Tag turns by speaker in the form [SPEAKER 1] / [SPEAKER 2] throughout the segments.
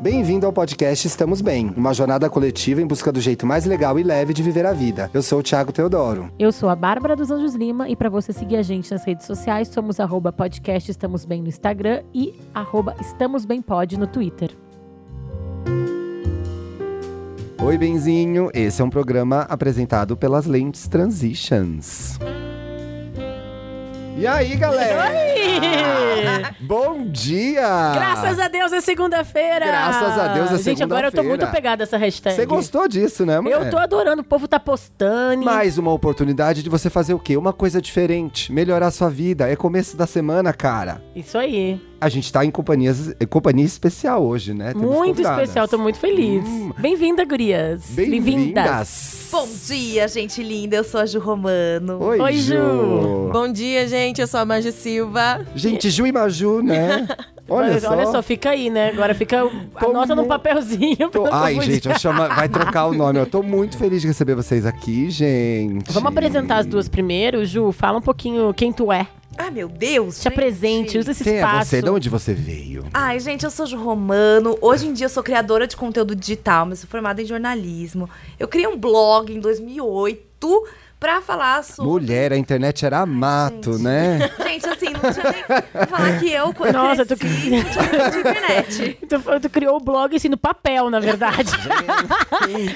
[SPEAKER 1] Bem-vindo ao podcast Estamos Bem, uma jornada coletiva em busca do jeito mais legal e leve de viver a vida. Eu sou o Thiago Teodoro.
[SPEAKER 2] Eu sou a Bárbara dos Anjos Lima e para você seguir a gente nas redes sociais, somos arroba podcast Estamos Bem no Instagram e arroba Estamos Bem Pod no Twitter.
[SPEAKER 1] Oi, Benzinho. Esse é um programa apresentado pelas lentes Transitions. E aí, galera? Ah, Bom dia!
[SPEAKER 2] Graças a Deus é segunda-feira!
[SPEAKER 1] Ah. Graças a Deus é
[SPEAKER 2] Gente, agora eu tô
[SPEAKER 1] segunda-feira.
[SPEAKER 2] muito pegada essa hashtag.
[SPEAKER 1] Você gostou disso, né, mulher?
[SPEAKER 2] Eu tô adorando, o povo tá postando.
[SPEAKER 1] Mais uma oportunidade de você fazer o quê? Uma coisa diferente, melhorar sua vida. É começo da semana, cara.
[SPEAKER 2] Isso aí.
[SPEAKER 1] A gente tá em companhias, em companhia especial hoje, né? Temos
[SPEAKER 2] muito
[SPEAKER 1] convidadas.
[SPEAKER 2] especial, tô muito feliz.
[SPEAKER 1] Hum.
[SPEAKER 2] Bem-vinda, gurias.
[SPEAKER 1] Bem-vindas!
[SPEAKER 3] Bom dia, gente linda. Eu sou a Ju Romano.
[SPEAKER 1] Oi,
[SPEAKER 2] Oi, Ju.
[SPEAKER 1] Ju!
[SPEAKER 4] Bom dia, gente. Eu sou a Magi Silva.
[SPEAKER 1] Gente, Ju e Maju, né? Olha
[SPEAKER 2] Mas
[SPEAKER 1] só.
[SPEAKER 2] olha só, fica aí, né? Agora fica. Anota num
[SPEAKER 1] muito-
[SPEAKER 2] papelzinho.
[SPEAKER 1] Tô-
[SPEAKER 2] pelo
[SPEAKER 1] Ai,
[SPEAKER 2] amor de
[SPEAKER 1] gente, eu chamo... vai trocar o nome. Eu tô muito feliz de receber vocês aqui, gente.
[SPEAKER 2] Vamos apresentar as duas primeiro. Ju, fala um pouquinho quem tu é.
[SPEAKER 3] Ai, meu Deus.
[SPEAKER 2] Te
[SPEAKER 3] gente.
[SPEAKER 2] apresente, usa esse
[SPEAKER 1] Quem
[SPEAKER 2] espaço.
[SPEAKER 1] é você? De onde você veio?
[SPEAKER 3] Ai, gente, eu sou a Ju Romano. Hoje em dia eu sou criadora de conteúdo digital, mas sou formada em jornalismo. Eu criei um blog em 2008 pra falar sobre.
[SPEAKER 1] Mulher, a internet era mato,
[SPEAKER 3] gente.
[SPEAKER 1] né?
[SPEAKER 3] Gente, assim, não tinha nem. Vou falar que eu, quando
[SPEAKER 2] Nossa, tu-
[SPEAKER 3] cresci, não tinha nem de internet.
[SPEAKER 2] Tu, tu criou o blog assim no papel, na verdade.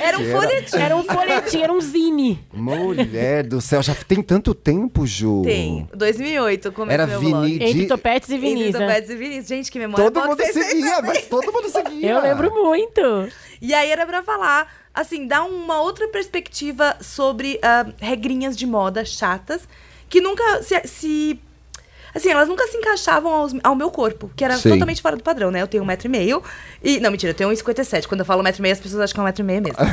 [SPEAKER 3] Era um
[SPEAKER 1] Era-
[SPEAKER 3] folhetim.
[SPEAKER 2] era um folhetim, era um zine.
[SPEAKER 1] Mulher do céu, já tem tanto tempo, Ju.
[SPEAKER 3] Tem. 2008 eu comecei
[SPEAKER 1] Era
[SPEAKER 3] meu blog.
[SPEAKER 1] Vini
[SPEAKER 2] Entre
[SPEAKER 1] de...
[SPEAKER 2] Topetes e né?
[SPEAKER 3] Entre
[SPEAKER 2] Viniza.
[SPEAKER 3] Topetes e Vinícius. Gente, que memória
[SPEAKER 1] Todo
[SPEAKER 3] boa
[SPEAKER 1] mundo
[SPEAKER 3] que vocês têm.
[SPEAKER 1] seguia, mas todo mundo seguia.
[SPEAKER 2] Eu lembro muito.
[SPEAKER 3] E aí era pra falar, assim, dar uma outra perspectiva sobre ah, regrinhas de moda chatas que nunca se. se- Assim, elas nunca se encaixavam aos- ao meu corpo, que era
[SPEAKER 1] Sim.
[SPEAKER 3] totalmente fora do padrão, né? Eu tenho um metro e meio e... Não, mentira, eu tenho 1,57. Quando eu falo metro e meio, as pessoas acham que é um metro e meio mesmo.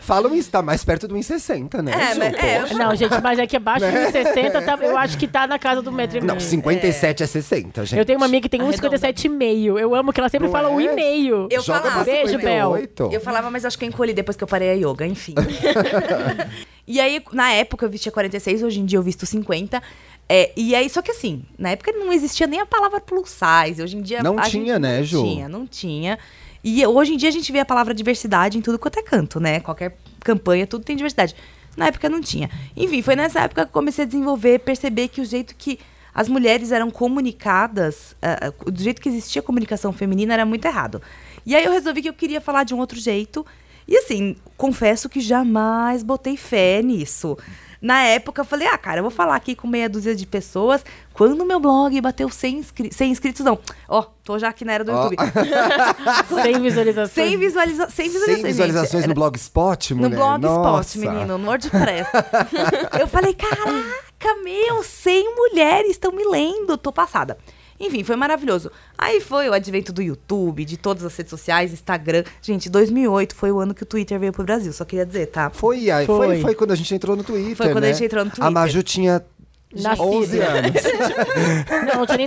[SPEAKER 1] Falam isso, tá mais perto do 1,60, né?
[SPEAKER 3] É,
[SPEAKER 1] Ju?
[SPEAKER 3] mas- é,
[SPEAKER 1] Pô.
[SPEAKER 3] eu-
[SPEAKER 2] Não, gente, mas é que abaixo de 60, tá, eu acho que tá na casa do metro e meio.
[SPEAKER 1] Né? Não, 57 é, 60, gente.
[SPEAKER 2] Eu tenho uma amiga que tem
[SPEAKER 3] Arredonda.
[SPEAKER 2] 1,57,5. Eu amo que ela sempre
[SPEAKER 1] Não
[SPEAKER 2] fala
[SPEAKER 1] é?
[SPEAKER 2] 1,5.
[SPEAKER 3] Eu
[SPEAKER 1] Joga
[SPEAKER 3] falava.
[SPEAKER 1] pra
[SPEAKER 2] Beijo,
[SPEAKER 1] 58.
[SPEAKER 3] Eu falava, mas acho que eu encolhi depois que eu parei a yoga, enfim. e aí, na época, eu vestia 46, hoje em dia eu visto 50. É, e aí, só que assim, na época não existia nem a palavra plus size. Hoje em dia.
[SPEAKER 1] Não
[SPEAKER 3] a
[SPEAKER 1] tinha,
[SPEAKER 3] gente
[SPEAKER 1] né,
[SPEAKER 3] não
[SPEAKER 1] Ju?
[SPEAKER 3] Tinha, não tinha. E hoje em dia a gente vê a palavra diversidade em tudo quanto é canto, né? Qualquer campanha, tudo tem diversidade. Na época não tinha. Enfim, foi nessa época que eu comecei a desenvolver, perceber que o jeito que as mulheres eram comunicadas, ah, ah, do jeito que existia a comunicação feminina, era muito errado. E aí eu resolvi que eu queria falar de um outro jeito. E assim, confesso que jamais botei fé nisso. Na época eu falei, ah, cara, eu vou falar aqui com meia dúzia de pessoas. Quando meu blog bateu 100, inscri 100 inscritos, não. Ó, tô já aqui na era do
[SPEAKER 1] Ó.
[SPEAKER 3] YouTube.
[SPEAKER 2] Sem visualização.
[SPEAKER 3] Sem, visualiza sem visualizações.
[SPEAKER 1] Sem
[SPEAKER 3] gente.
[SPEAKER 1] visualizações no
[SPEAKER 3] Era-
[SPEAKER 1] Blogspot,
[SPEAKER 3] no
[SPEAKER 1] mulher?
[SPEAKER 3] Blogspot,
[SPEAKER 1] Nossa.
[SPEAKER 3] menino, no WordPress. eu falei, caraca, meu, 100 mulheres estão me lendo, tô passada. Enfim, foi maravilhoso. Aí foi o advento do YouTube, de todas as redes sociais, Instagram. Gente, 2008 foi o ano que o Twitter veio pro Brasil, só queria dizer, tá?
[SPEAKER 1] Foi, aí, foi.
[SPEAKER 2] Foi.
[SPEAKER 1] Foi, quando a gente entrou no Twitter,
[SPEAKER 3] Foi quando a
[SPEAKER 1] né?
[SPEAKER 3] gente entrou no
[SPEAKER 1] A
[SPEAKER 3] Twitter.
[SPEAKER 1] Maju tinha
[SPEAKER 2] Nascido.
[SPEAKER 1] 11 anos.
[SPEAKER 2] Não, não tinha nem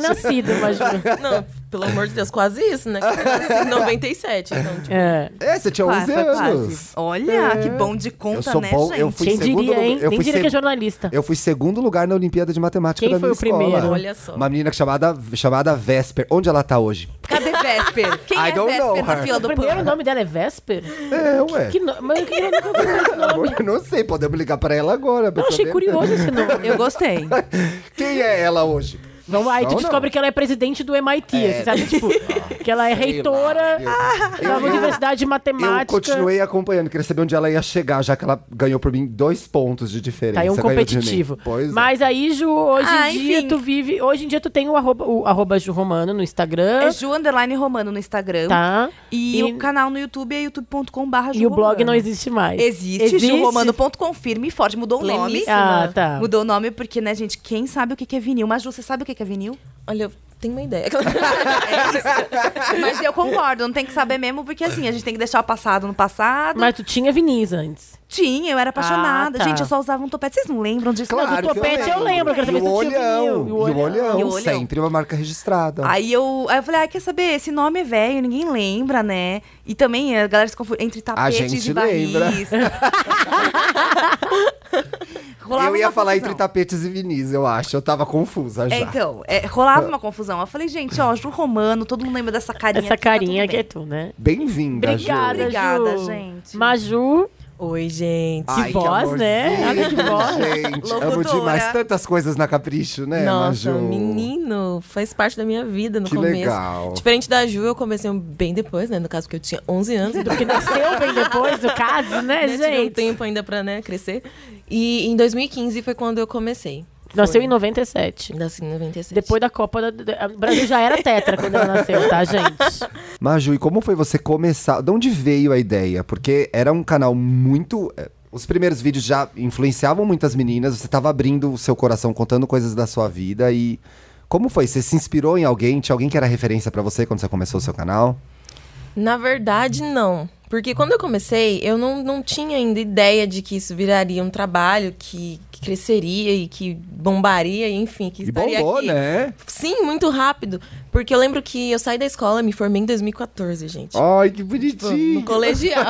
[SPEAKER 2] nascido, imagina.
[SPEAKER 4] Não, pelo amor de Deus, quase isso, né? Que eu nasci em 97, então, tipo,
[SPEAKER 2] É.
[SPEAKER 1] É, você tinha
[SPEAKER 3] Qua-
[SPEAKER 1] 11
[SPEAKER 3] foi
[SPEAKER 1] anos. É.
[SPEAKER 3] quase. Olha, que bom de conta,
[SPEAKER 1] Eu sou
[SPEAKER 3] né,
[SPEAKER 1] bom,
[SPEAKER 3] gente?
[SPEAKER 1] eu fui
[SPEAKER 2] Quem
[SPEAKER 1] segundo
[SPEAKER 2] diria, hein?
[SPEAKER 1] lugar- eu
[SPEAKER 2] Nem
[SPEAKER 1] fui
[SPEAKER 2] diria que é
[SPEAKER 1] seg-
[SPEAKER 2] jornalista.
[SPEAKER 1] Eu fui segundo lugar na Olimpíada de Matemática
[SPEAKER 2] Quem
[SPEAKER 1] da
[SPEAKER 2] foi
[SPEAKER 1] minha
[SPEAKER 2] o primeiro?
[SPEAKER 1] escola.
[SPEAKER 4] Olha só.
[SPEAKER 1] Uma menina chamada, chamada Vesper. Onde ela tá hoje?
[SPEAKER 3] Cadê Vesper? Quem
[SPEAKER 1] I
[SPEAKER 3] é
[SPEAKER 1] don't
[SPEAKER 3] Vesper
[SPEAKER 1] know
[SPEAKER 3] na
[SPEAKER 1] her.
[SPEAKER 3] fila
[SPEAKER 2] O
[SPEAKER 3] do
[SPEAKER 2] primeiro
[SPEAKER 3] pão?
[SPEAKER 2] nome dela é Vesper?
[SPEAKER 1] É, ué.
[SPEAKER 2] Que no... Mas eu queria nunca ouvi esse nome.
[SPEAKER 1] Eu não sei, podemos ligar pra ela agora. pra
[SPEAKER 2] Eu achei
[SPEAKER 1] saber.
[SPEAKER 2] curioso esse nome.
[SPEAKER 3] Eu gostei.
[SPEAKER 1] Quem é ela hoje?
[SPEAKER 2] Vamos, aí tu
[SPEAKER 1] Não, não.
[SPEAKER 2] descobre que ela é presidente do MIT, assim, sabe? Tipo, que ela é reitora da
[SPEAKER 1] É. Eu- eu-
[SPEAKER 2] Universidade de Matemática.
[SPEAKER 1] Eu continuei acompanhando, queria saber onde ela ia chegar, já que ela ganhou por mim dois pontos de diferença.
[SPEAKER 2] Tá aí um
[SPEAKER 1] ganhou de mim.
[SPEAKER 2] competitivo.
[SPEAKER 1] Pois é.
[SPEAKER 2] Mas aí, Ju, hoje
[SPEAKER 3] Ah,
[SPEAKER 2] em dia
[SPEAKER 3] enfim.
[SPEAKER 2] tu vive. Hoje em dia tu tem o arroba, o arroba Ju Romano no Instagram.
[SPEAKER 3] É Ju Underline Romano no Instagram.
[SPEAKER 2] Tá.
[SPEAKER 3] E,
[SPEAKER 2] E-
[SPEAKER 3] o canal no YouTube é youtube.com.br
[SPEAKER 2] E o blog não existe mais.
[SPEAKER 3] Existe, juromano.com, firme e forte. Mudou o nome.
[SPEAKER 2] Pleníssima. Ah, tá.
[SPEAKER 3] Mudou o nome porque, né, gente, quem sabe o que que é vinil? Mas, Ju, você sabe o que que é vinil?
[SPEAKER 4] olha, eu tenho uma ideia. É
[SPEAKER 3] Mas eu concordo, não tem que saber mesmo, porque assim, a gente tem que deixar o passado no passado.
[SPEAKER 2] Mas tu tinha Vinícius antes.
[SPEAKER 3] Tinha, eu era apaixonada.
[SPEAKER 2] Ah, tá.
[SPEAKER 3] Gente, eu só usava um topete. Vocês não lembram disso?
[SPEAKER 1] Claro
[SPEAKER 2] do
[SPEAKER 1] que eu
[SPEAKER 2] topete eu lembro, eu quero
[SPEAKER 1] E
[SPEAKER 2] saber
[SPEAKER 1] o
[SPEAKER 2] se tinha
[SPEAKER 1] olhão,
[SPEAKER 2] vinil.
[SPEAKER 1] e o olhão,
[SPEAKER 3] E o olhão.
[SPEAKER 1] sempre uma marca registrada.
[SPEAKER 3] Aí eu, aí eu falei, ah, quer saber? Esse nome é velho, ninguém lembra, né? E também a galera se confunde entre tapetes
[SPEAKER 1] gente
[SPEAKER 3] e barris.
[SPEAKER 1] lembra.
[SPEAKER 3] Rolava
[SPEAKER 1] eu ia
[SPEAKER 3] uma assim,
[SPEAKER 1] falar
[SPEAKER 3] confusão.
[SPEAKER 1] entre tapetes e vinis, eu acho. Eu tava confusa já.
[SPEAKER 3] É, então, é, rolava uma confusão. Eu falei, gente, ó, Ju Romano, todo mundo lembra dessa carinha.
[SPEAKER 2] Essa
[SPEAKER 3] aqui, tá tudo
[SPEAKER 2] carinha que é
[SPEAKER 3] bem.
[SPEAKER 2] tu, né?
[SPEAKER 1] Bem-vinda, Ju.
[SPEAKER 2] Obrigada,
[SPEAKER 3] Obrigada,
[SPEAKER 2] Ju.
[SPEAKER 3] gente.
[SPEAKER 2] Maju,
[SPEAKER 4] Oi, gente.
[SPEAKER 2] que
[SPEAKER 1] Ai,
[SPEAKER 2] voz,
[SPEAKER 1] amorzinho.
[SPEAKER 2] né? Olha que voz.
[SPEAKER 1] Gente, amo
[SPEAKER 3] Locutora.
[SPEAKER 1] demais tantas coisas na Capricho, né,
[SPEAKER 4] Nossa,
[SPEAKER 1] Maju?
[SPEAKER 4] menino, faz parte da minha vida no
[SPEAKER 1] Que
[SPEAKER 4] começo.
[SPEAKER 1] legal.
[SPEAKER 4] Diferente da Ju, eu comecei um bem depois, né? No caso, porque eu tinha 11 anos.
[SPEAKER 2] porque nasceu bem depois do caso, né,
[SPEAKER 4] né, tive um
[SPEAKER 2] gente?
[SPEAKER 4] tempo ainda pra né, crescer. E em 2015 foi quando eu comecei. assim,
[SPEAKER 2] Nasceu em 97.
[SPEAKER 4] Nasci em 97.
[SPEAKER 2] Depois da Copa do da... O Brasil já era tetra quando ela nasceu, tá, gente?
[SPEAKER 1] Maju, e como foi você começar? De onde veio a ideia? Porque era um canal muito. eh, Os primeiros vídeos já influenciavam muitas meninas, você tava abrindo o seu coração, contando coisas da sua vida e. Como foi? Você se inspirou em alguém? Tinha alguém que era referência pra você quando você começou o seu canal?
[SPEAKER 4] Na verdade, não. Porque quando eu comecei, eu não, não tinha ainda ideia de que isso viraria um trabalho que, que cresceria e que bombaria, e enfim, que
[SPEAKER 1] E
[SPEAKER 4] estaria
[SPEAKER 1] bombou,
[SPEAKER 4] aqui. Tipo,
[SPEAKER 1] né?
[SPEAKER 4] Sim, muito rápido. Porque eu lembro que eu saí da escola, me formei em 2014, gente.
[SPEAKER 1] Ai, que
[SPEAKER 4] Tipo, no
[SPEAKER 1] bonitinho!
[SPEAKER 4] colegial.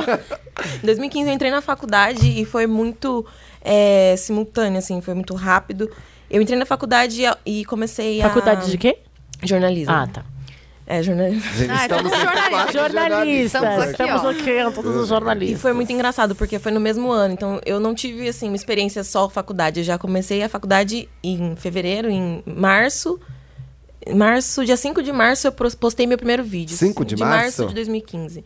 [SPEAKER 4] em 2015 eu entrei na faculdade e foi muito é, simultâneo, assim, foi muito rápido. Eu entrei na faculdade e e comecei a.
[SPEAKER 2] Faculdade de quê?
[SPEAKER 4] Jornalismo.
[SPEAKER 2] Ah, tá.
[SPEAKER 4] É, jornalismo.
[SPEAKER 1] Gente,
[SPEAKER 3] Ah,
[SPEAKER 1] estamos
[SPEAKER 3] então,
[SPEAKER 1] entre
[SPEAKER 3] jornalista.
[SPEAKER 1] quatro
[SPEAKER 2] Jornalistas.
[SPEAKER 3] Estamos aqui, ó.
[SPEAKER 2] Estamos bloqueando todos os
[SPEAKER 4] E
[SPEAKER 2] jornalistas.
[SPEAKER 4] foi muito engraçado, porque foi no mesmo ano. Então, eu não tive, assim, uma experiência só faculdade. Eu já comecei a faculdade em fevereiro, em março. Março, dia 5 de março, eu pros- postei meu primeiro vídeo.
[SPEAKER 1] 5 de março?
[SPEAKER 4] março de 2015.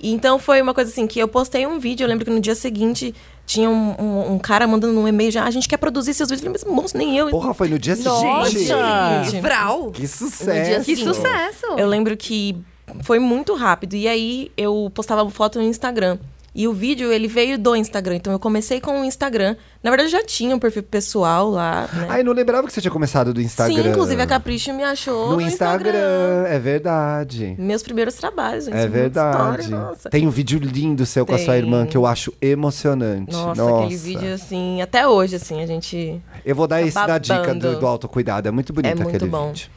[SPEAKER 4] E Então, foi uma coisa assim, que eu postei um vídeo. Eu lembro que no dia seguinte, tinha um, um- um cara mandando um e-mail já. A gente quer produzir seus vídeos. Eu falei, mas moço, nem eu.
[SPEAKER 1] Porra, foi no dia
[SPEAKER 2] Nossa!
[SPEAKER 1] seguinte.
[SPEAKER 3] E
[SPEAKER 4] Gente.
[SPEAKER 3] Vral.
[SPEAKER 1] Que
[SPEAKER 4] No dia
[SPEAKER 1] sucesso!
[SPEAKER 3] Que
[SPEAKER 4] Sim.
[SPEAKER 3] sucesso.
[SPEAKER 4] Eu lembro que foi muito rápido. E aí eu postava foto no Instagram. E o vídeo, ele veio do Instagram. Então eu comecei com o Instagram. Na verdade, eu já tinha um perfil pessoal lá, né?
[SPEAKER 1] Ai, não lembrava que você tinha começado do Instagram.
[SPEAKER 4] Sim, inclusive a Capricho me achou
[SPEAKER 1] No Instagram, é verdade.
[SPEAKER 4] Meus primeiros trabalhos, gente.
[SPEAKER 1] É
[SPEAKER 4] muita
[SPEAKER 1] verdade.
[SPEAKER 4] História, nossa.
[SPEAKER 1] Tem um vídeo lindo seu com a sua
[SPEAKER 4] Tem.
[SPEAKER 1] irmã que eu acho emocionante.
[SPEAKER 4] Nossa,
[SPEAKER 1] Nossa,
[SPEAKER 4] aquele vídeo, assim, até hoje, assim, a gente
[SPEAKER 1] Eu vou dar
[SPEAKER 4] tá
[SPEAKER 1] esse da dica
[SPEAKER 4] babando.
[SPEAKER 1] do, do autocuidado. É muito bonito
[SPEAKER 4] É muito
[SPEAKER 1] aquele
[SPEAKER 4] bom.
[SPEAKER 1] vídeo.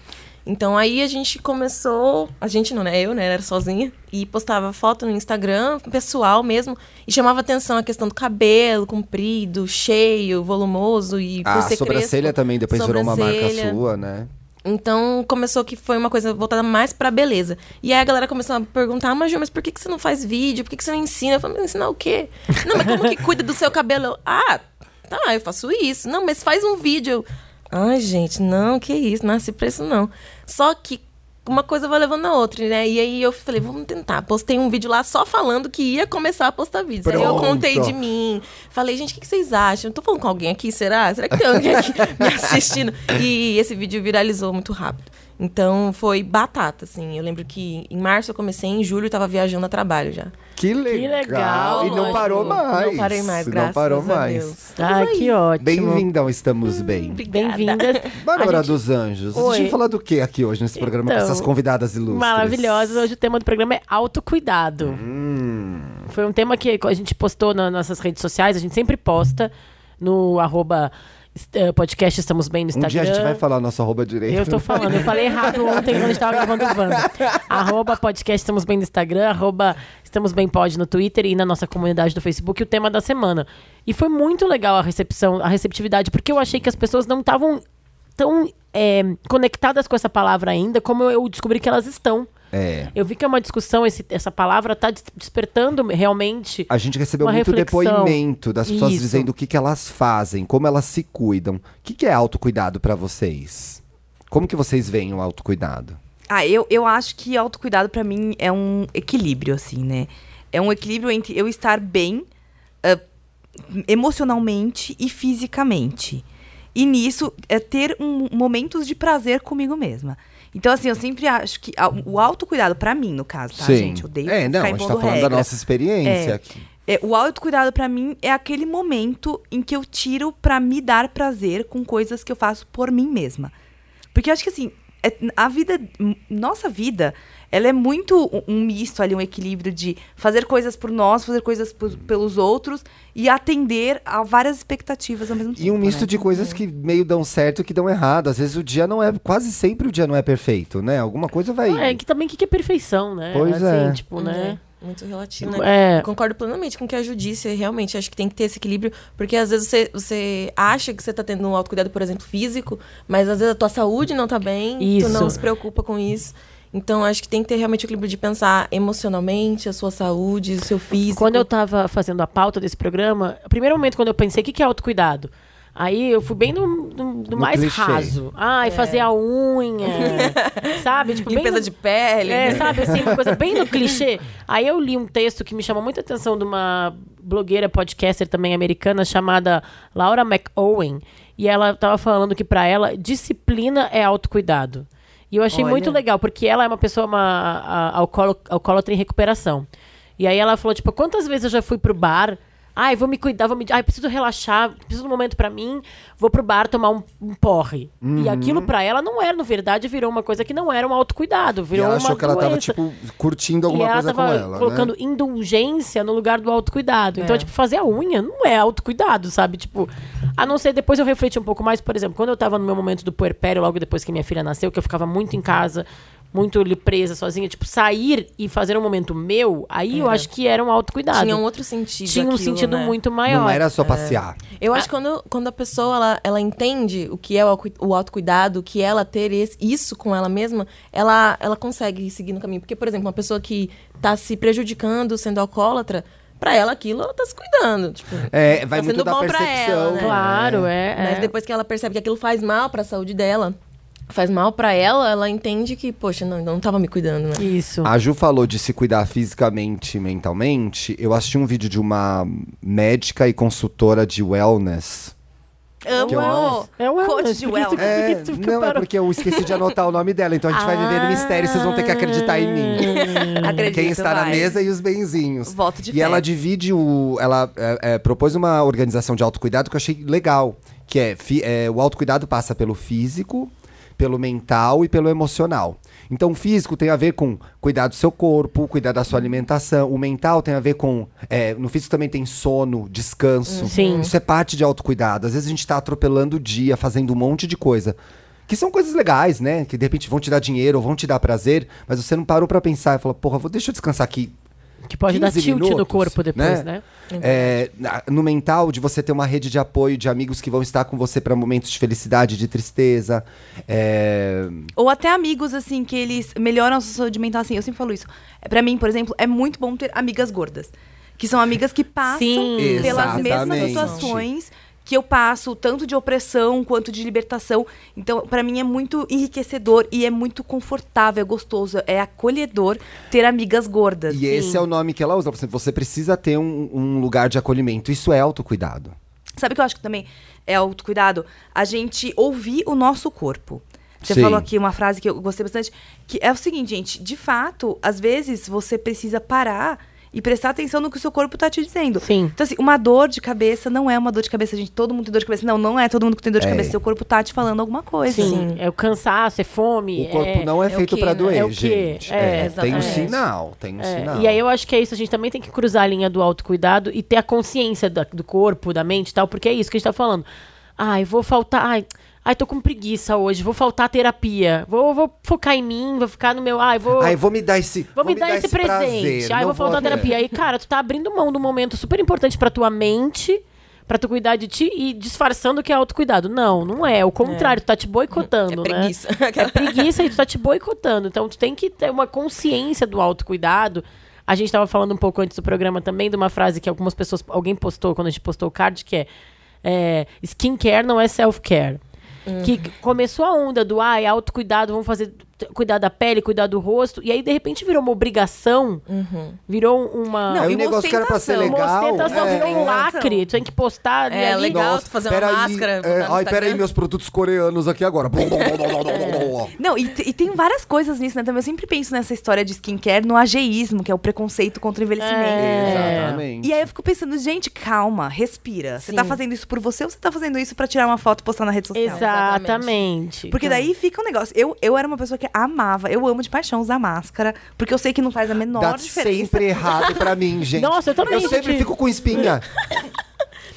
[SPEAKER 4] Então aí a gente começou, a gente não, né? Eu, né? Era sozinha e postava foto no Instagram, pessoal mesmo, e chamava atenção a questão do cabelo comprido, cheio, volumoso e por
[SPEAKER 1] A
[SPEAKER 4] ser
[SPEAKER 1] Ah, sobrancelha
[SPEAKER 4] crespo.
[SPEAKER 1] também depois virou uma marca
[SPEAKER 4] Sobrancelha.
[SPEAKER 1] sua, né?
[SPEAKER 4] Então começou que foi uma coisa voltada mais pra beleza. E aí a galera começou a perguntar: ah, mas Ju, mas por que, que você não faz vídeo? Por que, que você não ensina? Eu falei: mas ensinar o quê? Não, mas como que cuida do seu cabelo? Eu, Ah, tá, eu faço isso. Não, mas faz um vídeo. Eu, Ai, gente, não, que isso, nasci pra isso não. Só que uma coisa vai levando a outra, né? E aí eu falei: vamos tentar. Postei um vídeo lá só falando que ia começar a postar vídeos. Aí eu
[SPEAKER 1] Pronto.
[SPEAKER 4] contei de mim. Falei, gente, o que, que vocês acham? Eu tô falando com alguém aqui, será? Será que tem alguém aqui me assistindo? E esse vídeo viralizou muito rápido. Então foi batata, assim. Eu lembro que em março eu comecei, em julho eu tava viajando a trabalho já.
[SPEAKER 1] Que legal.
[SPEAKER 2] legal,
[SPEAKER 1] E não
[SPEAKER 2] Maju.
[SPEAKER 1] parou
[SPEAKER 4] Não
[SPEAKER 1] mais.
[SPEAKER 4] parei mais,
[SPEAKER 1] Não
[SPEAKER 4] graças
[SPEAKER 1] parou
[SPEAKER 4] a
[SPEAKER 1] mais.
[SPEAKER 4] Deus. Hum,
[SPEAKER 2] Ah, que ótimo.
[SPEAKER 1] Bem-vinda ao Estamos Bem.
[SPEAKER 4] Obrigada.
[SPEAKER 2] Bem-vindas.
[SPEAKER 1] Bárbara
[SPEAKER 2] A gente-
[SPEAKER 1] dos Anjos, a
[SPEAKER 2] Oi.
[SPEAKER 1] gente vai falar do que aqui hoje nesse programa com
[SPEAKER 2] Então,
[SPEAKER 1] essas convidadas ilustres?
[SPEAKER 2] Maravilhosas. Hoje o tema do programa é autocuidado.
[SPEAKER 1] Hum.
[SPEAKER 2] Foi um tema que a gente postou nas nossas redes sociais, a gente sempre posta no arroba est- eh, podcast Estamos Bem no
[SPEAKER 1] Um
[SPEAKER 2] Instagram.
[SPEAKER 1] dia a gente vai falar nosso arroba direito.
[SPEAKER 2] Eu tô falando, eu falei errado ontem quando a gente tava gravando o Wanda. Arroba podcast Estamos Bem no Instagram, arroba Estamos Bem Pod no Twitter e na nossa comunidade do Facebook, o tema da semana. E foi muito legal a recepção, a receptividade, porque eu achei que as pessoas não estavam tão é, conectadas com essa palavra ainda, como eu descobri que elas estão.
[SPEAKER 1] É.
[SPEAKER 2] Eu vi que é uma discussão, esse- essa palavra tá des- despertando realmente.
[SPEAKER 1] A gente recebeu
[SPEAKER 2] Uma
[SPEAKER 1] muito
[SPEAKER 2] reflexão.
[SPEAKER 1] depoimento das pessoas
[SPEAKER 2] Isso.
[SPEAKER 1] dizendo o que, que elas fazem, como elas se cuidam. O que, que é autocuidado pra vocês? Como que vocês veem o autocuidado?
[SPEAKER 3] Ah, eu, eu acho que autocuidado pra mim é um equilíbrio, assim, né? É um equilíbrio entre eu estar bem ah, emocionalmente e fisicamente. E nisso, é ter um- momentos de prazer comigo mesma. Então, assim, eu sempre acho que a- o autocuidado, pra mim, no caso, tá, gente? Eu odeio
[SPEAKER 1] É, não, a gente
[SPEAKER 3] ficar
[SPEAKER 1] tá
[SPEAKER 3] impondo
[SPEAKER 1] falando da
[SPEAKER 3] regra.
[SPEAKER 1] nossa experiência
[SPEAKER 3] É.
[SPEAKER 1] aqui.
[SPEAKER 3] É, o autocuidado pra mim é aquele momento em que eu tiro pra me dar prazer com coisas que eu faço por mim mesma. Porque eu acho que assim, é- a vida, m- nossa vida, ela é muito um- um misto ali, um equilíbrio de fazer coisas por nós, fazer coisas por- pelos outros e atender a várias expectativas ao mesmo tempo.
[SPEAKER 1] E um misto
[SPEAKER 3] né?
[SPEAKER 1] de coisas que meio dão certo e que dão errado. Às vezes o dia não é. Quase sempre o dia não é perfeito, né? Alguma coisa vai.
[SPEAKER 2] É, que também o que, que é perfeição, né?
[SPEAKER 1] Pois
[SPEAKER 2] assim,
[SPEAKER 1] é.
[SPEAKER 2] tipo, né?
[SPEAKER 4] É. muito relativo, né?
[SPEAKER 2] É.
[SPEAKER 4] Concordo plenamente com o que a Ju disse. Realmente, acho que tem que ter esse equilíbrio. Porque às vezes você, você acha que você tá tendo um autocuidado, por exemplo, físico, mas às vezes a tua saúde não tá bem,
[SPEAKER 2] Isso.
[SPEAKER 4] tu não se preocupa com isso. Então, acho que tem que ter realmente o equilíbrio de pensar emocionalmente, a sua saúde, o seu físico.
[SPEAKER 2] Quando eu tava fazendo a pauta desse programa, o primeiro momento quando eu pensei, o que, que é autocuidado? Aí eu fui bem no, no- no
[SPEAKER 1] No
[SPEAKER 2] mais
[SPEAKER 1] clichê.
[SPEAKER 2] raso. Ai, fazer a unha, sabe? Tipo, bem
[SPEAKER 4] Limpeza
[SPEAKER 2] no-
[SPEAKER 4] de pele.
[SPEAKER 2] É,
[SPEAKER 4] né?
[SPEAKER 2] sabe, assim, uma coisa bem no clichê. Aí eu li um texto que me chamou muita atenção de uma blogueira, podcaster também americana, chamada Laura McOwen. E ela tava falando que pra ela, disciplina é autocuidado. E eu achei
[SPEAKER 4] Olha.
[SPEAKER 2] muito legal, porque ela é uma pessoa, uma a- a- alcoólo- alcoólatra em recuperação. E aí ela falou, tipo, quantas vezes eu já fui pro bar... Ai, vou me cuidar, vou me. Ai, preciso relaxar, preciso de um momento pra mim. Vou pro bar tomar um, um porre. E aquilo pra ela não era, na verdade, virou uma coisa que não era um autocuidado.
[SPEAKER 1] E
[SPEAKER 2] Virou
[SPEAKER 1] ela
[SPEAKER 2] uma
[SPEAKER 1] achou que ela tava,
[SPEAKER 2] doença.
[SPEAKER 1] tipo, curtindo
[SPEAKER 2] E
[SPEAKER 1] alguma
[SPEAKER 2] ela
[SPEAKER 1] coisa
[SPEAKER 2] tava
[SPEAKER 1] com ela.
[SPEAKER 2] colocando
[SPEAKER 1] né?
[SPEAKER 2] indulgência no lugar do autocuidado. Então,
[SPEAKER 4] É.
[SPEAKER 2] tipo, fazer a unha não é autocuidado, sabe? Tipo, a não ser depois eu refleti um pouco mais, por exemplo, quando eu tava no meu momento do puerpério, logo depois que minha filha nasceu, que eu ficava muito em casa, muito ali presa sozinha, tipo, sair e fazer um momento meu, aí
[SPEAKER 1] É.
[SPEAKER 2] eu acho que era um autocuidado.
[SPEAKER 4] Tinha um outro sentido.
[SPEAKER 2] Tinha um
[SPEAKER 4] aquilo,
[SPEAKER 2] sentido
[SPEAKER 4] né?
[SPEAKER 2] muito maior.
[SPEAKER 1] Não era só passear.
[SPEAKER 4] Eu acho que quando, quando a pessoa ela, ela entende o que é o, aucu- o autocuidado, o que é ela ter esse- isso com ela mesma, ela, ela consegue seguir no caminho. Porque, por exemplo, uma pessoa que tá se prejudicando sendo alcoólatra, pra ela aquilo, ela tá se cuidando. Tipo,
[SPEAKER 1] É, vai
[SPEAKER 4] Tá
[SPEAKER 1] muito
[SPEAKER 4] sendo
[SPEAKER 1] da
[SPEAKER 4] bom pra
[SPEAKER 1] percepção.
[SPEAKER 4] ela, né?
[SPEAKER 2] Claro, é. é.
[SPEAKER 4] Mas depois que ela percebe que aquilo faz mal pra saúde dela, faz mal pra ela, ela entende que, poxa, não, não tava me cuidando, né?
[SPEAKER 2] Isso.
[SPEAKER 1] A Ju falou de se cuidar fisicamente e mentalmente. Eu assisti um vídeo de uma médica e consultora de wellness. Que
[SPEAKER 3] Amo!
[SPEAKER 1] wellness.
[SPEAKER 2] É o
[SPEAKER 3] Coach
[SPEAKER 2] wellness. Por que
[SPEAKER 3] de
[SPEAKER 2] tu-
[SPEAKER 3] wellness.
[SPEAKER 1] É,
[SPEAKER 2] por que tu
[SPEAKER 1] não, é
[SPEAKER 2] comparou?
[SPEAKER 1] porque eu esqueci de anotar o nome dela, então a gente vai viver no mistério, vocês vão ter que acreditar em
[SPEAKER 2] Ah.
[SPEAKER 1] mim.
[SPEAKER 3] Acredito,
[SPEAKER 1] Quem está na
[SPEAKER 3] vai.
[SPEAKER 1] mesa e os benzinhos.
[SPEAKER 3] Voto de
[SPEAKER 1] e
[SPEAKER 3] fé.
[SPEAKER 1] ela divide o. Ela é, é, propôs uma organização de autocuidado que eu achei legal. Que é, fi- é, o autocuidado passa pelo físico, pelo mental e pelo emocional. Então, o físico tem a ver com cuidar do seu corpo, cuidar da sua alimentação. O mental tem a ver com. é, no físico também tem sono,
[SPEAKER 3] Uhum.
[SPEAKER 1] descanso.
[SPEAKER 2] Sim.
[SPEAKER 1] Isso é parte de autocuidado. Às vezes a gente tá atropelando o dia, fazendo um monte de coisa. Que são coisas legais, né? Que de repente vão te dar dinheiro ou vão te dar prazer, mas você não parou pra pensar e falou, porra, vou, deixa eu descansar aqui.
[SPEAKER 2] Que pode dar
[SPEAKER 1] 15
[SPEAKER 2] tilt no
[SPEAKER 1] minutos,
[SPEAKER 2] corpo depois, né?
[SPEAKER 1] É, na- no mental, de você ter uma rede de apoio de amigos que vão estar com você pra momentos de felicidade, de tristeza. É,
[SPEAKER 3] Ou até amigos, assim, que eles melhoram a sua saúde mental, assim, eu sempre falo isso. É, Pra mim, por exemplo, é muito bom ter amigas gordas. Que são amigas que passam
[SPEAKER 2] Sim.
[SPEAKER 3] pelas mesmas
[SPEAKER 1] Exatamente.
[SPEAKER 3] situações que eu passo, tanto de opressão quanto de libertação. Então, pra mim é muito enriquecedor e é muito confortável, é gostoso, é acolhedor ter amigas gordas.
[SPEAKER 1] e esse é o nome que ela usa. Você- Você precisa ter um, um lugar de acolhimento. Isso é autocuidado.
[SPEAKER 3] Sabe o que eu acho que também é autocuidado? A gente ouvir o nosso corpo. Você
[SPEAKER 1] Sim.
[SPEAKER 3] falou aqui uma frase que eu gostei bastante, que é o seguinte, gente, de fato, às vezes você precisa parar e prestar atenção no que o seu corpo tá te dizendo.
[SPEAKER 2] Sim.
[SPEAKER 3] Então, assim, uma dor de cabeça não é uma dor de cabeça, gente. Todo mundo tem dor de cabeça. Não, não é todo mundo que tem dor de
[SPEAKER 1] É.
[SPEAKER 3] cabeça. Seu corpo tá te falando alguma coisa.
[SPEAKER 2] Sim, é o cansaço, é fome.
[SPEAKER 1] O corpo
[SPEAKER 2] é-
[SPEAKER 1] não é,
[SPEAKER 4] é o
[SPEAKER 1] feito
[SPEAKER 4] quê,
[SPEAKER 1] pra
[SPEAKER 4] né?
[SPEAKER 1] doer,
[SPEAKER 2] É o quê?
[SPEAKER 1] gente.
[SPEAKER 2] É,
[SPEAKER 1] tem um
[SPEAKER 4] exatamente.
[SPEAKER 1] sinal, tem um
[SPEAKER 2] é,
[SPEAKER 1] sinal.
[SPEAKER 2] E aí eu acho que é isso, a gente também tem que cruzar a linha do autocuidado e ter a consciência da- do corpo, da mente e tal, porque é isso que a gente tá falando. Ai, vou faltar. Ai, ai, tô com preguiça hoje, vou faltar à terapia. Vou, vou focar em mim, vou ficar no meu. Ai, vou.
[SPEAKER 1] Ai, vou me dar esse.
[SPEAKER 2] Vou me dar, esse presente.
[SPEAKER 1] prazer,
[SPEAKER 2] Ai,
[SPEAKER 1] não
[SPEAKER 2] vou faltar à terapia. Aí, cara, tu tá abrindo mão de um momento super importante pra tua mente, pra tu cuidar de ti e disfarçando que é autocuidado. Não, não é. É o contrário, tu tá te boicotando,
[SPEAKER 4] É
[SPEAKER 2] né?
[SPEAKER 4] preguiça.
[SPEAKER 2] É preguiça e tu tá te boicotando. Então tu tem que ter uma consciência do autocuidado. A gente tava falando um pouco antes do programa também de uma frase que algumas pessoas, alguém postou quando a gente postou o card, que é, é skincare não é self-care.
[SPEAKER 4] Uhum.
[SPEAKER 2] Que começou a onda do ah, é autocuidado, vamos fazer t- cuidar da pele, cuidar do rosto. E aí, de repente, virou uma obrigação.
[SPEAKER 4] Uhum.
[SPEAKER 2] Virou uma.
[SPEAKER 1] Não,
[SPEAKER 3] Não,
[SPEAKER 1] aí o É,
[SPEAKER 3] e
[SPEAKER 1] um negócio que era pra ser
[SPEAKER 2] uma
[SPEAKER 1] legal.
[SPEAKER 2] ostentação,
[SPEAKER 1] é.
[SPEAKER 2] virou um lacre. Tu tem que postar. ali,
[SPEAKER 4] É,
[SPEAKER 2] ali.
[SPEAKER 4] legal. tu fazer uma
[SPEAKER 1] peraí,
[SPEAKER 4] máscara,
[SPEAKER 1] é,
[SPEAKER 4] botar no
[SPEAKER 1] ai,
[SPEAKER 4] Instagram.
[SPEAKER 1] peraí, meus produtos coreanos aqui agora. Blum, blum, blum, blum, blum, blum, blum.
[SPEAKER 3] Não, e, te- e tem várias coisas nisso, né? Também eu sempre penso nessa história de skincare no ageísmo, que é o preconceito contra o envelhecimento.
[SPEAKER 2] É.
[SPEAKER 1] É. Exatamente.
[SPEAKER 3] E aí eu fico pensando, gente, calma, respira. Você tá
[SPEAKER 4] Sim.
[SPEAKER 3] fazendo isso por você ou você tá fazendo isso pra tirar uma foto e postar na rede social?
[SPEAKER 2] Exatamente.
[SPEAKER 3] Porque daí fica um negócio. Eu, eu era uma pessoa que amava, eu amo de paixão usar máscara, porque eu sei que não faz a menor
[SPEAKER 1] Dá
[SPEAKER 3] diferença.
[SPEAKER 1] sempre errado pra mim, gente.
[SPEAKER 2] Nossa, eu também,
[SPEAKER 1] Eu sempre
[SPEAKER 2] gente.
[SPEAKER 1] fico com espinha.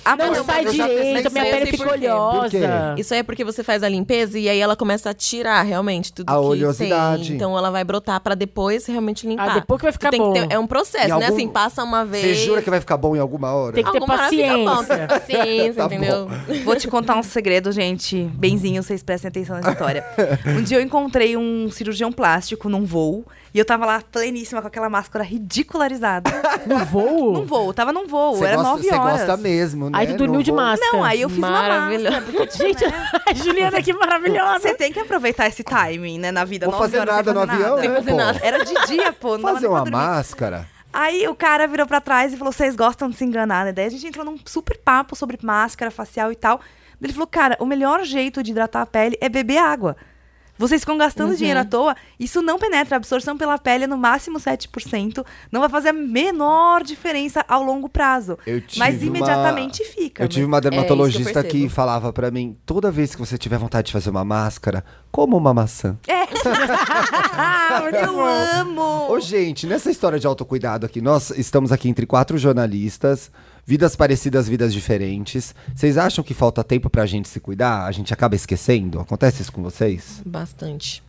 [SPEAKER 3] Ah,
[SPEAKER 2] Não sai
[SPEAKER 3] mas
[SPEAKER 1] eu já pensei
[SPEAKER 2] direito, minha
[SPEAKER 4] nisso,
[SPEAKER 2] pele
[SPEAKER 4] eu sei
[SPEAKER 2] ficou
[SPEAKER 4] por quê.
[SPEAKER 1] Por quê?
[SPEAKER 2] oleosa.
[SPEAKER 4] Isso aí é porque você faz a limpeza e aí ela começa a tirar realmente tudo
[SPEAKER 1] A
[SPEAKER 4] que
[SPEAKER 1] oleosidade.
[SPEAKER 4] tem. Então ela vai brotar pra depois realmente limpar.
[SPEAKER 2] Ah, depois que vai
[SPEAKER 4] Tu
[SPEAKER 2] ficar
[SPEAKER 4] tem que
[SPEAKER 2] bom.
[SPEAKER 4] ter- é um processo,
[SPEAKER 1] Em algum-
[SPEAKER 4] né? Assim, passa uma vez.
[SPEAKER 1] Você jura que vai ficar bom em alguma hora?
[SPEAKER 2] Tem que ter
[SPEAKER 4] Alguma hora fica bom,
[SPEAKER 2] paciência.
[SPEAKER 4] tem que ter paciência,
[SPEAKER 1] Tá bom.
[SPEAKER 4] entendeu?
[SPEAKER 3] Vou te contar um segredo, gente. Benzinho, vocês prestem atenção nessa história. Um dia eu encontrei um cirurgião plástico num voo e eu tava lá pleníssima com aquela máscara ridicularizada.
[SPEAKER 2] No voo?
[SPEAKER 3] num voo, tava num voo,
[SPEAKER 1] Você
[SPEAKER 3] era
[SPEAKER 1] gosta,
[SPEAKER 3] nove
[SPEAKER 1] você
[SPEAKER 3] horas.
[SPEAKER 1] gosta mesmo, né?
[SPEAKER 2] Aí tu dormiu
[SPEAKER 1] Não
[SPEAKER 2] de
[SPEAKER 1] vou-
[SPEAKER 2] máscara.
[SPEAKER 3] Não, aí eu fiz uma
[SPEAKER 4] Maravilhoso.
[SPEAKER 3] máscara. porque,
[SPEAKER 2] Gente,
[SPEAKER 3] né,
[SPEAKER 2] a Juliana, que maravilhosa.
[SPEAKER 3] Você tem que aproveitar esse timing, né, na vida.
[SPEAKER 1] Vou
[SPEAKER 3] nove
[SPEAKER 1] fazer
[SPEAKER 3] horas
[SPEAKER 1] nada
[SPEAKER 3] sem
[SPEAKER 1] no avião,
[SPEAKER 3] nada.
[SPEAKER 1] né,
[SPEAKER 4] fazer
[SPEAKER 1] pô?
[SPEAKER 4] nada.
[SPEAKER 3] Era de dia, pô. não dava
[SPEAKER 1] Fazer
[SPEAKER 3] nem pra
[SPEAKER 1] uma
[SPEAKER 3] dormir.
[SPEAKER 1] máscara?
[SPEAKER 3] Aí o cara virou pra trás e falou: vocês gostam de se enganar, né? Daí a gente entrou num super papo sobre máscara facial e tal. Ele falou: cara, o melhor jeito de hidratar a pele é beber água. Vocês ficam
[SPEAKER 4] Uhum.
[SPEAKER 3] gastando dinheiro à toa, isso não penetra. A absorção pela pele é no máximo 7%. Não vai fazer a menor diferença ao longo prazo.
[SPEAKER 1] Eu tive
[SPEAKER 3] mas
[SPEAKER 1] uma-
[SPEAKER 3] imediatamente fica.
[SPEAKER 1] Eu
[SPEAKER 3] mas-
[SPEAKER 1] tive uma
[SPEAKER 4] que eu
[SPEAKER 1] dermatologista que,
[SPEAKER 4] percebo.
[SPEAKER 1] falava pra mim, toda vez que você tiver vontade de fazer uma máscara, coma uma maçã.
[SPEAKER 3] Ah, eu amo!
[SPEAKER 1] Ô, gente, nessa história de autocuidado aqui, nós estamos aqui entre quatro jornalistas, vidas parecidas, vidas diferentes. Vocês acham que falta tempo pra gente se cuidar? A gente acaba esquecendo? Acontece isso com vocês?
[SPEAKER 4] Bastante.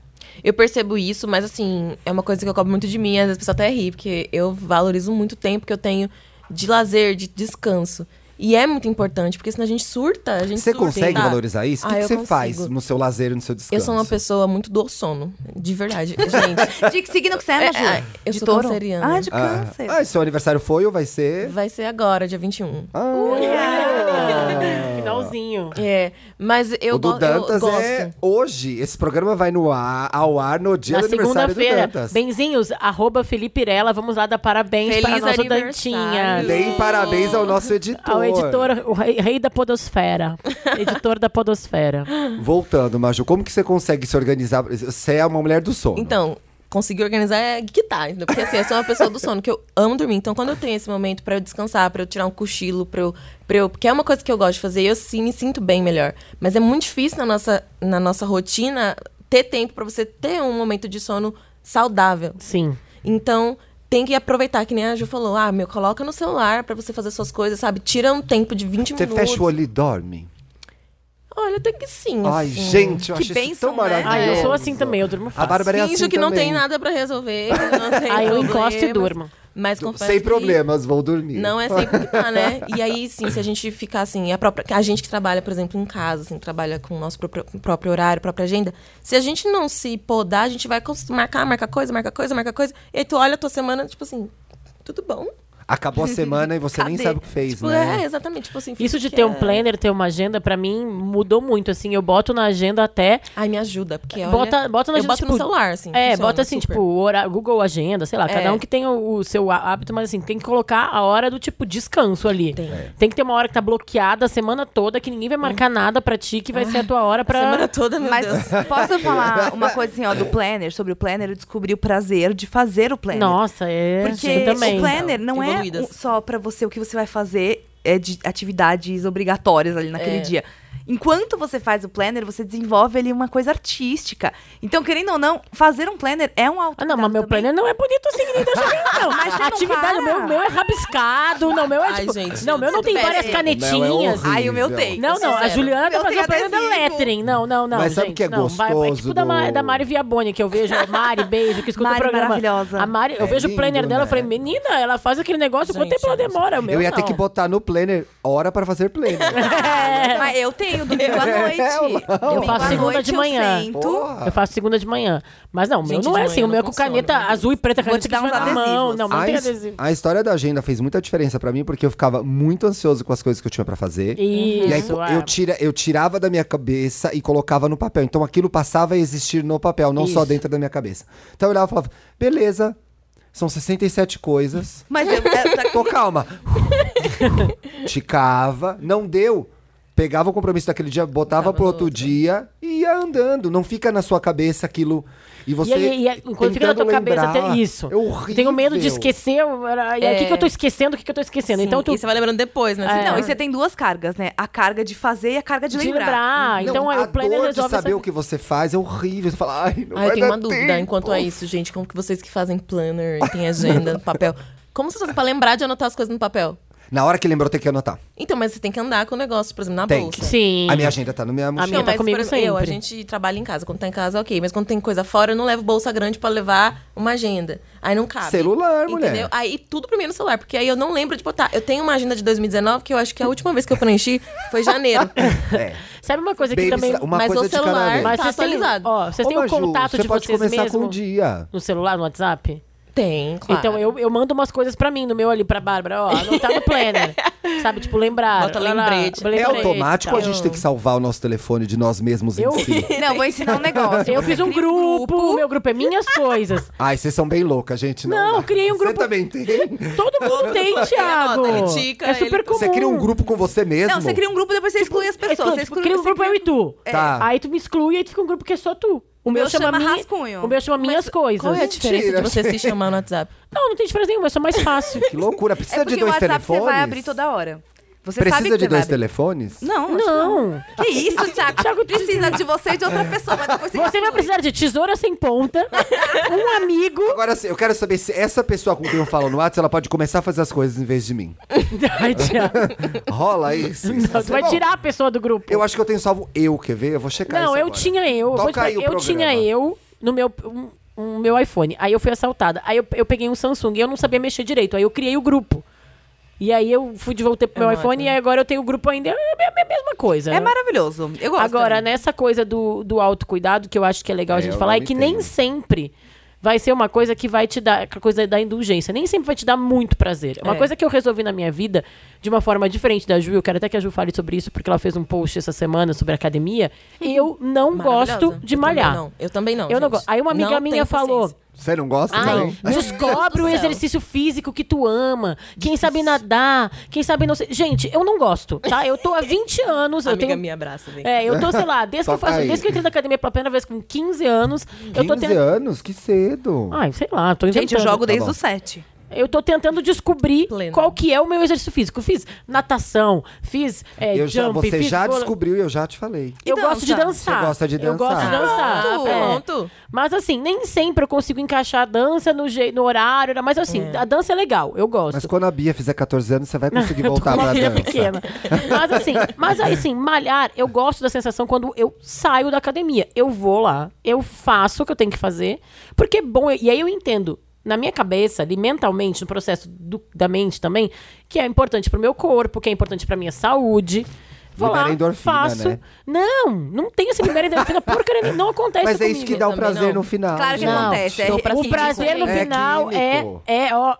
[SPEAKER 4] Eu percebo isso, mas assim, é uma coisa que eu cobro muito de mim, às vezes a pessoa até ri, porque eu valorizo muito o tempo que eu tenho de lazer, de descanso. E é muito importante, porque senão a gente surta, a gente
[SPEAKER 1] Você
[SPEAKER 4] surta.
[SPEAKER 1] consegue valorizar isso? O
[SPEAKER 4] Ah,
[SPEAKER 1] que, que
[SPEAKER 4] eu
[SPEAKER 1] você faz
[SPEAKER 4] consigo.
[SPEAKER 1] no seu lazer, no seu descanso?
[SPEAKER 4] Eu sou uma pessoa muito do sono, de verdade. Gente,
[SPEAKER 3] De que signo que você é,
[SPEAKER 4] É,
[SPEAKER 3] Ju?
[SPEAKER 4] é, eu
[SPEAKER 3] de
[SPEAKER 4] sou
[SPEAKER 3] touro?
[SPEAKER 4] canceriana.
[SPEAKER 3] Ah, de
[SPEAKER 1] Ah,
[SPEAKER 3] câncer.
[SPEAKER 1] ah, seu aniversário foi ou vai ser?
[SPEAKER 4] vai ser agora, dia 21.
[SPEAKER 1] Ah.
[SPEAKER 3] É.
[SPEAKER 2] Ah. Finalzinho.
[SPEAKER 4] É, mas eu,
[SPEAKER 1] o do
[SPEAKER 4] go- eu
[SPEAKER 1] Dantas
[SPEAKER 4] gosto.
[SPEAKER 1] é hoje. Esse programa vai no ar, ao ar no dia
[SPEAKER 2] Na
[SPEAKER 1] do aniversário do
[SPEAKER 2] segunda-feira,
[SPEAKER 1] Dantas.
[SPEAKER 2] benzinhos, arroba Felipe Irela, vamos lá dar parabéns
[SPEAKER 4] Feliz
[SPEAKER 2] para a nossa
[SPEAKER 4] aniversário.
[SPEAKER 2] Dantinha.
[SPEAKER 1] Deem parabéns ao nosso editor.
[SPEAKER 2] Ao editor, o rei, rei da podosfera. Editor da podosfera.
[SPEAKER 1] Voltando, Maju, como que você consegue se organizar? Você é uma mulher do sono.
[SPEAKER 4] Então, conseguir organizar é guitar, entendeu? Porque assim, eu sou uma pessoa do sono, que eu amo dormir. Então, quando eu tenho esse momento pra eu descansar, pra eu tirar um cochilo, pra eu, pra eu. Porque é uma coisa que eu gosto de fazer, e eu sim me sinto bem melhor. Mas é muito difícil na nossa, na nossa rotina ter tempo pra você ter um momento de sono saudável.
[SPEAKER 2] Sim.
[SPEAKER 4] Então, tem que aproveitar, que nem a Ju falou, ah, meu, coloca no celular pra você fazer suas coisas, sabe? Tira um tempo de 20
[SPEAKER 1] Você
[SPEAKER 4] minutos.
[SPEAKER 1] fecha o olho e dorme.
[SPEAKER 4] Olha, tem que sim.
[SPEAKER 1] Ai,
[SPEAKER 4] assim.
[SPEAKER 1] gente, eu
[SPEAKER 3] Que
[SPEAKER 1] acho isso
[SPEAKER 3] bênção,
[SPEAKER 1] tão
[SPEAKER 3] né?
[SPEAKER 1] maravilhoso.
[SPEAKER 2] Ah, eu sou assim também, eu durmo
[SPEAKER 1] A
[SPEAKER 2] fácil.
[SPEAKER 1] Bárbara é assim
[SPEAKER 4] Finjo que não
[SPEAKER 1] também.
[SPEAKER 4] tem nada pra resolver. Não tem
[SPEAKER 2] Aí eu encosto e
[SPEAKER 4] problemas,
[SPEAKER 2] durmo.
[SPEAKER 4] Mas confesso
[SPEAKER 1] Sem
[SPEAKER 4] que
[SPEAKER 1] problemas, vou dormir.
[SPEAKER 4] Não é sempre que tá, né? E aí, sim, se a gente ficar assim, a, própria, a gente que trabalha, por exemplo, em casa, assim, trabalha com o nosso próprio, próprio horário, própria agenda, se a gente não se podar, a gente vai cons- marcar, marcar coisa, marcar coisa, marcar coisa, e aí tu olha a tua semana, tipo assim, tudo bom?
[SPEAKER 1] Acabou a semana e você nem
[SPEAKER 4] Cadê?
[SPEAKER 1] sabe o que fez,
[SPEAKER 4] Tipo,
[SPEAKER 1] né?
[SPEAKER 4] É, exatamente, tipo assim.
[SPEAKER 2] Isso de
[SPEAKER 4] que
[SPEAKER 2] ter um
[SPEAKER 4] é-
[SPEAKER 2] planner, ter uma agenda, pra mim mudou muito. Assim, eu boto na agenda até.
[SPEAKER 4] Ai, me ajuda, porque É, olha,
[SPEAKER 2] Bota, bota na
[SPEAKER 4] eu
[SPEAKER 2] agenda,
[SPEAKER 4] boto
[SPEAKER 2] tipo,
[SPEAKER 4] no celular, assim.
[SPEAKER 2] É,
[SPEAKER 4] funciona
[SPEAKER 2] bota assim,
[SPEAKER 4] super.
[SPEAKER 2] tipo, hora, Google Agenda, sei lá, cada
[SPEAKER 4] É.
[SPEAKER 2] um que tem o, o seu há- hábito, mas assim, tem que colocar a hora do tipo descanso ali. Tem.
[SPEAKER 4] É.
[SPEAKER 2] que ter uma hora que tá bloqueada a semana toda, que ninguém vai marcar nada pra ti, que vai ser a tua hora pra.
[SPEAKER 4] Hum.
[SPEAKER 2] assim,
[SPEAKER 4] Semana toda, meu
[SPEAKER 3] Mas
[SPEAKER 4] Deus.
[SPEAKER 3] posso falar uma coisa assim, ó, do planner? Sobre o planner, eu descobri o prazer de fazer o planner.
[SPEAKER 2] Nossa, é.
[SPEAKER 3] Porque
[SPEAKER 2] eu também.
[SPEAKER 3] o planner não é
[SPEAKER 4] Evoluídas.
[SPEAKER 3] um- só pra você o que você vai fazer é de atividades obrigatórias ali naquele
[SPEAKER 4] É.
[SPEAKER 3] dia. Enquanto você faz o planner, você desenvolve ali uma coisa artística. Então, querendo ou não, fazer um planner é um auto
[SPEAKER 2] Ah, não, mas meu planner não é bonito assim, que nem tá chegando, não.
[SPEAKER 3] Mas você não
[SPEAKER 2] Atividade,
[SPEAKER 3] para.
[SPEAKER 2] o meu, o meu é rabiscado, não, o meu é
[SPEAKER 4] Ai,
[SPEAKER 2] tipo.
[SPEAKER 4] gente,
[SPEAKER 2] não, o meu não
[SPEAKER 4] tudo
[SPEAKER 2] tem
[SPEAKER 4] bem.
[SPEAKER 2] várias
[SPEAKER 4] O meu é
[SPEAKER 2] canetinhas.
[SPEAKER 1] horrível.
[SPEAKER 3] Ai, o meu tem.
[SPEAKER 2] Não,
[SPEAKER 4] Eu sou
[SPEAKER 2] não, a
[SPEAKER 4] zero.
[SPEAKER 2] Juliana
[SPEAKER 3] Eu
[SPEAKER 2] tá fazendo
[SPEAKER 3] tenho
[SPEAKER 2] o planner da
[SPEAKER 3] adesivo.
[SPEAKER 2] lettering. Não, não, não.
[SPEAKER 1] Mas sabe
[SPEAKER 2] gente,
[SPEAKER 1] o que é
[SPEAKER 2] não, vai- É
[SPEAKER 1] gostoso
[SPEAKER 2] tipo da, Ma-
[SPEAKER 1] do-
[SPEAKER 2] da Mari Viaboni, que eu vejo. a Mari, beijo, que escuta
[SPEAKER 3] Mari
[SPEAKER 2] o programa.
[SPEAKER 3] maravilhosa.
[SPEAKER 2] A Mari, eu
[SPEAKER 1] É
[SPEAKER 2] vejo o planner
[SPEAKER 1] lindo,
[SPEAKER 2] dela,
[SPEAKER 1] né?
[SPEAKER 2] eu falei, menina, ela faz aquele negócio, quanto
[SPEAKER 4] Gente,
[SPEAKER 2] tempo ela demora? O meu
[SPEAKER 1] eu ia
[SPEAKER 2] não.
[SPEAKER 1] ter que botar no planner hora para fazer planner.
[SPEAKER 3] Ah,
[SPEAKER 2] É.
[SPEAKER 3] Mas eu tenho domingo à noite.
[SPEAKER 1] É, eu não.
[SPEAKER 3] Domingo
[SPEAKER 2] faço
[SPEAKER 3] à
[SPEAKER 2] segunda
[SPEAKER 3] noite
[SPEAKER 2] de
[SPEAKER 3] eu
[SPEAKER 2] manhã.
[SPEAKER 3] sento.
[SPEAKER 1] Porra.
[SPEAKER 2] Eu faço segunda de manhã. Mas não, o meu
[SPEAKER 4] Gente,
[SPEAKER 2] não
[SPEAKER 4] de
[SPEAKER 2] é
[SPEAKER 4] manhã
[SPEAKER 2] assim. O
[SPEAKER 4] não
[SPEAKER 2] meu é com
[SPEAKER 4] funciona,
[SPEAKER 2] caneta
[SPEAKER 4] meu Deus.
[SPEAKER 2] azul e preta,
[SPEAKER 3] Vou
[SPEAKER 2] caneta
[SPEAKER 3] te
[SPEAKER 2] que
[SPEAKER 3] dar
[SPEAKER 2] tiver
[SPEAKER 3] uns
[SPEAKER 2] na mão.
[SPEAKER 3] adesivos.
[SPEAKER 2] Não, não tem
[SPEAKER 1] his-
[SPEAKER 2] adesivo.
[SPEAKER 1] a história da agenda fez muita diferença pra mim, porque eu ficava muito ansioso com as coisas que eu tinha pra fazer. e aí
[SPEAKER 2] Isso,
[SPEAKER 1] co-
[SPEAKER 2] é.
[SPEAKER 1] eu, tira, eu tirava da minha cabeça e colocava no papel. Então aquilo passava a existir no papel, não só
[SPEAKER 2] Isso.
[SPEAKER 1] dentro da minha cabeça. Então eu olhava e falava, beleza, são 67 coisas.
[SPEAKER 3] Mas eu, é, tá-
[SPEAKER 1] Tô calma. Ticava, não deu. Pegava o compromisso daquele dia, botava pro outro dia e ia andando. Não fica na sua cabeça aquilo. E você.
[SPEAKER 2] E aí, e aí, quando fica na tua
[SPEAKER 1] tentando
[SPEAKER 2] cabeça,
[SPEAKER 1] lembrar,
[SPEAKER 2] tem isso.
[SPEAKER 1] É horrível.
[SPEAKER 2] Eu tenho medo de esquecer. eu- era- E aí, o que, que eu tô esquecendo? O que, que eu tô esquecendo?
[SPEAKER 4] Sim,
[SPEAKER 2] então, tu
[SPEAKER 4] E você vai lembrando depois, né? assim,
[SPEAKER 3] Não,
[SPEAKER 4] não,
[SPEAKER 3] e você tem duas cargas, né? A carga de fazer e a carga de,
[SPEAKER 2] É. de
[SPEAKER 3] lembrar.
[SPEAKER 2] lembrar.
[SPEAKER 1] Não,
[SPEAKER 2] então, aí
[SPEAKER 1] a
[SPEAKER 2] o planner
[SPEAKER 1] dor
[SPEAKER 2] resolve
[SPEAKER 1] de saber
[SPEAKER 2] essa-
[SPEAKER 1] o que você faz é horrível. Você fala, ai, não
[SPEAKER 4] Ah, eu
[SPEAKER 1] vai
[SPEAKER 4] tenho
[SPEAKER 1] dar
[SPEAKER 4] uma dúvida
[SPEAKER 1] tempo.
[SPEAKER 4] enquanto
[SPEAKER 2] é
[SPEAKER 4] a isso, gente. Como que vocês que fazem planner e tem agenda no papel. Como vocês fazem pra lembrar de anotar as coisas no papel?
[SPEAKER 1] Na hora que lembrou, tem que anotar.
[SPEAKER 4] Então, mas você tem que andar com o negócio, por exemplo, na
[SPEAKER 1] Tem
[SPEAKER 4] bolsa.
[SPEAKER 1] que.
[SPEAKER 2] Sim.
[SPEAKER 1] A minha agenda tá na minha mochila.
[SPEAKER 2] minha
[SPEAKER 4] Não,
[SPEAKER 2] tá
[SPEAKER 4] mas
[SPEAKER 2] comigo
[SPEAKER 4] por exemplo, eu, a
[SPEAKER 2] sempre.
[SPEAKER 4] gente trabalha em casa. Quando tá em casa, ok. Mas quando tem coisa fora, eu não levo bolsa grande pra levar uma agenda. Aí não cabe.
[SPEAKER 1] Celular, mulher.
[SPEAKER 4] Entendeu? Aí tudo pra mim é no celular. Porque aí eu não lembro de botar. Eu tenho uma agenda de 2019 que eu acho que a última vez que eu preenchi foi em janeiro.
[SPEAKER 1] É.
[SPEAKER 2] Sabe uma coisa que
[SPEAKER 1] Baby, tá-
[SPEAKER 2] também.
[SPEAKER 1] uma
[SPEAKER 4] mas
[SPEAKER 1] coisa
[SPEAKER 4] o
[SPEAKER 1] de cada
[SPEAKER 4] celular-
[SPEAKER 1] vez.
[SPEAKER 2] Mas
[SPEAKER 4] tá
[SPEAKER 2] vocês têm,
[SPEAKER 4] atualizado.
[SPEAKER 2] ó, vocês têm
[SPEAKER 1] Ô,
[SPEAKER 2] o
[SPEAKER 1] Maju,
[SPEAKER 2] contato
[SPEAKER 1] você
[SPEAKER 2] de
[SPEAKER 1] pode
[SPEAKER 2] vocês
[SPEAKER 1] começar
[SPEAKER 2] mesmos
[SPEAKER 1] com um o dia.
[SPEAKER 2] no celular, no WhatsApp?
[SPEAKER 4] Tem, claro.
[SPEAKER 2] Então eu, eu mando umas coisas pra mim, no meu ali, pra Bárbara, ó, não tá no planner. sabe, tipo, lembrar.
[SPEAKER 4] Bota
[SPEAKER 2] lá, lá,
[SPEAKER 4] lembrete.
[SPEAKER 1] É
[SPEAKER 2] lembrete,
[SPEAKER 1] automático
[SPEAKER 2] tal.
[SPEAKER 1] a gente tem que salvar o nosso telefone de nós mesmos
[SPEAKER 2] Eu-
[SPEAKER 1] em si.
[SPEAKER 3] Não, vou ensinar um negócio.
[SPEAKER 2] Eu
[SPEAKER 3] Você
[SPEAKER 2] fiz um
[SPEAKER 3] cria
[SPEAKER 2] grupo, meu grupo é minhas coisas.
[SPEAKER 1] Ai, vocês são bem loucas, gente. Não,
[SPEAKER 2] Não, eu criei um
[SPEAKER 1] Você
[SPEAKER 2] grupo-
[SPEAKER 1] também tem?
[SPEAKER 2] Todo mundo tem, Thiago.
[SPEAKER 4] ele tá, tica,
[SPEAKER 2] é super
[SPEAKER 4] ele-
[SPEAKER 2] comum.
[SPEAKER 1] Você cria um grupo com você mesmo?
[SPEAKER 3] Não, você cria um grupo, depois você exclui as
[SPEAKER 2] É,
[SPEAKER 3] pessoas. Você
[SPEAKER 2] tipo,
[SPEAKER 3] exclui, É
[SPEAKER 2] cria um
[SPEAKER 3] você
[SPEAKER 2] grupo, eu e tu.
[SPEAKER 4] é.
[SPEAKER 1] Tá.
[SPEAKER 2] Aí tu me exclui, aí tu fica um grupo que é só tu. O meu,
[SPEAKER 3] meu
[SPEAKER 2] chama,
[SPEAKER 3] chama
[SPEAKER 2] minha-
[SPEAKER 3] rascunho.
[SPEAKER 2] O meu chama minhas coisas.
[SPEAKER 4] Qual é a diferença
[SPEAKER 1] Mentira.
[SPEAKER 4] de você se chamar no WhatsApp?
[SPEAKER 2] Não, não tem diferença nenhuma, é só mais fácil.
[SPEAKER 1] Que loucura.
[SPEAKER 3] É
[SPEAKER 1] Precisa
[SPEAKER 3] porque
[SPEAKER 1] de
[SPEAKER 3] o
[SPEAKER 1] dois
[SPEAKER 3] WhatsApp
[SPEAKER 1] telefones?
[SPEAKER 3] você vai abrir toda hora. Você
[SPEAKER 1] Precisa
[SPEAKER 3] sabe que
[SPEAKER 1] de
[SPEAKER 3] você
[SPEAKER 1] dois
[SPEAKER 3] vai abrir.
[SPEAKER 1] telefones?
[SPEAKER 3] Não, acho
[SPEAKER 2] Não.
[SPEAKER 3] Que isso, Thiago?
[SPEAKER 2] Thiago,
[SPEAKER 3] precisa de você e de outra pessoa, mas depois
[SPEAKER 2] Você
[SPEAKER 3] você
[SPEAKER 2] vai
[SPEAKER 3] exclui.
[SPEAKER 2] precisar de tesoura sem ponta, um amigo.
[SPEAKER 1] Agora sim, eu quero saber se essa pessoa com quem eu falo no WhatsApp, ela pode começar a fazer as coisas em vez de mim.
[SPEAKER 2] Ai, Thiago.
[SPEAKER 1] Rola isso? Isso vai
[SPEAKER 2] Não, tu
[SPEAKER 1] ser
[SPEAKER 2] vai
[SPEAKER 1] bom.
[SPEAKER 2] tirar a pessoa do grupo.
[SPEAKER 1] Eu acho que eu tenho salvo eu, quer ver? Eu vou checar
[SPEAKER 2] Não,
[SPEAKER 1] isso
[SPEAKER 2] eu
[SPEAKER 1] agora.
[SPEAKER 2] tinha eu.
[SPEAKER 1] Toca
[SPEAKER 2] vou te falar,
[SPEAKER 1] aí o
[SPEAKER 2] eu
[SPEAKER 1] programa.
[SPEAKER 2] tinha eu no meu. um- um meu iPhone. Aí eu fui assaltada. Aí eu, eu peguei um Samsung e eu não sabia mexer direito. Aí eu criei o grupo. E aí eu fui de volta
[SPEAKER 1] É
[SPEAKER 2] pro meu
[SPEAKER 4] um
[SPEAKER 2] iPhone e aí agora eu tenho o grupo ainda. É a mesma coisa.
[SPEAKER 3] É
[SPEAKER 2] né?
[SPEAKER 3] maravilhoso. Eu gosto.
[SPEAKER 2] Agora,
[SPEAKER 3] também.
[SPEAKER 2] nessa coisa do, do autocuidado, que eu acho que é legal
[SPEAKER 1] É,
[SPEAKER 2] a gente
[SPEAKER 1] eu
[SPEAKER 2] falar, é
[SPEAKER 1] não
[SPEAKER 2] que
[SPEAKER 1] entendo.
[SPEAKER 2] nem sempre vai ser uma coisa que vai te dar, aquela coisa da indulgência, nem sempre vai te dar muito prazer. Uma
[SPEAKER 4] É.
[SPEAKER 2] coisa que eu resolvi na minha vida, de uma forma diferente da Ju, eu quero até que a Ju fale sobre isso, porque ela fez um post essa semana sobre academia, eu não gosto
[SPEAKER 4] Maravilhosa.
[SPEAKER 2] de malhar.
[SPEAKER 4] Eu também
[SPEAKER 2] Eu
[SPEAKER 4] não. Eu também não.
[SPEAKER 2] não
[SPEAKER 4] gente.
[SPEAKER 2] gosto. Aí uma amiga
[SPEAKER 4] Não
[SPEAKER 2] minha
[SPEAKER 4] tenho
[SPEAKER 2] falou,
[SPEAKER 4] paciência.
[SPEAKER 1] Você não gosta
[SPEAKER 2] Ai,
[SPEAKER 1] também?
[SPEAKER 2] descobre
[SPEAKER 4] Meu Deus do
[SPEAKER 2] o
[SPEAKER 4] céu.
[SPEAKER 2] exercício físico que tu ama. Quem sabe nadar, quem sabe não sei. Gente, eu não gosto, tá? Eu tô há 20 anos, eu
[SPEAKER 4] Amiga
[SPEAKER 2] tenho
[SPEAKER 4] minha abraça, vem.
[SPEAKER 2] é, eu tô, sei lá, desde que eu
[SPEAKER 1] Toca
[SPEAKER 2] faço,
[SPEAKER 1] aí.
[SPEAKER 2] desde que eu entrei na academia pela primeira vez com 15 anos, eu
[SPEAKER 1] 15
[SPEAKER 2] tô tentando.
[SPEAKER 1] anos? Que cedo.
[SPEAKER 2] Ai, sei lá, tô inventando.
[SPEAKER 3] Gente, eu jogo
[SPEAKER 1] Tá
[SPEAKER 3] desde
[SPEAKER 1] bom.
[SPEAKER 3] os sete.
[SPEAKER 2] Eu tô tentando descobrir
[SPEAKER 4] Plena.
[SPEAKER 2] qual que é o meu exercício físico. Fiz natação, fiz é,
[SPEAKER 1] eu
[SPEAKER 2] jump,
[SPEAKER 1] já, você
[SPEAKER 2] fiz
[SPEAKER 1] já
[SPEAKER 2] vôlei.
[SPEAKER 1] descobriu e eu já te falei.
[SPEAKER 2] Eu
[SPEAKER 3] E dança?
[SPEAKER 2] gosto de dançar.
[SPEAKER 1] Você gosta de
[SPEAKER 2] Eu gosto de
[SPEAKER 1] dançar.
[SPEAKER 2] dançar.
[SPEAKER 4] Pronto,
[SPEAKER 2] é.
[SPEAKER 4] pronto.
[SPEAKER 2] Mas assim, nem sempre eu consigo encaixar a dança no, je... no horário. Mas assim, a dança é legal, eu gosto.
[SPEAKER 1] Mas quando a Bia fizer 14 anos, você vai conseguir voltar
[SPEAKER 2] uma
[SPEAKER 1] pra
[SPEAKER 2] filha
[SPEAKER 1] dança.
[SPEAKER 2] pequena. Mas assim, mas aí assim, malhar, eu gosto da sensação quando eu saio da academia. Eu vou lá, eu faço o que eu tenho que fazer, porque é bom. E aí eu entendo, na minha cabeça, ali mentalmente, no processo do- da mente também, que é importante pro meu corpo, que é importante pra minha saúde. Vou
[SPEAKER 1] Libera
[SPEAKER 2] lá,
[SPEAKER 1] endorfina,
[SPEAKER 2] faço.
[SPEAKER 1] né?
[SPEAKER 2] Não, não tem essa libera endorfina, porcaria, nenhuma, não acontece
[SPEAKER 1] Mas é
[SPEAKER 2] comigo.
[SPEAKER 1] isso que dá o
[SPEAKER 4] Também não.
[SPEAKER 1] prazer no final.
[SPEAKER 3] Claro que
[SPEAKER 1] gente.
[SPEAKER 3] acontece. É,
[SPEAKER 4] Tô pra
[SPEAKER 3] é
[SPEAKER 2] O
[SPEAKER 4] sentir
[SPEAKER 2] prazer no
[SPEAKER 4] com ele.
[SPEAKER 1] É
[SPEAKER 2] final é,
[SPEAKER 1] químico.
[SPEAKER 2] é, ó.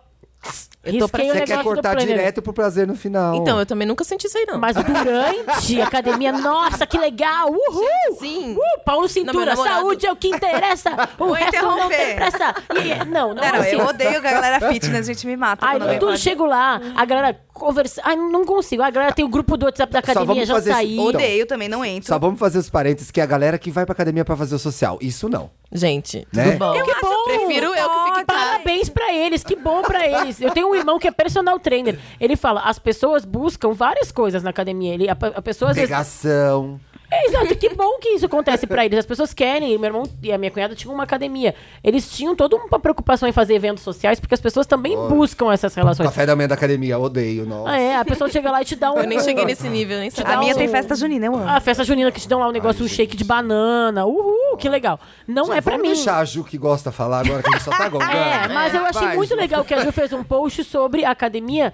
[SPEAKER 4] Eu tô pra-
[SPEAKER 2] risquei o
[SPEAKER 1] Você
[SPEAKER 2] negócio
[SPEAKER 1] quer
[SPEAKER 2] do
[SPEAKER 1] é cortar
[SPEAKER 2] planner.
[SPEAKER 1] direto pro prazer no final.
[SPEAKER 4] Então, eu também nunca senti isso aí, não.
[SPEAKER 2] Mas durante a academia, nossa, que legal! Uhul!
[SPEAKER 4] Sim.
[SPEAKER 2] Uh, Paulo
[SPEAKER 4] Não, meu
[SPEAKER 2] Cintura,
[SPEAKER 4] namorado-
[SPEAKER 2] saúde é o que interessa! O
[SPEAKER 3] Vou
[SPEAKER 2] resto não
[SPEAKER 3] interromper.
[SPEAKER 2] tem pressa! E, é, não, não,
[SPEAKER 3] Não, não,
[SPEAKER 2] assim.
[SPEAKER 3] eu odeio que a galera é fitness, a gente me mata.
[SPEAKER 2] Ai,
[SPEAKER 3] quando alguém
[SPEAKER 2] no tudo
[SPEAKER 3] fala-
[SPEAKER 2] chego lá, a galera conversa. Ai, não consigo. A galera tem o grupo do WhatsApp da academia,
[SPEAKER 1] vamos
[SPEAKER 2] já
[SPEAKER 1] fazer esse-
[SPEAKER 2] saí.
[SPEAKER 1] Então.
[SPEAKER 3] Odeio também, não entro.
[SPEAKER 1] Só vamos fazer os parênteses, que é a galera que vai pra academia pra fazer o social. Isso não.
[SPEAKER 4] Gente,
[SPEAKER 1] Né?
[SPEAKER 4] tudo bom.
[SPEAKER 3] Eu acho- prefiro eu que fique em casa.
[SPEAKER 2] Parabéns pra eles, que bom pra eles. Eu tenho um irmão que é personal trainer. Ele fala, as pessoas buscam várias coisas na academia. Ele, a, a pessoa às vezes
[SPEAKER 1] Pegação.
[SPEAKER 2] É, Exato, que bom que isso acontece pra eles. As pessoas querem. Meu irmão e a minha cunhada tinham uma academia. Eles tinham toda uma preocupação em fazer eventos sociais, porque as pessoas também buscam essas relações.
[SPEAKER 1] um Café da manhã da academia, odeio, nossa.
[SPEAKER 2] Ah, é, a pessoa chega lá e te dá um.
[SPEAKER 4] Eu nem cheguei nesse nível, nem sabia.
[SPEAKER 3] A minha
[SPEAKER 2] Não.
[SPEAKER 3] tem
[SPEAKER 1] é?
[SPEAKER 3] festa junina, eu
[SPEAKER 1] Ah,
[SPEAKER 3] amo.
[SPEAKER 2] A festa junina que te dão lá um negócio, um shake de banana. Uhul, que legal. Não é pra
[SPEAKER 1] Vamos
[SPEAKER 2] mim.
[SPEAKER 1] deixar a Ju que gosta de falar agora, que a gente só tá gongando.
[SPEAKER 2] É, mas eu achei
[SPEAKER 1] Vai,
[SPEAKER 2] muito
[SPEAKER 1] Ju.
[SPEAKER 2] legal que a Ju fez um post sobre a academia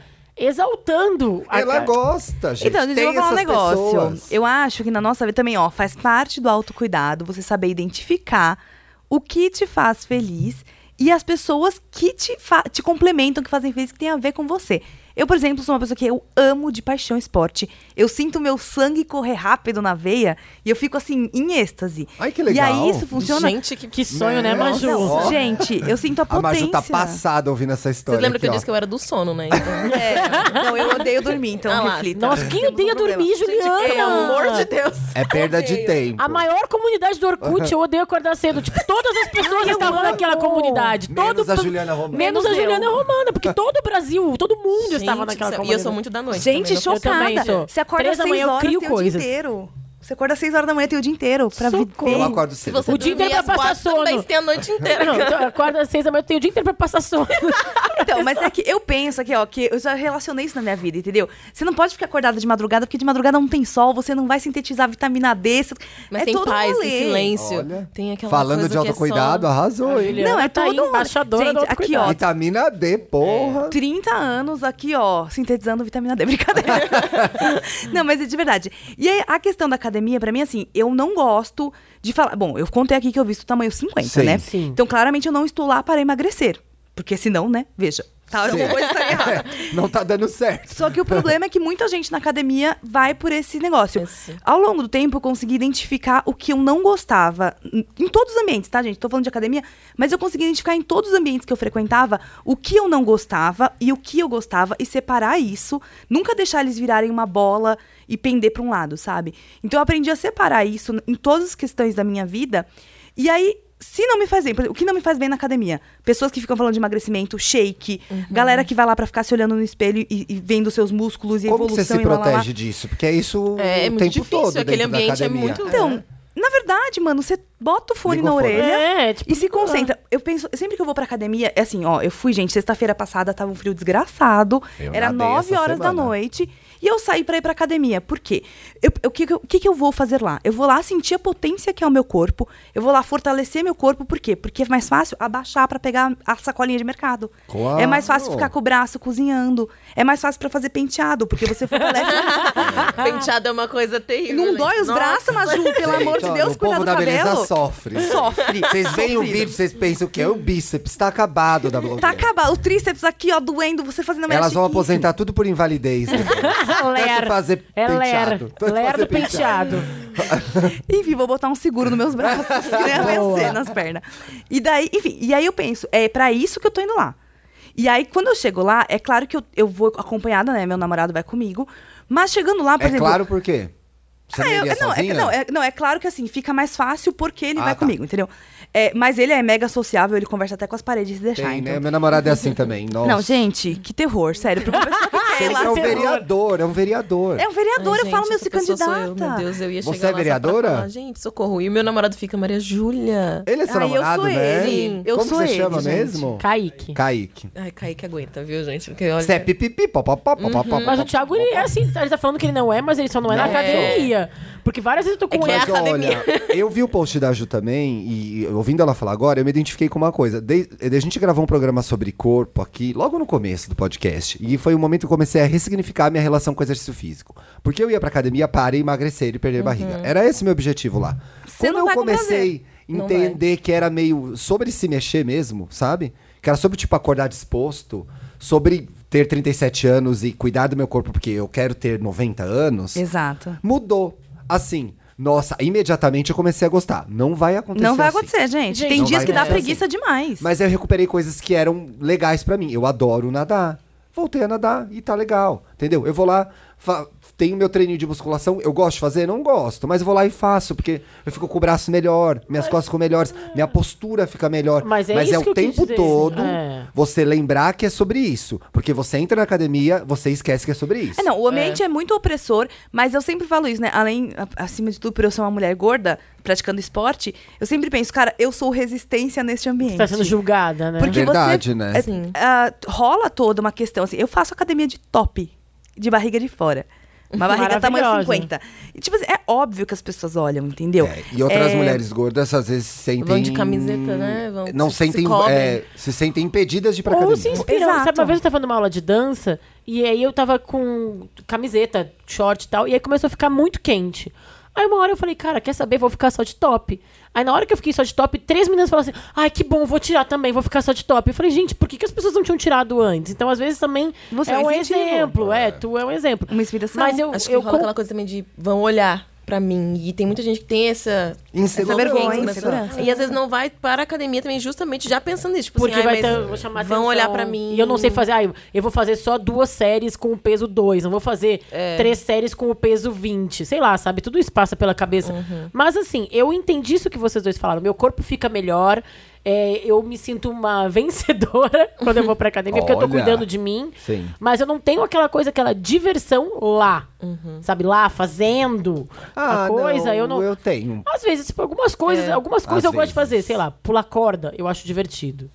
[SPEAKER 2] exaltando a
[SPEAKER 1] Ela
[SPEAKER 2] ca-
[SPEAKER 1] gosta, gente.
[SPEAKER 3] Então, deixa
[SPEAKER 1] Tem
[SPEAKER 3] eu falar um
[SPEAKER 1] essas
[SPEAKER 3] negócio.
[SPEAKER 1] pessoas.
[SPEAKER 3] Eu acho que na nossa vida também, ó, faz parte do autocuidado você saber identificar o que te faz feliz e as pessoas que te, fa- te complementam, que fazem feliz, que tem a ver com você. Eu, por exemplo, sou uma pessoa que eu amo de paixão esporte. Eu sinto meu sangue correr rápido na veia e eu fico assim, em êxtase.
[SPEAKER 1] Ai, que
[SPEAKER 3] E aí
[SPEAKER 1] legal.
[SPEAKER 3] isso funciona.
[SPEAKER 4] Gente, que...
[SPEAKER 2] Que sonho, né, Maju?
[SPEAKER 1] Nossa. Ó.
[SPEAKER 3] Gente, eu sinto a
[SPEAKER 1] A
[SPEAKER 3] potência.
[SPEAKER 1] Maju tá passada ouvindo essa história
[SPEAKER 4] Vocês lembram que eu
[SPEAKER 1] aqui,
[SPEAKER 4] disse que eu era do sono, né? Então,
[SPEAKER 3] É, não, eu odeio dormir, então
[SPEAKER 4] Ah lá.
[SPEAKER 3] reflita.
[SPEAKER 2] Nossa, quem
[SPEAKER 3] Temos
[SPEAKER 2] odeia
[SPEAKER 3] um problema.
[SPEAKER 2] dormir,
[SPEAKER 3] Gente,
[SPEAKER 2] Juliana?
[SPEAKER 4] pelo amor de Deus.
[SPEAKER 1] ó. É perda de tempo.
[SPEAKER 2] A maior comunidade do Orkut, eu odeio acordar cedo. Tipo, todas as pessoas estavam naquela comunidade.
[SPEAKER 1] Menos
[SPEAKER 2] todo
[SPEAKER 1] a Juliana Romana.
[SPEAKER 2] Menos a
[SPEAKER 4] Menos eu.
[SPEAKER 2] Juliana Romana, porque todo o Brasil, todo mundo
[SPEAKER 4] Gente
[SPEAKER 2] estava
[SPEAKER 4] do
[SPEAKER 2] naquela
[SPEAKER 4] céu.
[SPEAKER 2] comunidade.
[SPEAKER 4] E eu sou muito da noite.
[SPEAKER 3] Gente,
[SPEAKER 4] também, não-
[SPEAKER 2] Eu também
[SPEAKER 3] chocada.
[SPEAKER 2] sou.
[SPEAKER 3] Você acorda
[SPEAKER 2] Três
[SPEAKER 3] às
[SPEAKER 2] da
[SPEAKER 3] seis
[SPEAKER 2] manhã eu
[SPEAKER 3] horas
[SPEAKER 2] crio
[SPEAKER 3] tem o dia
[SPEAKER 2] coisas.
[SPEAKER 3] inteiro. Você acorda às 6 horas da manhã, tem o dia inteiro pra
[SPEAKER 2] Socorro.
[SPEAKER 1] Eu
[SPEAKER 3] viver.
[SPEAKER 1] acordo cedo.
[SPEAKER 2] O dia
[SPEAKER 4] dormir
[SPEAKER 2] inteiro
[SPEAKER 4] as
[SPEAKER 2] pra passar
[SPEAKER 4] boates também,
[SPEAKER 2] sono.
[SPEAKER 4] Você tem a noite inteira.
[SPEAKER 2] Não,
[SPEAKER 4] cara.
[SPEAKER 2] então, eu acordo às seis da manhã, eu tenho o dia inteiro pra passar sono.
[SPEAKER 3] Então, mas é que eu penso aqui, ó, que eu já relacionei isso na minha vida, entendeu? Você não pode ficar acordada de madrugada, porque de madrugada não tem sol, você não vai sintetizar vitamina D. você-
[SPEAKER 4] Mas
[SPEAKER 3] é
[SPEAKER 4] tem
[SPEAKER 3] todo um
[SPEAKER 4] paz, tem
[SPEAKER 3] rolê.
[SPEAKER 4] silêncio.
[SPEAKER 1] Olha,
[SPEAKER 4] Tem aquela
[SPEAKER 1] falando
[SPEAKER 4] coisa
[SPEAKER 1] de
[SPEAKER 4] que é
[SPEAKER 1] autocuidado,
[SPEAKER 4] só-
[SPEAKER 1] arrasou, hein?
[SPEAKER 2] Juliana
[SPEAKER 3] Não, é
[SPEAKER 2] tá aí,
[SPEAKER 3] todo um-
[SPEAKER 2] embaixadora
[SPEAKER 3] Gente,
[SPEAKER 2] do
[SPEAKER 3] aqui,
[SPEAKER 2] autocuidado.
[SPEAKER 3] ó,
[SPEAKER 1] Vitamina D, porra.
[SPEAKER 3] 30 anos aqui, ó, sintetizando vitamina D, brincadeira. não, mas é de verdade. E aí, a questão da academia, pra mim, assim, eu não gosto de falar. Bom, eu contei aqui que eu visto tamanho 50,
[SPEAKER 1] Sim.
[SPEAKER 3] né?
[SPEAKER 2] Sim.
[SPEAKER 3] Então, claramente, eu não estou lá para emagrecer. Porque senão, né? Veja, tá, alguma coisa estaria errada.
[SPEAKER 1] Não tá dando certo.
[SPEAKER 3] Só que o problema é que muita gente na academia vai por esse negócio.
[SPEAKER 4] Esse.
[SPEAKER 3] Ao longo do tempo, eu consegui identificar o que eu não gostava. Em em todos os ambientes, tá, gente? Tô falando de academia, mas eu consegui identificar em todos os ambientes que eu frequentava o que eu não gostava e o que eu gostava e separar isso. Nunca deixar eles virarem uma bola e pender pra um lado, sabe? Então eu aprendi a separar isso em todas as questões da minha vida. E aí, se não me faz bem, por exemplo, o que não me faz bem na academia? Pessoas que ficam falando de emagrecimento, shake, galera que vai lá pra ficar se olhando no espelho e, e vendo seus músculos e
[SPEAKER 1] Como que
[SPEAKER 3] evolução
[SPEAKER 1] você se
[SPEAKER 3] e lá, lá, lá.
[SPEAKER 1] protege disso? Porque é isso
[SPEAKER 4] É, é
[SPEAKER 1] o
[SPEAKER 4] muito
[SPEAKER 1] tempo
[SPEAKER 4] difícil,
[SPEAKER 1] todo
[SPEAKER 4] aquele
[SPEAKER 1] dentro da
[SPEAKER 4] ambiente é
[SPEAKER 1] academia.
[SPEAKER 4] muito-
[SPEAKER 3] Então, na verdade, mano, você bota o fone
[SPEAKER 1] Liga
[SPEAKER 3] na
[SPEAKER 1] o fone.
[SPEAKER 3] orelha
[SPEAKER 2] É, tipo,
[SPEAKER 3] e se concentra. Eu penso, sempre que eu vou pra academia, é assim, ó, eu fui, gente, sexta-feira passada tava um frio desgraçado,
[SPEAKER 1] Eu
[SPEAKER 3] era
[SPEAKER 1] nadei
[SPEAKER 3] nove
[SPEAKER 1] essa
[SPEAKER 3] horas da
[SPEAKER 1] semana.
[SPEAKER 3] noite, e eu saí pra ir pra academia. Por quê? Eu- eu- O que, que eu- o que que eu vou fazer lá? Eu vou lá sentir a potência que é o meu corpo, eu vou lá fortalecer meu corpo, por quê? Porque é mais fácil abaixar pra pegar a sacolinha de mercado.
[SPEAKER 1] Claro.
[SPEAKER 3] É mais fácil ficar com o braço cozinhando, é mais fácil pra fazer penteado, porque você fortalece...
[SPEAKER 4] Penteado é uma coisa terrível.
[SPEAKER 3] Não
[SPEAKER 4] né?
[SPEAKER 3] dói os
[SPEAKER 4] Nossa.
[SPEAKER 3] braços, Maju, pelo amor de
[SPEAKER 1] Gente, ó,
[SPEAKER 3] Deus,
[SPEAKER 1] o povo
[SPEAKER 3] cuidado do
[SPEAKER 1] da beleza
[SPEAKER 3] cabelo.
[SPEAKER 1] sofre.
[SPEAKER 3] Sofre.
[SPEAKER 1] Vocês veem o
[SPEAKER 3] Sofrido.
[SPEAKER 1] vídeo, vocês pensam o quê? É o bíceps, tá acabado da blogueira.
[SPEAKER 3] Tá acabado, é o tríceps aqui, ó, doendo, você fazendo a
[SPEAKER 1] Elas vão
[SPEAKER 3] chiquinha.
[SPEAKER 1] aposentar tudo por invalidez. né? Tanto
[SPEAKER 2] Ler.
[SPEAKER 1] fazer
[SPEAKER 2] É ler.
[SPEAKER 1] penteado. É tanto
[SPEAKER 2] Ler
[SPEAKER 1] fazer
[SPEAKER 2] do penteado.
[SPEAKER 3] Enfim, vou botar um seguro nos meus braços, que nem a
[SPEAKER 2] Boa.
[SPEAKER 3] vencer nas pernas. E daí, enfim, e aí eu penso, é pra isso que eu tô indo lá. E aí, quando eu chego lá, é claro que eu, eu vou acompanhada, né? Meu namorado vai comigo. Mas chegando lá, por
[SPEAKER 1] É
[SPEAKER 3] exemplo.
[SPEAKER 1] claro por quê? Você não
[SPEAKER 3] Ah, eu-
[SPEAKER 1] iria
[SPEAKER 3] não, é,
[SPEAKER 1] sozinha?
[SPEAKER 3] não, é, não, é claro que assim, fica mais fácil porque ele
[SPEAKER 1] Ah,
[SPEAKER 3] vai
[SPEAKER 1] tá.
[SPEAKER 3] comigo, entendeu? É, mas ele é mega sociável, ele conversa até com as paredes se deixar.
[SPEAKER 1] Tem,
[SPEAKER 3] então.
[SPEAKER 1] né? Meu namorado é assim também. Nossa.
[SPEAKER 3] Não, gente, que terror, sério. Porque uma pessoa que quer ir
[SPEAKER 1] Ele
[SPEAKER 3] lá
[SPEAKER 1] é um
[SPEAKER 3] ser-
[SPEAKER 1] vereador, é um vereador.
[SPEAKER 3] É um vereador,
[SPEAKER 4] Ai,
[SPEAKER 3] eu falo,
[SPEAKER 4] gente,
[SPEAKER 3] meu,
[SPEAKER 4] essa
[SPEAKER 3] se
[SPEAKER 4] pessoa sou
[SPEAKER 3] candidata.
[SPEAKER 4] eu, Meu Deus, eu ia
[SPEAKER 1] Você é
[SPEAKER 4] chegar lá só pra
[SPEAKER 1] vereadora?
[SPEAKER 4] falar, gente, socorro. E o meu namorado fica, Maria Júlia.
[SPEAKER 1] Ele é seu
[SPEAKER 3] Ah, eu
[SPEAKER 1] namorado,
[SPEAKER 3] sou
[SPEAKER 1] né?
[SPEAKER 3] ele. Eu
[SPEAKER 1] Como
[SPEAKER 3] sou
[SPEAKER 1] você
[SPEAKER 3] ele,
[SPEAKER 1] chama
[SPEAKER 3] gente.
[SPEAKER 1] mesmo?
[SPEAKER 2] Kaique.
[SPEAKER 1] Kaique.
[SPEAKER 4] Ai, Kaique aguenta, viu, gente? Porque olha...
[SPEAKER 1] Você é pipipi, pó, pó,
[SPEAKER 3] Uhum.
[SPEAKER 1] pó, pó, pó, pó,
[SPEAKER 2] Mas
[SPEAKER 1] pó,
[SPEAKER 2] o Thiago, ele é assim, ele tá falando que ele não é, mas ele só não é na
[SPEAKER 1] Não.
[SPEAKER 2] academia. Porque várias vezes eu tô com
[SPEAKER 4] que é
[SPEAKER 2] ele.
[SPEAKER 1] Mas
[SPEAKER 4] a academia.
[SPEAKER 1] olha, eu vi o post da Ju também, e ouvindo ela falar agora, eu me identifiquei com uma coisa. De- a gente gravou um programa sobre corpo aqui, logo no começo do podcast. E foi o momento que eu comecei a ressignificar a minha relação com o exercício físico. Porque eu ia pra academia para emagrecer e perder barriga. Era esse meu objetivo lá.
[SPEAKER 3] Uhum. Você
[SPEAKER 1] Quando
[SPEAKER 3] não
[SPEAKER 1] eu
[SPEAKER 3] vai com
[SPEAKER 1] comecei a
[SPEAKER 4] Não vai.
[SPEAKER 1] entender que era meio sobre se mexer mesmo, sabe? Que era sobre, tipo, acordar disposto, sobre ter 37 anos e cuidar do meu corpo, porque eu quero ter 90 anos.
[SPEAKER 3] Exato.
[SPEAKER 1] Mudou. Assim, nossa, imediatamente eu comecei a gostar. Não vai acontecer.
[SPEAKER 3] Não vai
[SPEAKER 1] assim.
[SPEAKER 3] acontecer, gente.
[SPEAKER 2] Gente,
[SPEAKER 3] Tem
[SPEAKER 1] não
[SPEAKER 3] dias
[SPEAKER 1] vai
[SPEAKER 3] que dá
[SPEAKER 1] acontecer
[SPEAKER 3] preguiça demais.
[SPEAKER 1] Mas eu recuperei coisas que eram legais pra mim. Eu adoro nadar. Voltei a nadar e tá legal. Entendeu? Eu vou lá, fa- tenho meu treininho de musculação. Eu gosto de fazer? Não gosto. Mas eu vou lá e faço, porque eu fico com o braço melhor, minhas costas ficam melhores, minha postura fica melhor.
[SPEAKER 2] Mas é isso
[SPEAKER 1] o
[SPEAKER 2] que eu quis
[SPEAKER 1] tempo
[SPEAKER 2] dizer,
[SPEAKER 1] todo
[SPEAKER 2] é.
[SPEAKER 1] você lembrar que é sobre isso. Porque você entra na academia, você esquece que é sobre isso.
[SPEAKER 3] É, não, o ambiente é. muito opressor, mas eu sempre falo isso, né? Além, a- acima de tudo, por eu ser uma mulher gorda, praticando esporte, eu sempre penso, cara, eu sou resistência neste ambiente.
[SPEAKER 2] Tá sendo julgada, né?
[SPEAKER 3] Porque
[SPEAKER 1] Verdade,
[SPEAKER 3] você,
[SPEAKER 1] né?
[SPEAKER 3] é,
[SPEAKER 4] Sim.
[SPEAKER 3] ah, rola toda uma questão, assim, eu faço academia de top, de barriga de fora. Uma barriga tamanho
[SPEAKER 2] Maravilhosa.
[SPEAKER 3] 50. E, tipo assim, é óbvio que as pessoas olham, entendeu?
[SPEAKER 1] É, e outras
[SPEAKER 3] É,
[SPEAKER 1] mulheres gordas às vezes se sentem.
[SPEAKER 4] Vão de camiseta, né? Vão-
[SPEAKER 1] não
[SPEAKER 4] se-
[SPEAKER 1] sentem.
[SPEAKER 4] se cobrem.
[SPEAKER 1] é, se sentem impedidas de ir pra
[SPEAKER 2] Ou
[SPEAKER 1] academia.
[SPEAKER 2] se inspiram.
[SPEAKER 3] Exato.
[SPEAKER 2] Sabe, uma vez eu tava numa aula de dança e aí eu tava com camiseta, short e tal, e aí começou a ficar muito quente. Aí uma hora eu falei, cara, quer saber? Vou ficar só de top. Aí na hora que eu fiquei só de top, três meninas falaram assim: ai, que bom, vou tirar também, vou ficar só de top. Eu falei, gente, por que, que as pessoas não tinham tirado antes? Então, às vezes também
[SPEAKER 3] Você
[SPEAKER 2] é
[SPEAKER 3] é um
[SPEAKER 2] um
[SPEAKER 3] incentivo.
[SPEAKER 2] exemplo. É, tu é um exemplo.
[SPEAKER 3] Uma inspiração.
[SPEAKER 2] Mas eu,
[SPEAKER 4] Acho que
[SPEAKER 2] eu
[SPEAKER 4] rola
[SPEAKER 2] con-
[SPEAKER 4] aquela coisa também de vão olhar pra mim. E tem muita gente que tem essa
[SPEAKER 1] Insegurança.
[SPEAKER 3] Essa vergonha,
[SPEAKER 4] Quem-
[SPEAKER 3] insegurança.
[SPEAKER 4] E às vezes não vai para a academia também, justamente já pensando nisso. Tipo
[SPEAKER 2] Porque
[SPEAKER 4] assim,
[SPEAKER 2] vai
[SPEAKER 4] ai, mas
[SPEAKER 2] ter, vou chamar
[SPEAKER 4] vão
[SPEAKER 2] atenção.
[SPEAKER 4] olhar pra mim.
[SPEAKER 2] E eu não sei fazer. Ah, eu- eu vou fazer só duas séries com o peso 2. Não vou fazer
[SPEAKER 4] É.
[SPEAKER 2] três séries com o peso 20. Sei lá, sabe? Tudo isso passa pela cabeça.
[SPEAKER 4] Uhum.
[SPEAKER 2] Mas assim, eu entendi isso que vocês dois falaram. Meu corpo fica melhor. é, eu me sinto uma vencedora quando eu vou pra academia, porque eu tô
[SPEAKER 1] Olha.
[SPEAKER 2] cuidando de mim.
[SPEAKER 1] Sim.
[SPEAKER 2] Mas eu não tenho aquela coisa, aquela diversão lá.
[SPEAKER 4] Uhum.
[SPEAKER 2] Sabe, lá fazendo a coisa. eu não.
[SPEAKER 1] Ah, Eu tenho.
[SPEAKER 2] Às vezes, tipo, algumas
[SPEAKER 4] É.
[SPEAKER 2] coisas, algumas coisas eu
[SPEAKER 1] Às
[SPEAKER 2] gosto de fazer,
[SPEAKER 1] vezes.
[SPEAKER 2] sei lá, pular corda, eu acho divertido.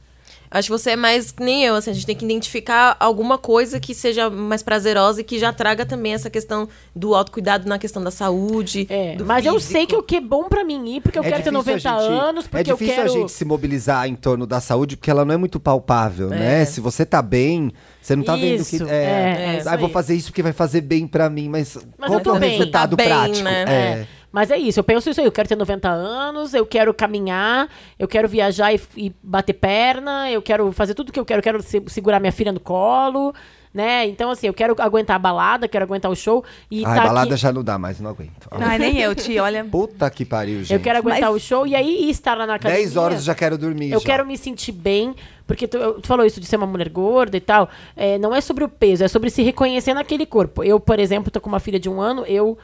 [SPEAKER 4] Acho que você é mais que nem eu, assim, a gente tem que identificar alguma coisa que seja mais prazerosa e que já traga também essa questão do autocuidado na questão da saúde.
[SPEAKER 2] É,
[SPEAKER 4] do
[SPEAKER 2] mas eu
[SPEAKER 4] físico.
[SPEAKER 2] sei que o que é bom pra mim ir, porque eu quero ter
[SPEAKER 1] É difícil a
[SPEAKER 2] 90
[SPEAKER 1] gente-
[SPEAKER 2] anos, porque
[SPEAKER 1] É
[SPEAKER 2] eu
[SPEAKER 1] difícil
[SPEAKER 2] quero.
[SPEAKER 1] a gente se mobilizar em torno da saúde, porque ela não é muito palpável, né? Se você tá bem, você não tá
[SPEAKER 2] É. Isso,
[SPEAKER 1] vendo que... É,
[SPEAKER 2] é, é, isso
[SPEAKER 1] ah, eu vou
[SPEAKER 2] aí.
[SPEAKER 1] fazer isso porque vai fazer bem pra mim, mas, qual
[SPEAKER 2] eu
[SPEAKER 1] que é
[SPEAKER 2] tô
[SPEAKER 1] o
[SPEAKER 2] bem.
[SPEAKER 1] resultado
[SPEAKER 4] Tá bem,
[SPEAKER 1] prático?
[SPEAKER 4] né?
[SPEAKER 1] É.
[SPEAKER 2] É, Mas é isso, eu penso isso aí, eu quero ter 90 anos, eu quero caminhar, eu quero viajar e, e bater perna, eu quero fazer tudo que eu quero, eu quero se- segurar minha filha no colo, né? Então, assim, eu quero aguentar a balada, quero aguentar o show e
[SPEAKER 1] Ai,
[SPEAKER 2] tá
[SPEAKER 1] balada
[SPEAKER 2] aqui.
[SPEAKER 1] já não dá mais, não aguento.
[SPEAKER 3] Ai, nem eu, Ti, olha.
[SPEAKER 1] Puta que pariu, gente.
[SPEAKER 2] Eu quero aguentar
[SPEAKER 3] Mas-
[SPEAKER 2] o show e aí estar lá na academia.
[SPEAKER 1] 10 horas eu já quero dormir.
[SPEAKER 2] Eu
[SPEAKER 1] já.
[SPEAKER 2] quero me sentir bem, porque tu, eu- tu falou isso de ser uma mulher gorda e tal. É, não é sobre o peso, é sobre se reconhecer naquele corpo. Eu, por exemplo, tô com uma filha de um ano, eu.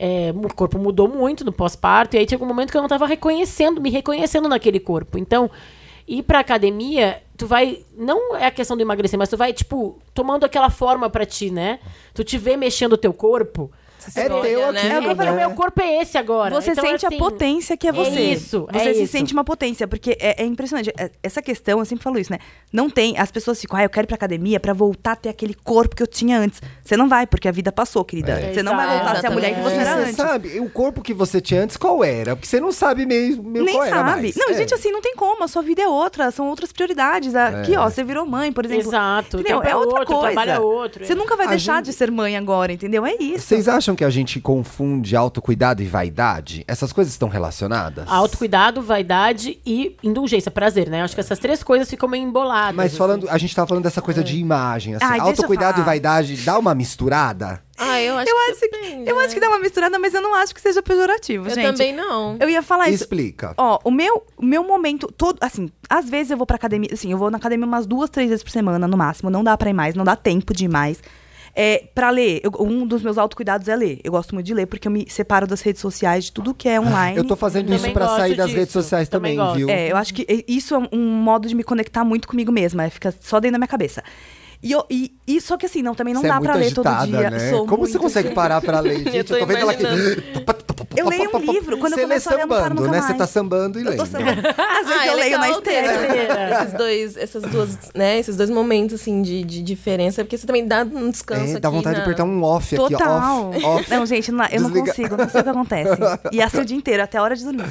[SPEAKER 2] é, o corpo mudou muito no pós-parto, e aí chegou um momento que eu não tava reconhecendo, me reconhecendo naquele corpo. Então, ir pra academia, tu vai. Não é a questão do emagrecer, mas tu vai, tipo, tomando aquela forma pra ti, né? Tu te vê mexendo o teu corpo.
[SPEAKER 1] É
[SPEAKER 4] Olha,
[SPEAKER 1] teu
[SPEAKER 4] né?
[SPEAKER 1] aqui,
[SPEAKER 4] É,
[SPEAKER 2] É, eu falei,
[SPEAKER 1] né?
[SPEAKER 2] meu corpo é esse agora.
[SPEAKER 3] Você
[SPEAKER 2] Então,
[SPEAKER 3] sente
[SPEAKER 2] assim,
[SPEAKER 3] a potência que é você.
[SPEAKER 2] isso, é
[SPEAKER 3] Você se
[SPEAKER 2] isso.
[SPEAKER 3] sente uma potência, porque é, é impressionante. É- Essa questão, eu sempre falo isso, né? Não tem. As pessoas ficam, ah, eu quero ir pra academia pra voltar a ter aquele corpo que eu tinha antes. Você não vai, porque a vida passou, querida.
[SPEAKER 2] É.
[SPEAKER 3] Você não vai voltar a ser a mulher que você
[SPEAKER 1] Você
[SPEAKER 3] era antes.
[SPEAKER 1] sabe, o corpo que você tinha antes, qual era? Porque você não sabe mesmo meio
[SPEAKER 3] Nem
[SPEAKER 1] qual era
[SPEAKER 3] sabe.
[SPEAKER 1] mais.
[SPEAKER 3] Não,
[SPEAKER 1] É.
[SPEAKER 3] gente, assim, não tem como. A sua vida é outra, são outras prioridades. Aqui, ó, você virou mãe, por exemplo.
[SPEAKER 2] Exato,
[SPEAKER 3] Entendeu?
[SPEAKER 2] tempo
[SPEAKER 3] É
[SPEAKER 2] é
[SPEAKER 3] outra
[SPEAKER 2] outro,
[SPEAKER 3] coisa.
[SPEAKER 2] trabalho é outro,
[SPEAKER 3] Você
[SPEAKER 2] é.
[SPEAKER 3] nunca vai
[SPEAKER 1] A
[SPEAKER 3] deixar
[SPEAKER 1] gente-
[SPEAKER 3] de ser mãe agora, entendeu? É isso.
[SPEAKER 1] Vocês acham que a gente confunde autocuidado e vaidade? Essas coisas estão relacionadas?
[SPEAKER 2] Autocuidado, vaidade e indulgência, prazer, né? Acho que essas três coisas ficam meio emboladas.
[SPEAKER 1] Mas falando,
[SPEAKER 2] assim.
[SPEAKER 1] a gente tava falando dessa coisa de imagem, assim,
[SPEAKER 3] Ai, deixa eu
[SPEAKER 1] autocuidado e
[SPEAKER 3] falar.
[SPEAKER 1] vaidade dá uma misturada?
[SPEAKER 4] Ah, eu acho
[SPEAKER 3] Eu
[SPEAKER 4] que.
[SPEAKER 3] acho que,
[SPEAKER 4] depende,
[SPEAKER 3] eu acho
[SPEAKER 4] né?
[SPEAKER 3] que dá uma misturada, mas eu não acho que seja pejorativo,
[SPEAKER 4] Eu
[SPEAKER 3] gente.
[SPEAKER 4] também não.
[SPEAKER 3] Eu ia falar isso.
[SPEAKER 1] Explica.
[SPEAKER 3] Ó, o meu, o meu momento todo, assim, às vezes eu vou pra academia, assim, eu vou na academia umas duas, três vezes por semana, no máximo, não dá pra ir mais, não dá tempo de ir mais. É, pra ler, eu- um dos meus autocuidados é ler. Eu gosto muito de ler, porque eu me separo das redes sociais, de tudo que é online.
[SPEAKER 1] Ah, Eu tô fazendo
[SPEAKER 2] Também
[SPEAKER 1] isso pra
[SPEAKER 2] gosto
[SPEAKER 1] sair das
[SPEAKER 2] disso.
[SPEAKER 1] redes sociais
[SPEAKER 2] Também
[SPEAKER 1] também,
[SPEAKER 2] gosto.
[SPEAKER 1] viu?
[SPEAKER 3] É, eu acho que e- isso é um- um modo de me conectar muito comigo mesma, é, fica só dentro da minha cabeça. E, eu- e, e- só que assim, não, também não
[SPEAKER 1] você
[SPEAKER 3] dá
[SPEAKER 1] é muito
[SPEAKER 3] pra ler todo
[SPEAKER 1] agitada,
[SPEAKER 3] dia.
[SPEAKER 1] né?
[SPEAKER 3] Sou
[SPEAKER 1] Como
[SPEAKER 3] muito
[SPEAKER 1] você consegue parar pra ler, gente?
[SPEAKER 4] Eu tô
[SPEAKER 1] vendo ela aqui.
[SPEAKER 3] Eu leio um livro, quando eu
[SPEAKER 1] você lê
[SPEAKER 3] começo a ler, eu não paro
[SPEAKER 1] sambando,
[SPEAKER 3] nunca
[SPEAKER 1] né? Você
[SPEAKER 3] mais.
[SPEAKER 1] tá sambando e
[SPEAKER 3] Eu
[SPEAKER 1] lendo.
[SPEAKER 3] tô sabendo. Às vezes
[SPEAKER 4] Ah, é
[SPEAKER 3] eu leio
[SPEAKER 4] legal
[SPEAKER 3] na
[SPEAKER 4] ter
[SPEAKER 3] esteira.
[SPEAKER 4] esses- Esses dois, essas duas, né? Esses dois momentos, assim, de, de diferença. Porque você também dá um descanso
[SPEAKER 1] É, dá
[SPEAKER 4] aqui
[SPEAKER 1] vontade de
[SPEAKER 4] na-
[SPEAKER 1] apertar um off aqui, ó.
[SPEAKER 3] Total.
[SPEAKER 1] Off, off.
[SPEAKER 3] Não, gente, não- eu não
[SPEAKER 1] Desliga.
[SPEAKER 3] consigo, não sei o que acontece. E assim o dia inteiro, até a hora de dormir.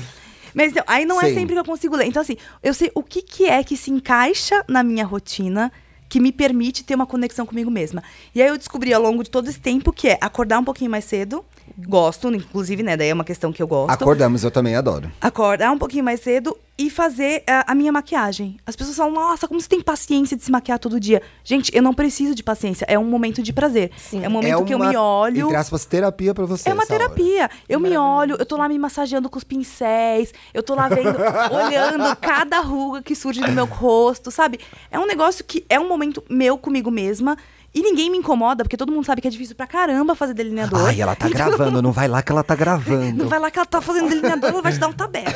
[SPEAKER 3] Mas então, aí não é
[SPEAKER 1] Sim.
[SPEAKER 3] sempre que eu consigo ler. Então, assim, eu sei o que, que é que se encaixa na minha rotina que me permite ter uma conexão comigo mesma. E aí eu descobri ao longo de todo esse tempo que é acordar um pouquinho mais cedo. Gosto, inclusive, né? Daí é uma questão que eu gosto.
[SPEAKER 1] Acordamos, eu também adoro.
[SPEAKER 3] Acordar um pouquinho mais cedo e fazer ah, a minha maquiagem. As pessoas falam, nossa, como você tem paciência de se maquiar todo dia? Gente, eu não preciso de paciência. É um momento de prazer.
[SPEAKER 4] Sim.
[SPEAKER 3] É um momento que eu me olho.
[SPEAKER 1] Entre aspas, terapia pra você.
[SPEAKER 3] É uma
[SPEAKER 1] essa hora.
[SPEAKER 3] terapia. Eu me olho, eu tô lá me massageando com os pincéis, eu tô lá vendo, olhando cada ruga que surge no meu rosto, sabe? É um negócio que é um momento meu comigo mesma e ninguém me incomoda, porque todo mundo sabe que é difícil pra caramba fazer delineador.
[SPEAKER 1] Ai, ela tá gravando, não vai lá que ela tá gravando.
[SPEAKER 3] é Não vai lá que ela tá fazendo delineador, ela vai te dar um tabela.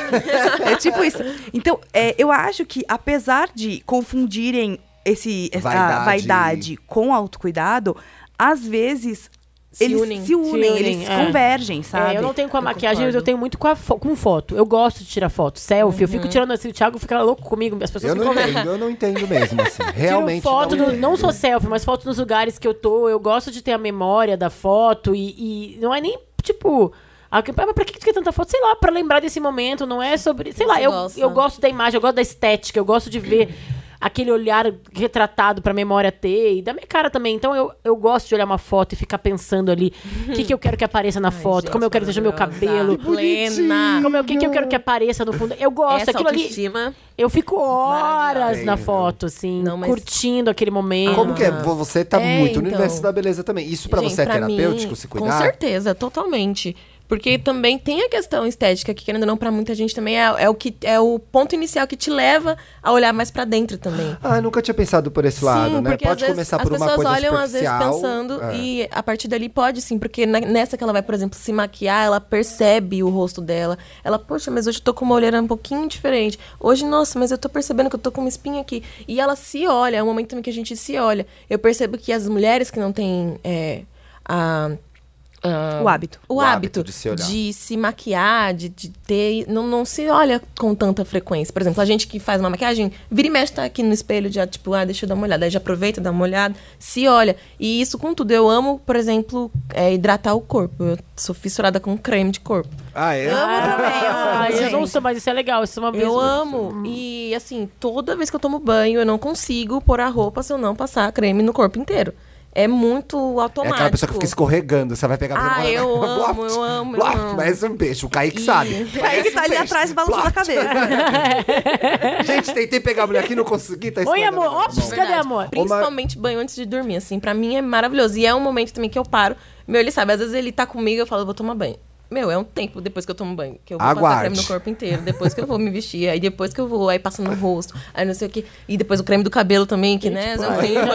[SPEAKER 3] é tipo isso. Então, é, eu acho que apesar de confundirem esse, essa
[SPEAKER 1] Vaidade.
[SPEAKER 3] vaidade, com autocuidado, às vezes
[SPEAKER 4] Se
[SPEAKER 3] eles
[SPEAKER 4] unem.
[SPEAKER 3] se unem,
[SPEAKER 2] Se unem,
[SPEAKER 3] eles
[SPEAKER 2] é.
[SPEAKER 3] convergem, sabe?
[SPEAKER 2] É, eu não tenho com a
[SPEAKER 4] Eu
[SPEAKER 2] maquiagem,
[SPEAKER 4] concordo.
[SPEAKER 2] eu tenho muito com, a fo- com foto. Eu gosto de tirar foto, selfie. Eu fico tirando assim, o Thiago fica louco comigo, as
[SPEAKER 1] Eu
[SPEAKER 2] pessoas
[SPEAKER 1] não
[SPEAKER 2] ficam
[SPEAKER 1] entendo, eu não entendo mesmo, assim. Realmente.
[SPEAKER 2] Tiro foto,
[SPEAKER 1] não,
[SPEAKER 2] do-
[SPEAKER 1] entendo.
[SPEAKER 2] não só selfie, mas foto nos lugares que eu tô. Eu gosto de ter a memória da foto e, e não é nem, tipo... ah, que- Mas pra que tu quer tanta foto? Sei lá, pra lembrar desse momento, não é sobre... Sei lá,
[SPEAKER 4] Você
[SPEAKER 2] eu,
[SPEAKER 4] gosta.
[SPEAKER 2] eu gosto da imagem, eu gosto da estética, eu gosto de ver aquele olhar retratado pra memória ter e da minha cara também. Então eu, eu gosto de olhar uma foto e ficar pensando ali o que, que eu quero que apareça na foto, como eu quero que seja o meu cabelo,
[SPEAKER 4] Plena.
[SPEAKER 2] como eu, o que, que eu quero que apareça no fundo. Eu gosto,
[SPEAKER 4] Essa
[SPEAKER 2] aquilo ali...
[SPEAKER 4] autoestima.
[SPEAKER 2] Eu fico horas
[SPEAKER 1] Maravilhosa.
[SPEAKER 2] na foto, assim,
[SPEAKER 4] Não, mas-
[SPEAKER 2] curtindo aquele momento.
[SPEAKER 1] Como que é? Vo- Você tá
[SPEAKER 4] É,
[SPEAKER 1] muito no
[SPEAKER 4] então.
[SPEAKER 1] universo da beleza também. Isso pra
[SPEAKER 4] Gente,
[SPEAKER 1] você é
[SPEAKER 4] pra mim,
[SPEAKER 1] terapêutico se
[SPEAKER 4] Com
[SPEAKER 1] cuidar?
[SPEAKER 4] certeza, totalmente. Porque também tem a questão estética, que querendo ou não, pra muita gente também é, é o que, é o ponto inicial que te leva a olhar mais pra dentro também.
[SPEAKER 1] Ah, eu nunca tinha pensado por esse lado, né?
[SPEAKER 4] porque às
[SPEAKER 1] Pode
[SPEAKER 4] vezes
[SPEAKER 1] começar
[SPEAKER 4] as
[SPEAKER 1] por uma
[SPEAKER 4] pessoas
[SPEAKER 1] coisa
[SPEAKER 4] olham às vezes
[SPEAKER 1] superficial.
[SPEAKER 4] pensando
[SPEAKER 1] é.
[SPEAKER 4] e a partir dali pode sim, porque na- nessa que ela vai, por exemplo, se maquiar, ela percebe o rosto dela. Ela, poxa, mas hoje eu tô com uma olheira um pouquinho diferente. Hoje, nossa, mas eu tô percebendo que eu tô com uma espinha aqui. E ela se olha, é um momento em que a gente se olha. Eu percebo que as mulheres que não têm é, a- a-
[SPEAKER 3] O hábito.
[SPEAKER 4] o,
[SPEAKER 1] O hábito
[SPEAKER 4] hábito,
[SPEAKER 1] de se olhar.
[SPEAKER 4] de se maquiar, de, de ter. Não, não se olha com tanta frequência. Por exemplo, a gente que faz uma maquiagem, vira e mexe, tá aqui no espelho, já, tipo, ah, deixa eu dar uma olhada. Aí já aproveita, dá uma olhada, se olha. E isso com tudo. Eu amo, por exemplo, é, hidratar o corpo. Eu sou fissurada com creme de corpo.
[SPEAKER 5] Ah, é?
[SPEAKER 2] Ah,
[SPEAKER 3] gente.
[SPEAKER 2] eu não sou, mas isso é legal. Isso é uma vez.
[SPEAKER 4] Eu amo. E assim, toda vez que eu tomo banho, eu não consigo pôr a roupa se eu não passar creme no corpo inteiro. É muito
[SPEAKER 1] É
[SPEAKER 4] automático.
[SPEAKER 1] aquela pessoa que fica escorregando, você vai pegar
[SPEAKER 4] Ah,
[SPEAKER 1] vai-
[SPEAKER 4] eu
[SPEAKER 1] Blop,
[SPEAKER 4] amo, eu amo, eu
[SPEAKER 1] blop,
[SPEAKER 4] amo.
[SPEAKER 1] Parece um peixe, o Kaique
[SPEAKER 4] E-
[SPEAKER 1] sabe. É
[SPEAKER 3] Aí que tá ali
[SPEAKER 1] Peixe.
[SPEAKER 3] atrás balançando a cabeça.
[SPEAKER 1] Gente, tentei pegar a mulher aqui, não consegui, tá
[SPEAKER 2] Oi,
[SPEAKER 1] escorregando
[SPEAKER 2] amor.
[SPEAKER 1] na minha
[SPEAKER 2] Ops,
[SPEAKER 1] mão.
[SPEAKER 2] cadê amor?
[SPEAKER 4] Principalmente banho antes de dormir, assim. Pra mim é maravilhoso. E é um momento também que eu paro. Meu, ele sabe, às vezes ele tá comigo eu falo, eu vou tomar banho. Meu, é um tempo depois que eu tomo banho. Que eu vou
[SPEAKER 1] Aguarde.
[SPEAKER 4] passar creme no corpo inteiro. Depois que eu vou me vestir. Aí depois que eu vou, aí passa no rosto. Aí não sei o que. E depois o creme do cabelo também, que né? é um tempo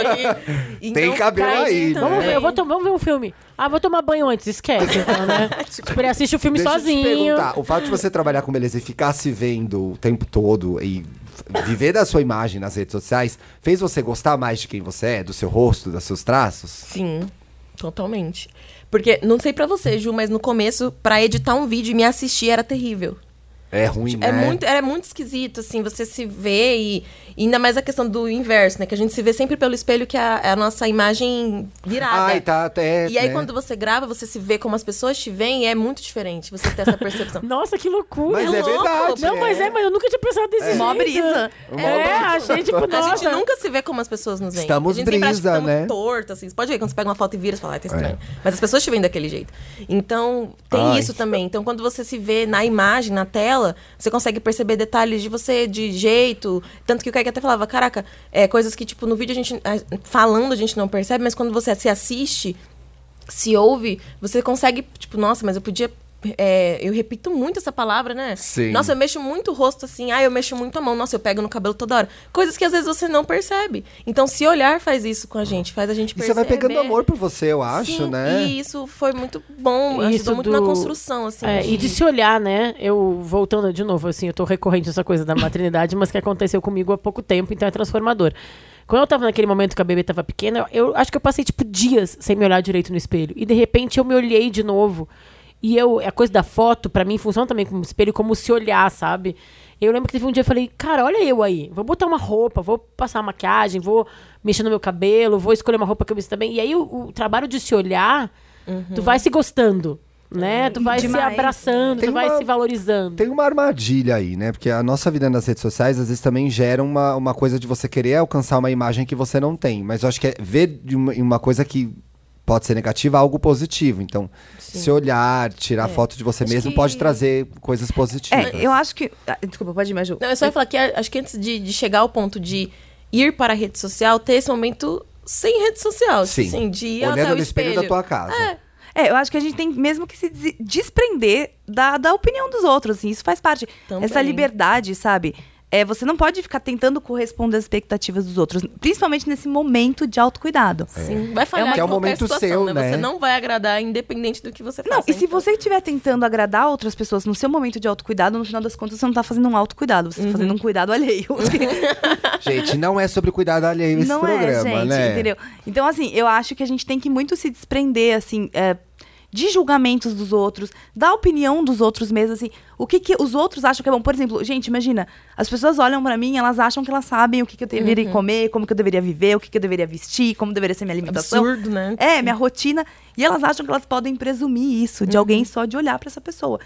[SPEAKER 4] aí.
[SPEAKER 1] Tem cabelo
[SPEAKER 4] cara,
[SPEAKER 1] aí, né?
[SPEAKER 4] então,
[SPEAKER 2] Vamos ver, eu
[SPEAKER 4] também.
[SPEAKER 2] vou tom- vamos ver um filme. Ah, vou tomar banho antes, esquece, então, né? tipo, ele assiste o filme
[SPEAKER 1] Deixa
[SPEAKER 2] sozinho.
[SPEAKER 1] eu te perguntar, o fato de você trabalhar com beleza e ficar se vendo o tempo todo e f- viver da sua imagem nas redes sociais, fez você gostar mais de quem você é, do seu rosto, dos seus traços?
[SPEAKER 4] Sim, totalmente. Porque, não sei pra você, Ju, mas no começo, pra editar um vídeo e me assistir era terrível.
[SPEAKER 1] É ruim, né?
[SPEAKER 4] É muito, é muito esquisito, assim, você se vê e, e ainda mais a questão do inverso, né? Que a gente se vê sempre pelo espelho, que é a, é a nossa imagem virada.
[SPEAKER 1] Ai, tá até...
[SPEAKER 4] E aí,
[SPEAKER 1] né?
[SPEAKER 4] quando você grava, você se vê como as pessoas te veem e é muito diferente você ter essa percepção.
[SPEAKER 2] Nossa, que loucura.
[SPEAKER 1] Mas é,
[SPEAKER 4] louco,
[SPEAKER 1] verdade.
[SPEAKER 2] Não, mas é, mas eu nunca tinha pensado desse jeito.
[SPEAKER 3] Mó brisa.
[SPEAKER 2] É, a gente, tipo, nossa.
[SPEAKER 4] A gente nunca se vê como as pessoas nos veem.
[SPEAKER 1] Estamos
[SPEAKER 4] a gente sempre acha que
[SPEAKER 1] brisa,
[SPEAKER 4] estamos
[SPEAKER 1] né? É.
[SPEAKER 4] torto, assim. Você pode ver, quando você pega uma foto e vira, você fala, ah, tá estranho. Mas as pessoas te veem daquele jeito. Então, tem
[SPEAKER 1] Ai.
[SPEAKER 4] isso também. Então, quando você se vê na imagem, na tela, você consegue perceber detalhes de você, de jeito. Tanto que o Kaique até falava, caraca, é, coisas que, tipo, no vídeo a gente, a- falando, a gente não percebe, mas quando você se assiste, se ouve, você consegue, tipo, nossa, mas eu podia... é, eu repito muito essa palavra, né?
[SPEAKER 1] Sim.
[SPEAKER 4] Nossa, eu mexo muito o rosto assim, ah, eu mexo muito a mão, nossa, eu pego no cabelo toda hora. Coisas que às vezes você não percebe. Então, se olhar faz isso com a gente, faz a gente
[SPEAKER 1] E
[SPEAKER 4] perceber.
[SPEAKER 1] você vai pegando amor por você, eu acho,
[SPEAKER 4] é Sim,
[SPEAKER 1] né?
[SPEAKER 4] E isso foi muito bom,
[SPEAKER 2] Isso
[SPEAKER 4] ajudou muito na
[SPEAKER 2] do-
[SPEAKER 4] construção, assim.
[SPEAKER 2] É, e de se olhar, né? Eu, voltando de novo, assim, eu tô recorrente nessa coisa da maternidade, mas que aconteceu comigo há pouco tempo, então é transformador. Quando eu tava naquele momento que a bebê tava pequena, eu acho que eu passei, tipo, dias sem me olhar direito no espelho. E de repente eu me olhei de novo. E eu, a coisa da foto, pra mim, funciona também como espelho, como se olhar, sabe? Eu lembro que teve um dia que eu falei, cara, olha eu aí. Vou botar uma roupa, vou passar uma maquiagem, vou mexer no meu cabelo, vou escolher uma roupa que eu me sinta bem. E aí o, o trabalho de se olhar, tu vai se gostando, né? Tu vai
[SPEAKER 3] Demais.
[SPEAKER 2] se abraçando,
[SPEAKER 1] Tem
[SPEAKER 2] tu vai
[SPEAKER 1] uma-
[SPEAKER 2] se valorizando.
[SPEAKER 1] Tem uma armadilha aí, né? Porque a nossa vida nas redes sociais às vezes também gera uma, uma coisa de você querer alcançar uma imagem que você não tem. Mas eu acho que é ver de uma, em uma coisa que pode ser negativa algo positivo. Então, se olhar, tirar foto de você mesmo
[SPEAKER 4] que-
[SPEAKER 1] pode trazer coisas positivas.
[SPEAKER 3] É, eu acho que. ah, Desculpa, pode ir, mas Ju.
[SPEAKER 4] Não, eu só ia falar que a- acho que antes de, de chegar ao ponto de ir para a rede social, ter esse momento sem rede social. tipo
[SPEAKER 1] Sim.
[SPEAKER 4] Assim, de ir até
[SPEAKER 1] Olhando
[SPEAKER 4] o
[SPEAKER 1] no espelho, da tua casa.
[SPEAKER 3] É, eu acho que a gente tem mesmo que se des- desprender da, da opinião dos outros, assim, isso faz parte.
[SPEAKER 4] Também.
[SPEAKER 3] Essa liberdade, sabe? É, você não pode ficar tentando corresponder às expectativas dos outros, principalmente nesse momento de autocuidado.
[SPEAKER 4] Sim, vai falhar
[SPEAKER 1] uma-
[SPEAKER 4] em
[SPEAKER 1] Que é o
[SPEAKER 4] qualquer
[SPEAKER 1] momento
[SPEAKER 4] situação,
[SPEAKER 1] seu, né?
[SPEAKER 4] Você não vai agradar, independente do que você faça.
[SPEAKER 3] Não, e se
[SPEAKER 4] então.
[SPEAKER 3] você estiver tentando agradar outras pessoas no seu momento de autocuidado, no final das contas você não tá fazendo um autocuidado, você tá fazendo
[SPEAKER 4] Uhum.
[SPEAKER 3] um cuidado alheio.
[SPEAKER 1] Gente, não é sobre cuidado alheio esse
[SPEAKER 3] não
[SPEAKER 1] programa,
[SPEAKER 3] é, gente,
[SPEAKER 1] né?
[SPEAKER 3] entendeu? Então, assim, eu acho que a gente tem que muito se desprender, assim, é, de julgamentos dos outros, da opinião dos outros mesmo, assim, o que, que os outros acham que é bom. Por exemplo, gente, imagina, as pessoas olham pra mim, elas acham que elas sabem o que, que eu deveria comer, como que eu deveria viver, o que, que eu deveria vestir, como deveria ser minha alimentação.
[SPEAKER 4] Absurdo, né?
[SPEAKER 3] É, minha rotina. E elas acham que elas podem presumir isso de alguém
[SPEAKER 1] Uhum.
[SPEAKER 3] só de olhar pra essa pessoa.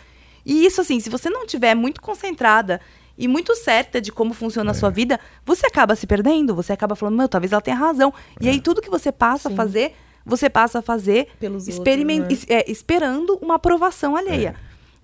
[SPEAKER 3] E isso, assim, se você não tiver muito concentrada e muito certa de como funciona a
[SPEAKER 1] É.
[SPEAKER 3] sua vida, você acaba se perdendo, você acaba falando, meu, talvez ela tenha razão. E
[SPEAKER 1] É.
[SPEAKER 3] aí tudo que você passa a fazer, você passa a fazer
[SPEAKER 4] Pelos outros,
[SPEAKER 3] experimen-
[SPEAKER 4] né?
[SPEAKER 3] es- é, esperando uma aprovação alheia.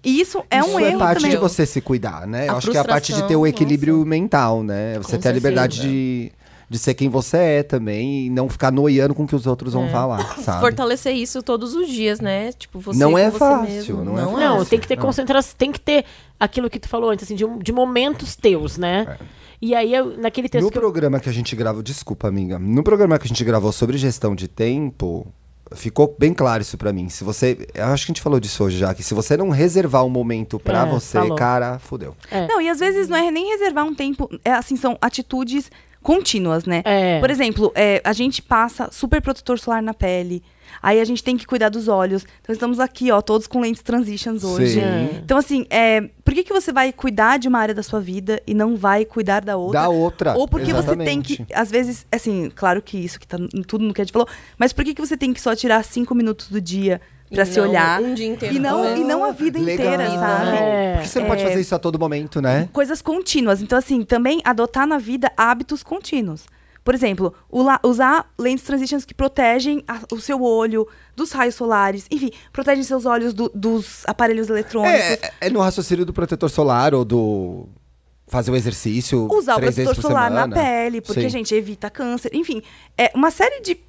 [SPEAKER 3] E isso é um
[SPEAKER 1] Isso
[SPEAKER 3] erro
[SPEAKER 1] é parte
[SPEAKER 3] também.
[SPEAKER 1] de você se cuidar, né?
[SPEAKER 4] A
[SPEAKER 1] eu acho que é a parte de
[SPEAKER 4] frustração,
[SPEAKER 1] ter o equilíbrio mental, né? Você ter a liberdade
[SPEAKER 4] certeza.
[SPEAKER 1] de, de ser quem você é também e não ficar noiando com o que os outros
[SPEAKER 3] É.
[SPEAKER 1] vão falar, sabe?
[SPEAKER 4] Fortalecer isso todos os dias, né? Tipo, você
[SPEAKER 1] Não
[SPEAKER 4] com
[SPEAKER 1] é
[SPEAKER 4] você
[SPEAKER 1] fácil,
[SPEAKER 4] mesmo.
[SPEAKER 1] não é fácil.
[SPEAKER 2] Não, tem que ter
[SPEAKER 1] Não.
[SPEAKER 2] concentração, tem que ter aquilo que tu falou antes, assim, de, um- de momentos teus, né? E aí, eu- naquele texto
[SPEAKER 1] No
[SPEAKER 2] que eu-
[SPEAKER 1] programa que a gente gravou, desculpa, amiga. No programa que a gente gravou sobre gestão de tempo, ficou bem claro isso pra mim. Se você, eu acho que a gente falou disso hoje já, que se você não reservar um momento pra
[SPEAKER 2] É,
[SPEAKER 1] você,
[SPEAKER 2] falou.
[SPEAKER 1] cara, fudeu.
[SPEAKER 2] É.
[SPEAKER 3] Não, e às vezes não é nem reservar um tempo, é assim, são atitudes contínuas, né?
[SPEAKER 2] É.
[SPEAKER 3] Por exemplo, é, a gente passa super protetor solar na pele. Aí a gente tem que cuidar dos olhos. Então estamos aqui, ó, todos com lentes transitions hoje.
[SPEAKER 1] Sim.
[SPEAKER 3] Então, assim, é, por que, que você vai cuidar de uma área da sua vida e não vai cuidar da outra?
[SPEAKER 1] Da outra,
[SPEAKER 3] Ou porque você tem
[SPEAKER 1] exatamente.
[SPEAKER 3] que, às vezes, assim, claro que isso que tá n- tudo no que a gente falou, mas por que, que você tem que só tirar cinco minutos do dia
[SPEAKER 4] E
[SPEAKER 3] pra se
[SPEAKER 4] não
[SPEAKER 3] olhar?
[SPEAKER 4] um dia inteiro,
[SPEAKER 3] E não,
[SPEAKER 4] talvez.
[SPEAKER 3] e não a vida inteira,
[SPEAKER 1] Legal.
[SPEAKER 3] sabe?
[SPEAKER 2] É.
[SPEAKER 1] Por que você não pode fazer isso a todo momento, né?
[SPEAKER 3] coisas contínuas. Então, assim, também adotar na vida hábitos contínuos. Por exemplo, o la- usar lentes transitions que protegem a- o seu olho dos raios solares, enfim, protegem seus olhos do- dos aparelhos eletrônicos.
[SPEAKER 1] É, é no raciocínio do protetor solar ou do fazer o exercício
[SPEAKER 3] usar o
[SPEAKER 1] três vezes
[SPEAKER 3] protetor
[SPEAKER 1] por
[SPEAKER 3] solar
[SPEAKER 1] semana.
[SPEAKER 3] na pele, porque,
[SPEAKER 1] Sim.
[SPEAKER 3] gente, evita câncer. Enfim, é uma série de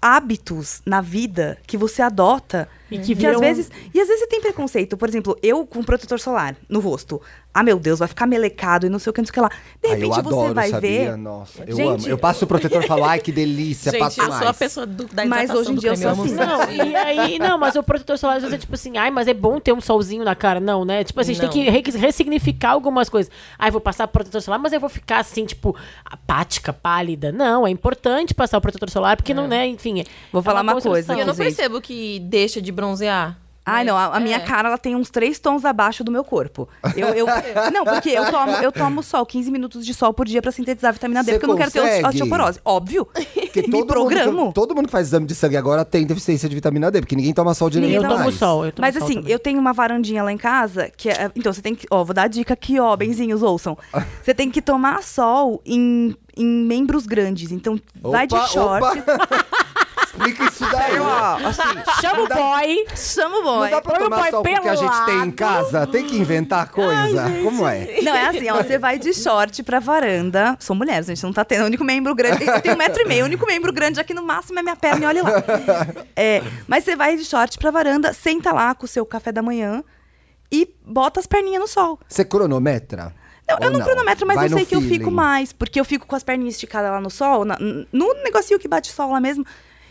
[SPEAKER 3] hábitos na vida que você adota.
[SPEAKER 2] E que
[SPEAKER 3] às
[SPEAKER 2] viram-
[SPEAKER 3] vezes. E às vezes você tem preconceito. Por exemplo, eu com protetor solar no rosto. Ah, meu Deus, vai ficar melecado e não sei o que, não sei o que lá. De
[SPEAKER 1] Ai,
[SPEAKER 3] repente
[SPEAKER 1] Ah, eu adoro,
[SPEAKER 3] você vai
[SPEAKER 1] sabia?
[SPEAKER 3] ver.
[SPEAKER 1] Nossa, eu
[SPEAKER 3] Gente,
[SPEAKER 1] amo. Eu passo o protetor falar, ai que delícia,
[SPEAKER 4] Gente,
[SPEAKER 1] passo
[SPEAKER 4] eu
[SPEAKER 1] mais.
[SPEAKER 4] sou a pessoa do, da
[SPEAKER 3] Mas
[SPEAKER 4] hidratação
[SPEAKER 3] hoje em
[SPEAKER 4] do
[SPEAKER 3] dia eu
[SPEAKER 4] creme,
[SPEAKER 3] sou
[SPEAKER 4] amo
[SPEAKER 3] assim.
[SPEAKER 2] Não, e aí, não, mas o protetor solar às vezes é tipo assim, ai, mas é bom ter um solzinho na cara, não, né? Tipo assim, a gente tem que
[SPEAKER 4] Não.
[SPEAKER 2] re- ressignificar algumas coisas. Ai, vou passar protetor solar, mas eu vou ficar assim, tipo, apática, pálida. Não, é importante passar o protetor solar, porque não, né, enfim. é-
[SPEAKER 3] Vou
[SPEAKER 2] é
[SPEAKER 3] falar uma coisa,
[SPEAKER 2] construção.
[SPEAKER 4] E eu não
[SPEAKER 3] gente.
[SPEAKER 4] percebo que deixa de bronzear.
[SPEAKER 3] Ai, não, a, a
[SPEAKER 4] É.
[SPEAKER 3] minha cara ela tem uns três tons abaixo do meu corpo. Eu, eu- não, porque eu tomo, eu tomo sol, 15 minutos de sol por dia pra sintetizar a vitamina
[SPEAKER 1] Você
[SPEAKER 3] D, porque eu não quero ter os-
[SPEAKER 1] consegue?
[SPEAKER 3] osteoporose. Óbvio.
[SPEAKER 1] Porque
[SPEAKER 3] Me programo.
[SPEAKER 1] Mundo, que- todo mundo que faz exame de sangue agora tem deficiência de vitamina D, porque ninguém toma sol direito
[SPEAKER 3] Ninguém
[SPEAKER 2] Eu
[SPEAKER 3] toma
[SPEAKER 2] tomo
[SPEAKER 1] mais.
[SPEAKER 2] sol, eu tomo
[SPEAKER 3] Mas
[SPEAKER 2] sol
[SPEAKER 3] assim,
[SPEAKER 2] também.
[SPEAKER 3] eu tenho uma varandinha lá em casa que é. Então, você tem que. Ó, vou dar a dica aqui, ó, benzinhos, ouçam. Você tem que tomar sol em, em membros grandes. Então, vai de
[SPEAKER 1] Opa,
[SPEAKER 3] short.
[SPEAKER 1] opa. Explica isso daí. ó. Assim,
[SPEAKER 2] Chama o boy.
[SPEAKER 3] Chama o
[SPEAKER 1] não
[SPEAKER 3] boy.
[SPEAKER 1] dá pra
[SPEAKER 2] Põe o
[SPEAKER 1] tomar
[SPEAKER 2] pai
[SPEAKER 1] sol porque a gente tem em
[SPEAKER 2] pelado.
[SPEAKER 1] casa. Tem que inventar coisa. Como é?
[SPEAKER 3] Não, é assim, ó, você vai de short pra varanda. Sou mulher, gente, não tá tendo. O único membro grande. Eu tenho um metro e meio, o único membro grande aqui no máximo é minha perna, e olha lá. É, mas você vai de short pra varanda, senta lá com o seu café da manhã e bota as perninhas no sol.
[SPEAKER 1] Você cronometra?
[SPEAKER 3] Não, eu
[SPEAKER 1] Ou
[SPEAKER 3] não, cronometro, mas
[SPEAKER 1] Vai
[SPEAKER 3] eu sei
[SPEAKER 1] no
[SPEAKER 3] que eu fico
[SPEAKER 1] feeling.
[SPEAKER 3] mais, porque eu fico com as perninhas esticadas lá no sol, na- no negocinho que bate sol lá mesmo,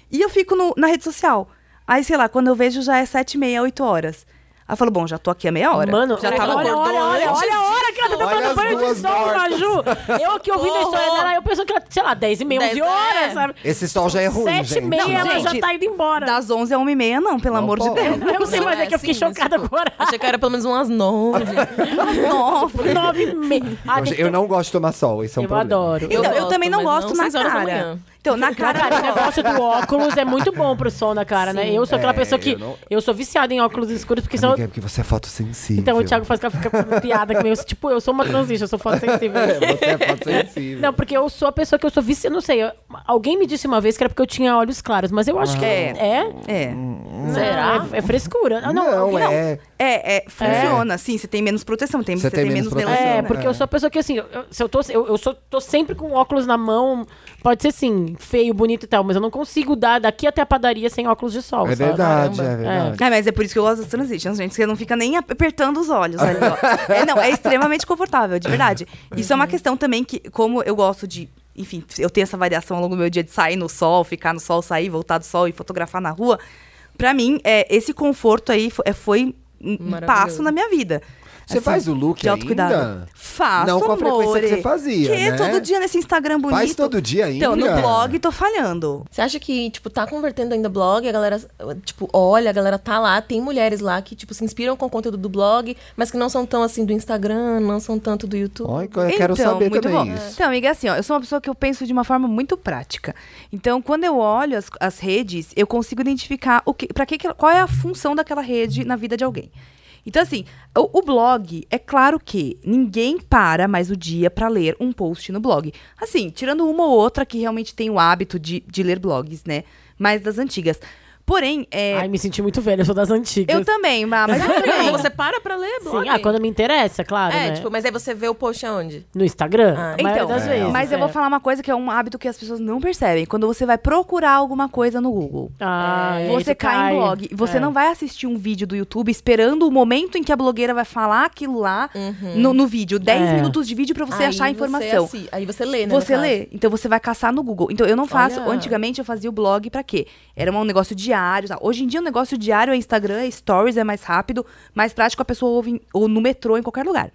[SPEAKER 3] e eu fico no- na rede social. Aí, sei lá, quando eu vejo já é sete e meia, oito horas. Aí eu falo, bom, já tô aqui a meia hora.
[SPEAKER 2] Mano,
[SPEAKER 3] já
[SPEAKER 2] olha,
[SPEAKER 3] tava
[SPEAKER 2] olha,
[SPEAKER 3] acordando
[SPEAKER 2] olha, olha, olha a hora que ela tá
[SPEAKER 1] Olha
[SPEAKER 2] tomando
[SPEAKER 1] as
[SPEAKER 2] banho de
[SPEAKER 1] duas
[SPEAKER 2] sol, Maju. Eu que ouvindo a história
[SPEAKER 4] Horror.
[SPEAKER 2] dela, eu penso que ela, sei lá, 10 e meia, 11
[SPEAKER 4] Dez,
[SPEAKER 2] horas,
[SPEAKER 4] é.
[SPEAKER 2] sabe?
[SPEAKER 1] Esse sol já é ruim,
[SPEAKER 2] 7 e
[SPEAKER 1] gente.
[SPEAKER 2] meia,
[SPEAKER 3] Não,
[SPEAKER 2] ela já
[SPEAKER 3] gente,
[SPEAKER 2] tá indo embora.
[SPEAKER 3] Das 11 a 1 e meia, não, pelo
[SPEAKER 1] Não
[SPEAKER 3] amor de
[SPEAKER 1] pode.
[SPEAKER 3] Deus.
[SPEAKER 2] Eu não sei,
[SPEAKER 4] Não,
[SPEAKER 2] mas é,
[SPEAKER 4] é
[SPEAKER 2] que eu fiquei
[SPEAKER 4] assim, mas-
[SPEAKER 2] chocada com o horário.
[SPEAKER 4] Achei que era pelo menos umas nove.
[SPEAKER 3] Nove.
[SPEAKER 2] Nove e meia. Ah, tem que-
[SPEAKER 1] Eu não gosto de tomar sol, isso é um
[SPEAKER 2] Eu
[SPEAKER 1] problema.
[SPEAKER 2] adoro.
[SPEAKER 3] Então, eu,
[SPEAKER 4] gosto,
[SPEAKER 3] também não
[SPEAKER 4] mas
[SPEAKER 3] gosto
[SPEAKER 4] não
[SPEAKER 3] na
[SPEAKER 4] seis horas da
[SPEAKER 3] cara.
[SPEAKER 4] manhã.
[SPEAKER 3] Então, na
[SPEAKER 2] Cara, né?
[SPEAKER 3] cara. eu
[SPEAKER 2] o negócio do óculos é muito bom pro sol na cara, né? Eu sou aquela
[SPEAKER 1] É,
[SPEAKER 2] pessoa que.
[SPEAKER 1] eu
[SPEAKER 2] Eu,
[SPEAKER 1] não-
[SPEAKER 2] sou viciada em óculos escuros, porque senão.
[SPEAKER 1] Amiga, é porque você é fotossensível.
[SPEAKER 2] Então o Thiago faz fica, fica piada comigo. Tipo, eu sou uma transista, eu sou fotossensível.
[SPEAKER 1] É, você é fotossensível.
[SPEAKER 2] Não, porque eu sou a pessoa que eu sou viciada. Não sei, eu- alguém me disse uma vez que era porque eu tinha olhos claros, mas eu acho que
[SPEAKER 3] É.
[SPEAKER 2] é.
[SPEAKER 3] É.
[SPEAKER 2] Será? É, é frescura. Ah, não,
[SPEAKER 1] não,
[SPEAKER 2] alguém-
[SPEAKER 1] é.
[SPEAKER 3] É, é, funciona, sim. Você tem menos proteção, tem, você tem, menos melancia.
[SPEAKER 1] proteção,
[SPEAKER 2] É,
[SPEAKER 1] né?
[SPEAKER 2] porque eu sou a pessoa que, assim, eu- eu- se eu tô, eu, eu sou, tô sempre com óculos na mão, pode ser, assim, feio, bonito e tal, mas eu não consigo dar daqui até a padaria sem óculos de sol,
[SPEAKER 1] É
[SPEAKER 2] sabe?
[SPEAKER 1] verdade, é
[SPEAKER 4] Caramba.
[SPEAKER 1] verdade.
[SPEAKER 3] É, mas é por isso que eu gosto das transitions, gente. Você não fica nem apertando os olhos ali, ó. É, não, é extremamente confortável, de verdade. Isso é uma questão também que, como eu gosto de. Enfim, eu tenho essa variação ao longo do meu dia de sair no sol, ficar no sol, sair, voltar do sol e fotografar na rua. Pra mim, é, esse conforto aí fo- é, foi um- um
[SPEAKER 4] Maravilhoso.
[SPEAKER 3] passo na minha vida. Assim,
[SPEAKER 1] Você faz o look
[SPEAKER 3] de autocuidado.
[SPEAKER 1] ainda?
[SPEAKER 3] Faço,
[SPEAKER 1] Não com a frequência que
[SPEAKER 3] amore.
[SPEAKER 1] você fazia,
[SPEAKER 3] Que
[SPEAKER 1] né?
[SPEAKER 3] todo dia nesse Instagram bonito.
[SPEAKER 1] Faz todo dia ainda?
[SPEAKER 3] Então, no blog tô falhando.
[SPEAKER 4] Você acha que, tipo, tá convertendo ainda blog, a galera, tipo, olha, a galera tá lá, tem mulheres lá que, tipo, se inspiram com o conteúdo do blog, mas que não são tão, assim, do Instagram, não são tanto do
[SPEAKER 2] É.
[SPEAKER 4] YouTube.
[SPEAKER 1] Olha, Então, eu quero saber também isso.
[SPEAKER 3] Então, amiga, assim, ó, eu sou uma pessoa que eu penso de uma forma muito prática. Então, quando eu olho as, as redes, eu consigo identificar o que, para que, que ela- qual é a função daquela rede na vida de alguém. Então, assim, o, o blog, é claro que ninguém para mais o dia pra ler um post no blog. Assim, tirando uma ou outra que realmente tem o hábito de, de ler blogs, né? Mais das antigas. Porém, é,
[SPEAKER 2] Ai, me senti muito velha, eu sou das antigas.
[SPEAKER 3] eu também, Ma, mas eu também.
[SPEAKER 4] Sério? Você para pra ler blog?
[SPEAKER 2] Sim, ah, quando me interessa, claro,
[SPEAKER 4] É,
[SPEAKER 2] né?
[SPEAKER 4] tipo, mas aí você vê o post aonde?
[SPEAKER 2] No Instagram, a maioria
[SPEAKER 3] Então,
[SPEAKER 2] das vezes.
[SPEAKER 3] mas eu
[SPEAKER 2] é.
[SPEAKER 3] vou falar uma coisa que é um hábito que as pessoas não percebem. Quando você vai procurar alguma coisa no Google,
[SPEAKER 2] Ah, e aí
[SPEAKER 3] você
[SPEAKER 2] tu
[SPEAKER 3] cai, em blog. E Você
[SPEAKER 2] É.
[SPEAKER 3] não vai assistir um vídeo do YouTube esperando o momento em que a blogueira vai falar aquilo lá
[SPEAKER 2] Uhum.
[SPEAKER 3] no, no vídeo. 10
[SPEAKER 2] É.
[SPEAKER 3] minutos de vídeo pra você
[SPEAKER 4] Aí
[SPEAKER 3] achar a informação.
[SPEAKER 4] assi- aí você lê, né? no
[SPEAKER 3] Você
[SPEAKER 4] caso.
[SPEAKER 3] lê, então você vai caçar no Google. Então eu não faço.
[SPEAKER 4] Olha.
[SPEAKER 3] Antigamente eu fazia o blog pra quê? Era um negócio diário. Tá? Hoje em dia o negócio diário é Instagram, é stories, é mais rápido, mais prático, a pessoa ouve em- ou no metrô, em qualquer lugar.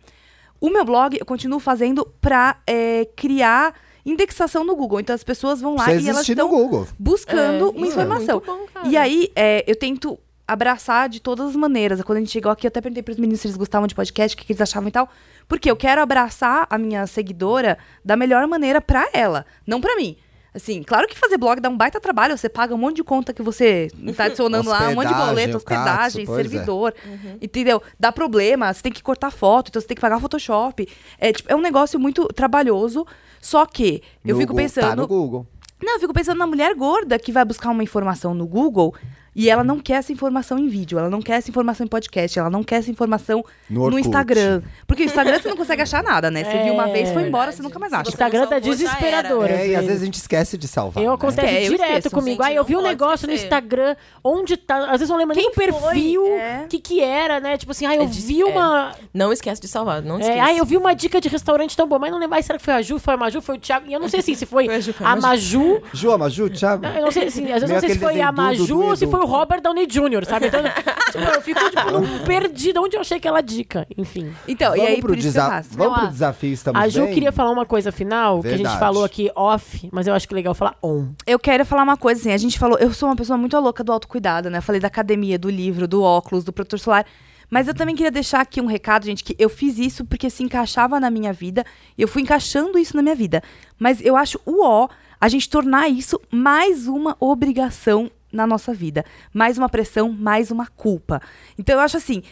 [SPEAKER 3] O meu blog eu continuo fazendo pra é, criar indexação no Google. Então as pessoas vão lá
[SPEAKER 1] Precisa
[SPEAKER 3] e elas
[SPEAKER 1] existir no
[SPEAKER 3] estão
[SPEAKER 1] Google.
[SPEAKER 3] buscando
[SPEAKER 4] É,
[SPEAKER 3] uma
[SPEAKER 4] isso é
[SPEAKER 3] informação.
[SPEAKER 4] muito bom, cara.
[SPEAKER 3] e aí, é, eu tento abraçar de todas as maneiras. Quando a gente chegou aqui, eu até perguntei pros meninos se eles gostavam de podcast, o que, que eles achavam e tal. Porque eu quero abraçar a minha seguidora da melhor maneira pra ela, não pra mim. Assim, claro que fazer blog dá um baita trabalho, você paga um monte de conta que você tá adicionando lá, um monte de
[SPEAKER 1] Hospedagem,
[SPEAKER 3] boleto,
[SPEAKER 1] o
[SPEAKER 3] hospedagem,
[SPEAKER 1] catso, pois é.
[SPEAKER 3] servidor,
[SPEAKER 4] Uhum.
[SPEAKER 3] entendeu? Dá problema, você tem que cortar foto, então você tem que pagar Photoshop. É, tipo, é um negócio muito trabalhoso, só que eu
[SPEAKER 1] No
[SPEAKER 3] fico
[SPEAKER 1] Google, Tá
[SPEAKER 3] pensando...
[SPEAKER 1] no Google.
[SPEAKER 3] Não, eu fico pensando na mulher gorda que vai buscar uma informação no Google e ela não quer essa informação em vídeo, ela não quer essa informação em podcast, ela não quer essa informação
[SPEAKER 1] No
[SPEAKER 3] no,
[SPEAKER 1] Orkut.
[SPEAKER 3] Instagram. Porque o Instagram você não consegue achar nada, né? Você
[SPEAKER 2] É,
[SPEAKER 3] viu uma vez, foi embora, você
[SPEAKER 4] verdade.
[SPEAKER 3] nunca mais
[SPEAKER 4] Se
[SPEAKER 3] acha.
[SPEAKER 4] você-
[SPEAKER 2] Instagram tá
[SPEAKER 4] Salvou, já
[SPEAKER 2] desesperador. assim.
[SPEAKER 1] É,
[SPEAKER 2] às
[SPEAKER 1] e às
[SPEAKER 2] vezes.
[SPEAKER 1] vezes a gente esquece de salvar.
[SPEAKER 2] Eu
[SPEAKER 1] né?
[SPEAKER 2] um acontece
[SPEAKER 3] É, eu
[SPEAKER 2] direto
[SPEAKER 3] esqueço,
[SPEAKER 2] comigo.
[SPEAKER 4] gente,
[SPEAKER 2] Aí eu
[SPEAKER 4] não
[SPEAKER 2] vi um
[SPEAKER 4] pode
[SPEAKER 2] negócio no
[SPEAKER 4] esquecer.
[SPEAKER 2] Instagram, onde tá. Às vezes eu não lembro nem o
[SPEAKER 4] Quem foi?
[SPEAKER 2] perfil, o
[SPEAKER 3] É.
[SPEAKER 2] que que era, né? Tipo assim, ah, eu
[SPEAKER 4] É de-
[SPEAKER 2] vi
[SPEAKER 4] é.
[SPEAKER 2] uma.
[SPEAKER 4] Não esquece de salvar, não
[SPEAKER 2] É,
[SPEAKER 4] esquece.
[SPEAKER 2] ah, eu vi uma dica de restaurante tão bom, mas não lembro. Ai, será que foi a Ju? Foi a Maju? Foi o Thiago? E eu não sei assim, se foi,
[SPEAKER 4] Foi a Ju, foi a
[SPEAKER 2] a Maju.
[SPEAKER 1] Ju, Amaju, Thiago.
[SPEAKER 2] Eu não sei assim, às vezes
[SPEAKER 1] Meio
[SPEAKER 2] eu não sei se
[SPEAKER 1] aquele
[SPEAKER 2] foi
[SPEAKER 1] desenho
[SPEAKER 2] a
[SPEAKER 1] do- do-
[SPEAKER 2] Maju
[SPEAKER 1] do
[SPEAKER 2] ou se
[SPEAKER 1] Edu.
[SPEAKER 2] foi o Robert Downey Jr., sabe? Então, tipo, eu fico tipo, perdida onde eu achei aquela dica. Enfim.
[SPEAKER 3] Então, e
[SPEAKER 1] Vamos
[SPEAKER 3] aí
[SPEAKER 1] pro
[SPEAKER 3] por isso que eu
[SPEAKER 1] desa-
[SPEAKER 3] faço.
[SPEAKER 1] Vamos pro
[SPEAKER 2] Ah,
[SPEAKER 1] desafio, estamos
[SPEAKER 2] a Ju
[SPEAKER 1] bem?
[SPEAKER 2] queria falar uma coisa final, que a gente
[SPEAKER 1] Verdade.
[SPEAKER 2] falou aqui off, mas eu acho que é legal falar on.
[SPEAKER 3] Eu quero falar uma coisa assim, a gente falou, eu sou uma pessoa muito louca do autocuidado, né? Eu falei da academia, do livro, do óculos, do protetor solar. Mas eu também queria deixar aqui um recado, gente, que eu fiz isso porque se encaixava na minha vida, e eu fui encaixando isso na minha vida. Mas eu acho o ó a gente tornar isso mais uma obrigação na nossa vida, mais uma pressão, mais uma culpa. Então eu acho assim,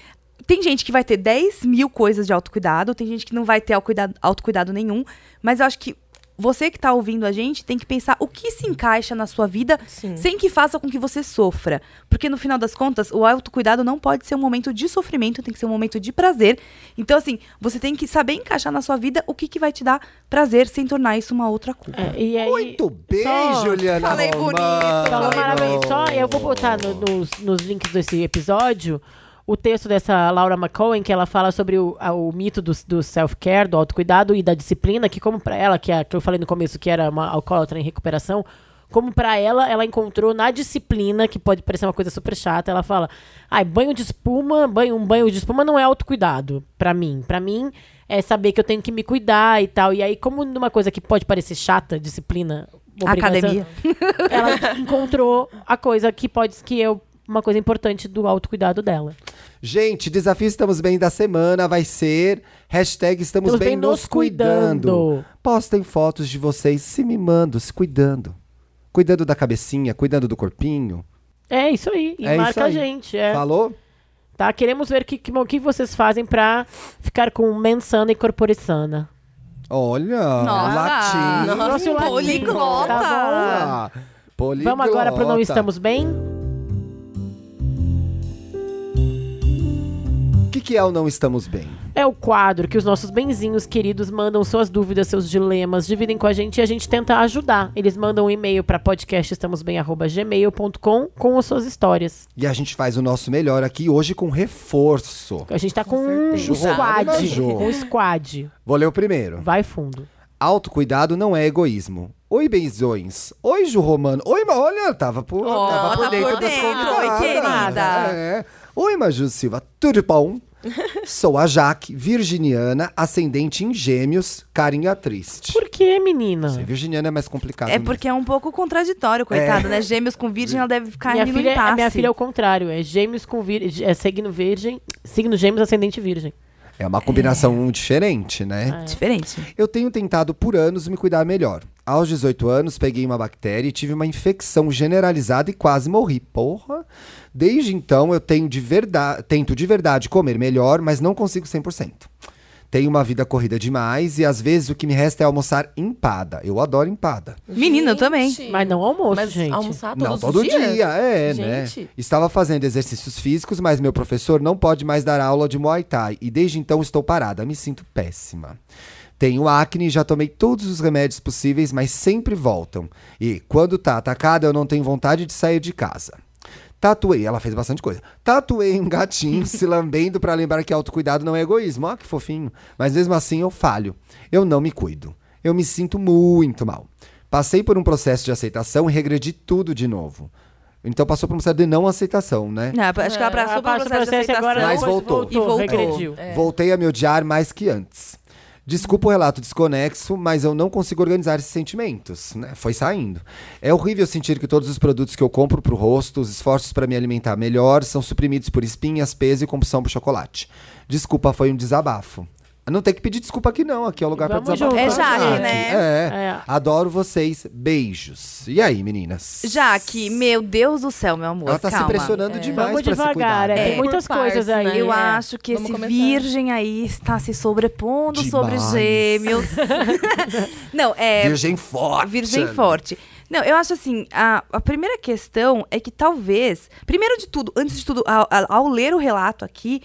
[SPEAKER 3] tem gente que vai ter 10 mil coisas de autocuidado, tem gente que não vai ter autocuidado, autocuidado nenhum, mas eu acho que você que tá ouvindo a gente tem que pensar o que se encaixa na sua vida
[SPEAKER 4] Sim.
[SPEAKER 3] sem que faça com que você sofra. Porque no final das contas, o autocuidado não pode ser um momento de sofrimento, tem que ser um momento de prazer. Então, assim, você tem que saber encaixar na sua vida o que, que vai te dar prazer sem tornar isso uma outra culpa.
[SPEAKER 2] É, e aí,
[SPEAKER 1] Muito bem,
[SPEAKER 2] só-
[SPEAKER 1] Juliana.
[SPEAKER 3] Falei bonito,
[SPEAKER 2] Falou
[SPEAKER 3] Ai,
[SPEAKER 2] maravilhoso. Só eu vou botar no- nos, nos links desse episódio o texto dessa Laura McCohen, que ela fala sobre o, a- o mito do, do self-care, do autocuidado e da disciplina, que como pra ela, que, é, a que eu falei no começo que era uma alcoólatra em recuperação, como pra ela, ela encontrou na disciplina, que pode parecer uma coisa super chata, ela fala, ai, banho de espuma, banho, um banho de espuma não é autocuidado pra mim. Pra mim é saber que eu tenho que me cuidar e tal. E aí, como numa coisa que pode parecer chata, disciplina, obrigação-
[SPEAKER 3] Academia.
[SPEAKER 2] ela encontrou a coisa que pode que eu uma coisa importante do autocuidado dela.
[SPEAKER 1] Gente, desafio Estamos Bem da semana vai ser hashtag Estamos,
[SPEAKER 2] Estamos
[SPEAKER 1] bem,
[SPEAKER 2] Bem
[SPEAKER 1] nos
[SPEAKER 2] nos
[SPEAKER 1] cuidando.
[SPEAKER 2] cuidando.
[SPEAKER 1] Postem fotos de vocês se mimando, se cuidando. Cuidando da cabecinha, cuidando do corpinho.
[SPEAKER 2] É isso aí. E
[SPEAKER 1] É isso
[SPEAKER 2] marca a
[SPEAKER 1] aí.
[SPEAKER 2] gente. É,
[SPEAKER 1] Falou?
[SPEAKER 2] tá? Queremos ver o que, que, o que vocês fazem pra ficar com mensana e corporesana.
[SPEAKER 1] Olha,
[SPEAKER 2] é
[SPEAKER 1] latim.
[SPEAKER 2] Trouxe o latim.
[SPEAKER 3] poliglota.
[SPEAKER 2] Tá bom?
[SPEAKER 1] Ah, poliglota.
[SPEAKER 2] Vamos agora pro Não Estamos Bem?
[SPEAKER 1] O que, que é o Não Estamos Bem?
[SPEAKER 2] É o quadro que os nossos benzinhos queridos mandam suas dúvidas, seus dilemas, dividem com a gente e a gente tenta ajudar. Eles mandam um e-mail pra podcastestamosbem.gmail.com com as suas histórias.
[SPEAKER 1] E a gente faz o nosso melhor aqui hoje com reforço.
[SPEAKER 2] A gente tá com um
[SPEAKER 1] certeza.
[SPEAKER 2] squad.
[SPEAKER 1] Jurado,
[SPEAKER 2] Com um squad.
[SPEAKER 1] Vou ler o primeiro.
[SPEAKER 2] Vai fundo.
[SPEAKER 1] Autocuidado não é egoísmo. Oi, benzões. Oi, Ju Romano. Oi, ma... olha, tava por,
[SPEAKER 3] Ó,
[SPEAKER 1] tava por
[SPEAKER 3] tá
[SPEAKER 1] dentro
[SPEAKER 3] por
[SPEAKER 1] das
[SPEAKER 3] dentro.
[SPEAKER 1] convidadas.
[SPEAKER 3] Oi, querida.
[SPEAKER 1] É. Oi, Maju Silva. Tudo bom? Sou a Jaque, virginiana, ascendente em gêmeos, carinha triste.
[SPEAKER 2] Por que, menina?
[SPEAKER 1] Ser Virginiana é mais complicado.
[SPEAKER 3] É
[SPEAKER 1] mesmo.
[SPEAKER 3] porque é um pouco contraditório,
[SPEAKER 2] É.
[SPEAKER 3] coitado, né? Gêmeos com virgem, ela deve ficar
[SPEAKER 2] minha
[SPEAKER 3] rindo em
[SPEAKER 2] filha, é,
[SPEAKER 3] passe.
[SPEAKER 2] minha filha é o contrário. É gêmeos com virgem. É signo virgem. Signo gêmeos, ascendente virgem.
[SPEAKER 1] É uma combinação diferente, né?
[SPEAKER 3] É. Diferente.
[SPEAKER 1] Eu tenho tentado por anos me cuidar melhor. Aos 18 anos, peguei uma bactéria e tive uma infecção generalizada e quase morri. Porra! Desde então, eu tenho de verda- tento de verdade comer melhor, mas não consigo 100%. Tenho uma vida corrida demais e às vezes o que me resta é almoçar empada. Eu adoro empada.
[SPEAKER 3] Menina, eu também.
[SPEAKER 2] Mas não almoço,
[SPEAKER 4] Mas
[SPEAKER 2] gente.
[SPEAKER 4] almoçar todos
[SPEAKER 1] não,
[SPEAKER 4] os
[SPEAKER 1] todo
[SPEAKER 4] dias?
[SPEAKER 1] dia, é,
[SPEAKER 4] Gente.
[SPEAKER 1] né? Estava fazendo exercícios físicos, mas meu professor não pode mais dar aula de Muay Thai. E desde então estou parada, me sinto péssima. Tenho acne, já tomei todos os remédios possíveis, mas sempre voltam. E quando tá atacada, eu não tenho vontade de sair de casa. Tatuei, ela fez bastante coisa. Tatuei um gatinho se lambendo pra lembrar que autocuidado não é egoísmo. Ó, que fofinho. Mas mesmo assim eu falho. Eu não me cuido. Eu me sinto muito mal. Passei por um processo de aceitação e regredi tudo de novo. Então passou por um processo de não aceitação, né?
[SPEAKER 3] Não, acho que
[SPEAKER 2] Ela
[SPEAKER 3] ela passou pelo
[SPEAKER 2] passa o
[SPEAKER 3] processo de
[SPEAKER 2] processo agora,
[SPEAKER 3] aceitação.
[SPEAKER 1] Mas
[SPEAKER 2] depois
[SPEAKER 1] voltou.
[SPEAKER 3] E voltou.
[SPEAKER 2] Regrediu.
[SPEAKER 3] É.
[SPEAKER 1] É. Voltei a me odiar mais que antes. Desculpa o relato desconexo, mas eu não consigo organizar esses sentimentos, né? Foi saindo. É horrível sentir que todos os produtos que eu compro pro rosto, os esforços para me alimentar melhor, são suprimidos por espinhas, peso e compulsão por chocolate. Desculpa, foi um desabafo. Não tem que pedir desculpa aqui não, aqui é o lugar pra
[SPEAKER 2] Vamos
[SPEAKER 1] desabafar.
[SPEAKER 3] junto. É Jaque,
[SPEAKER 1] Jaque.
[SPEAKER 3] né?
[SPEAKER 1] É.
[SPEAKER 2] É.
[SPEAKER 1] Adoro vocês. Beijos. E aí, meninas?
[SPEAKER 3] Jaque, meu Deus do céu, meu amor.
[SPEAKER 1] Ela tá
[SPEAKER 3] calma.
[SPEAKER 1] se pressionando demais
[SPEAKER 2] Vamos
[SPEAKER 1] pra
[SPEAKER 2] devagar,
[SPEAKER 1] se
[SPEAKER 2] é.
[SPEAKER 1] cuidar. né?
[SPEAKER 2] Tem
[SPEAKER 3] É.
[SPEAKER 2] muitas
[SPEAKER 4] Por
[SPEAKER 2] coisas
[SPEAKER 4] partes,
[SPEAKER 2] aí.
[SPEAKER 4] né?
[SPEAKER 3] Eu
[SPEAKER 4] É.
[SPEAKER 3] acho que
[SPEAKER 4] Vamos
[SPEAKER 3] esse
[SPEAKER 4] começar.
[SPEAKER 3] virgem aí está se sobrepondo sobre
[SPEAKER 1] Demais.
[SPEAKER 3] gêmeos. Não, é.
[SPEAKER 1] Virgem forte.
[SPEAKER 3] Virgem forte. Não, eu acho assim, a, a primeira questão é que talvez, primeiro de tudo, antes de tudo, ao, ao- ao ler o relato aqui,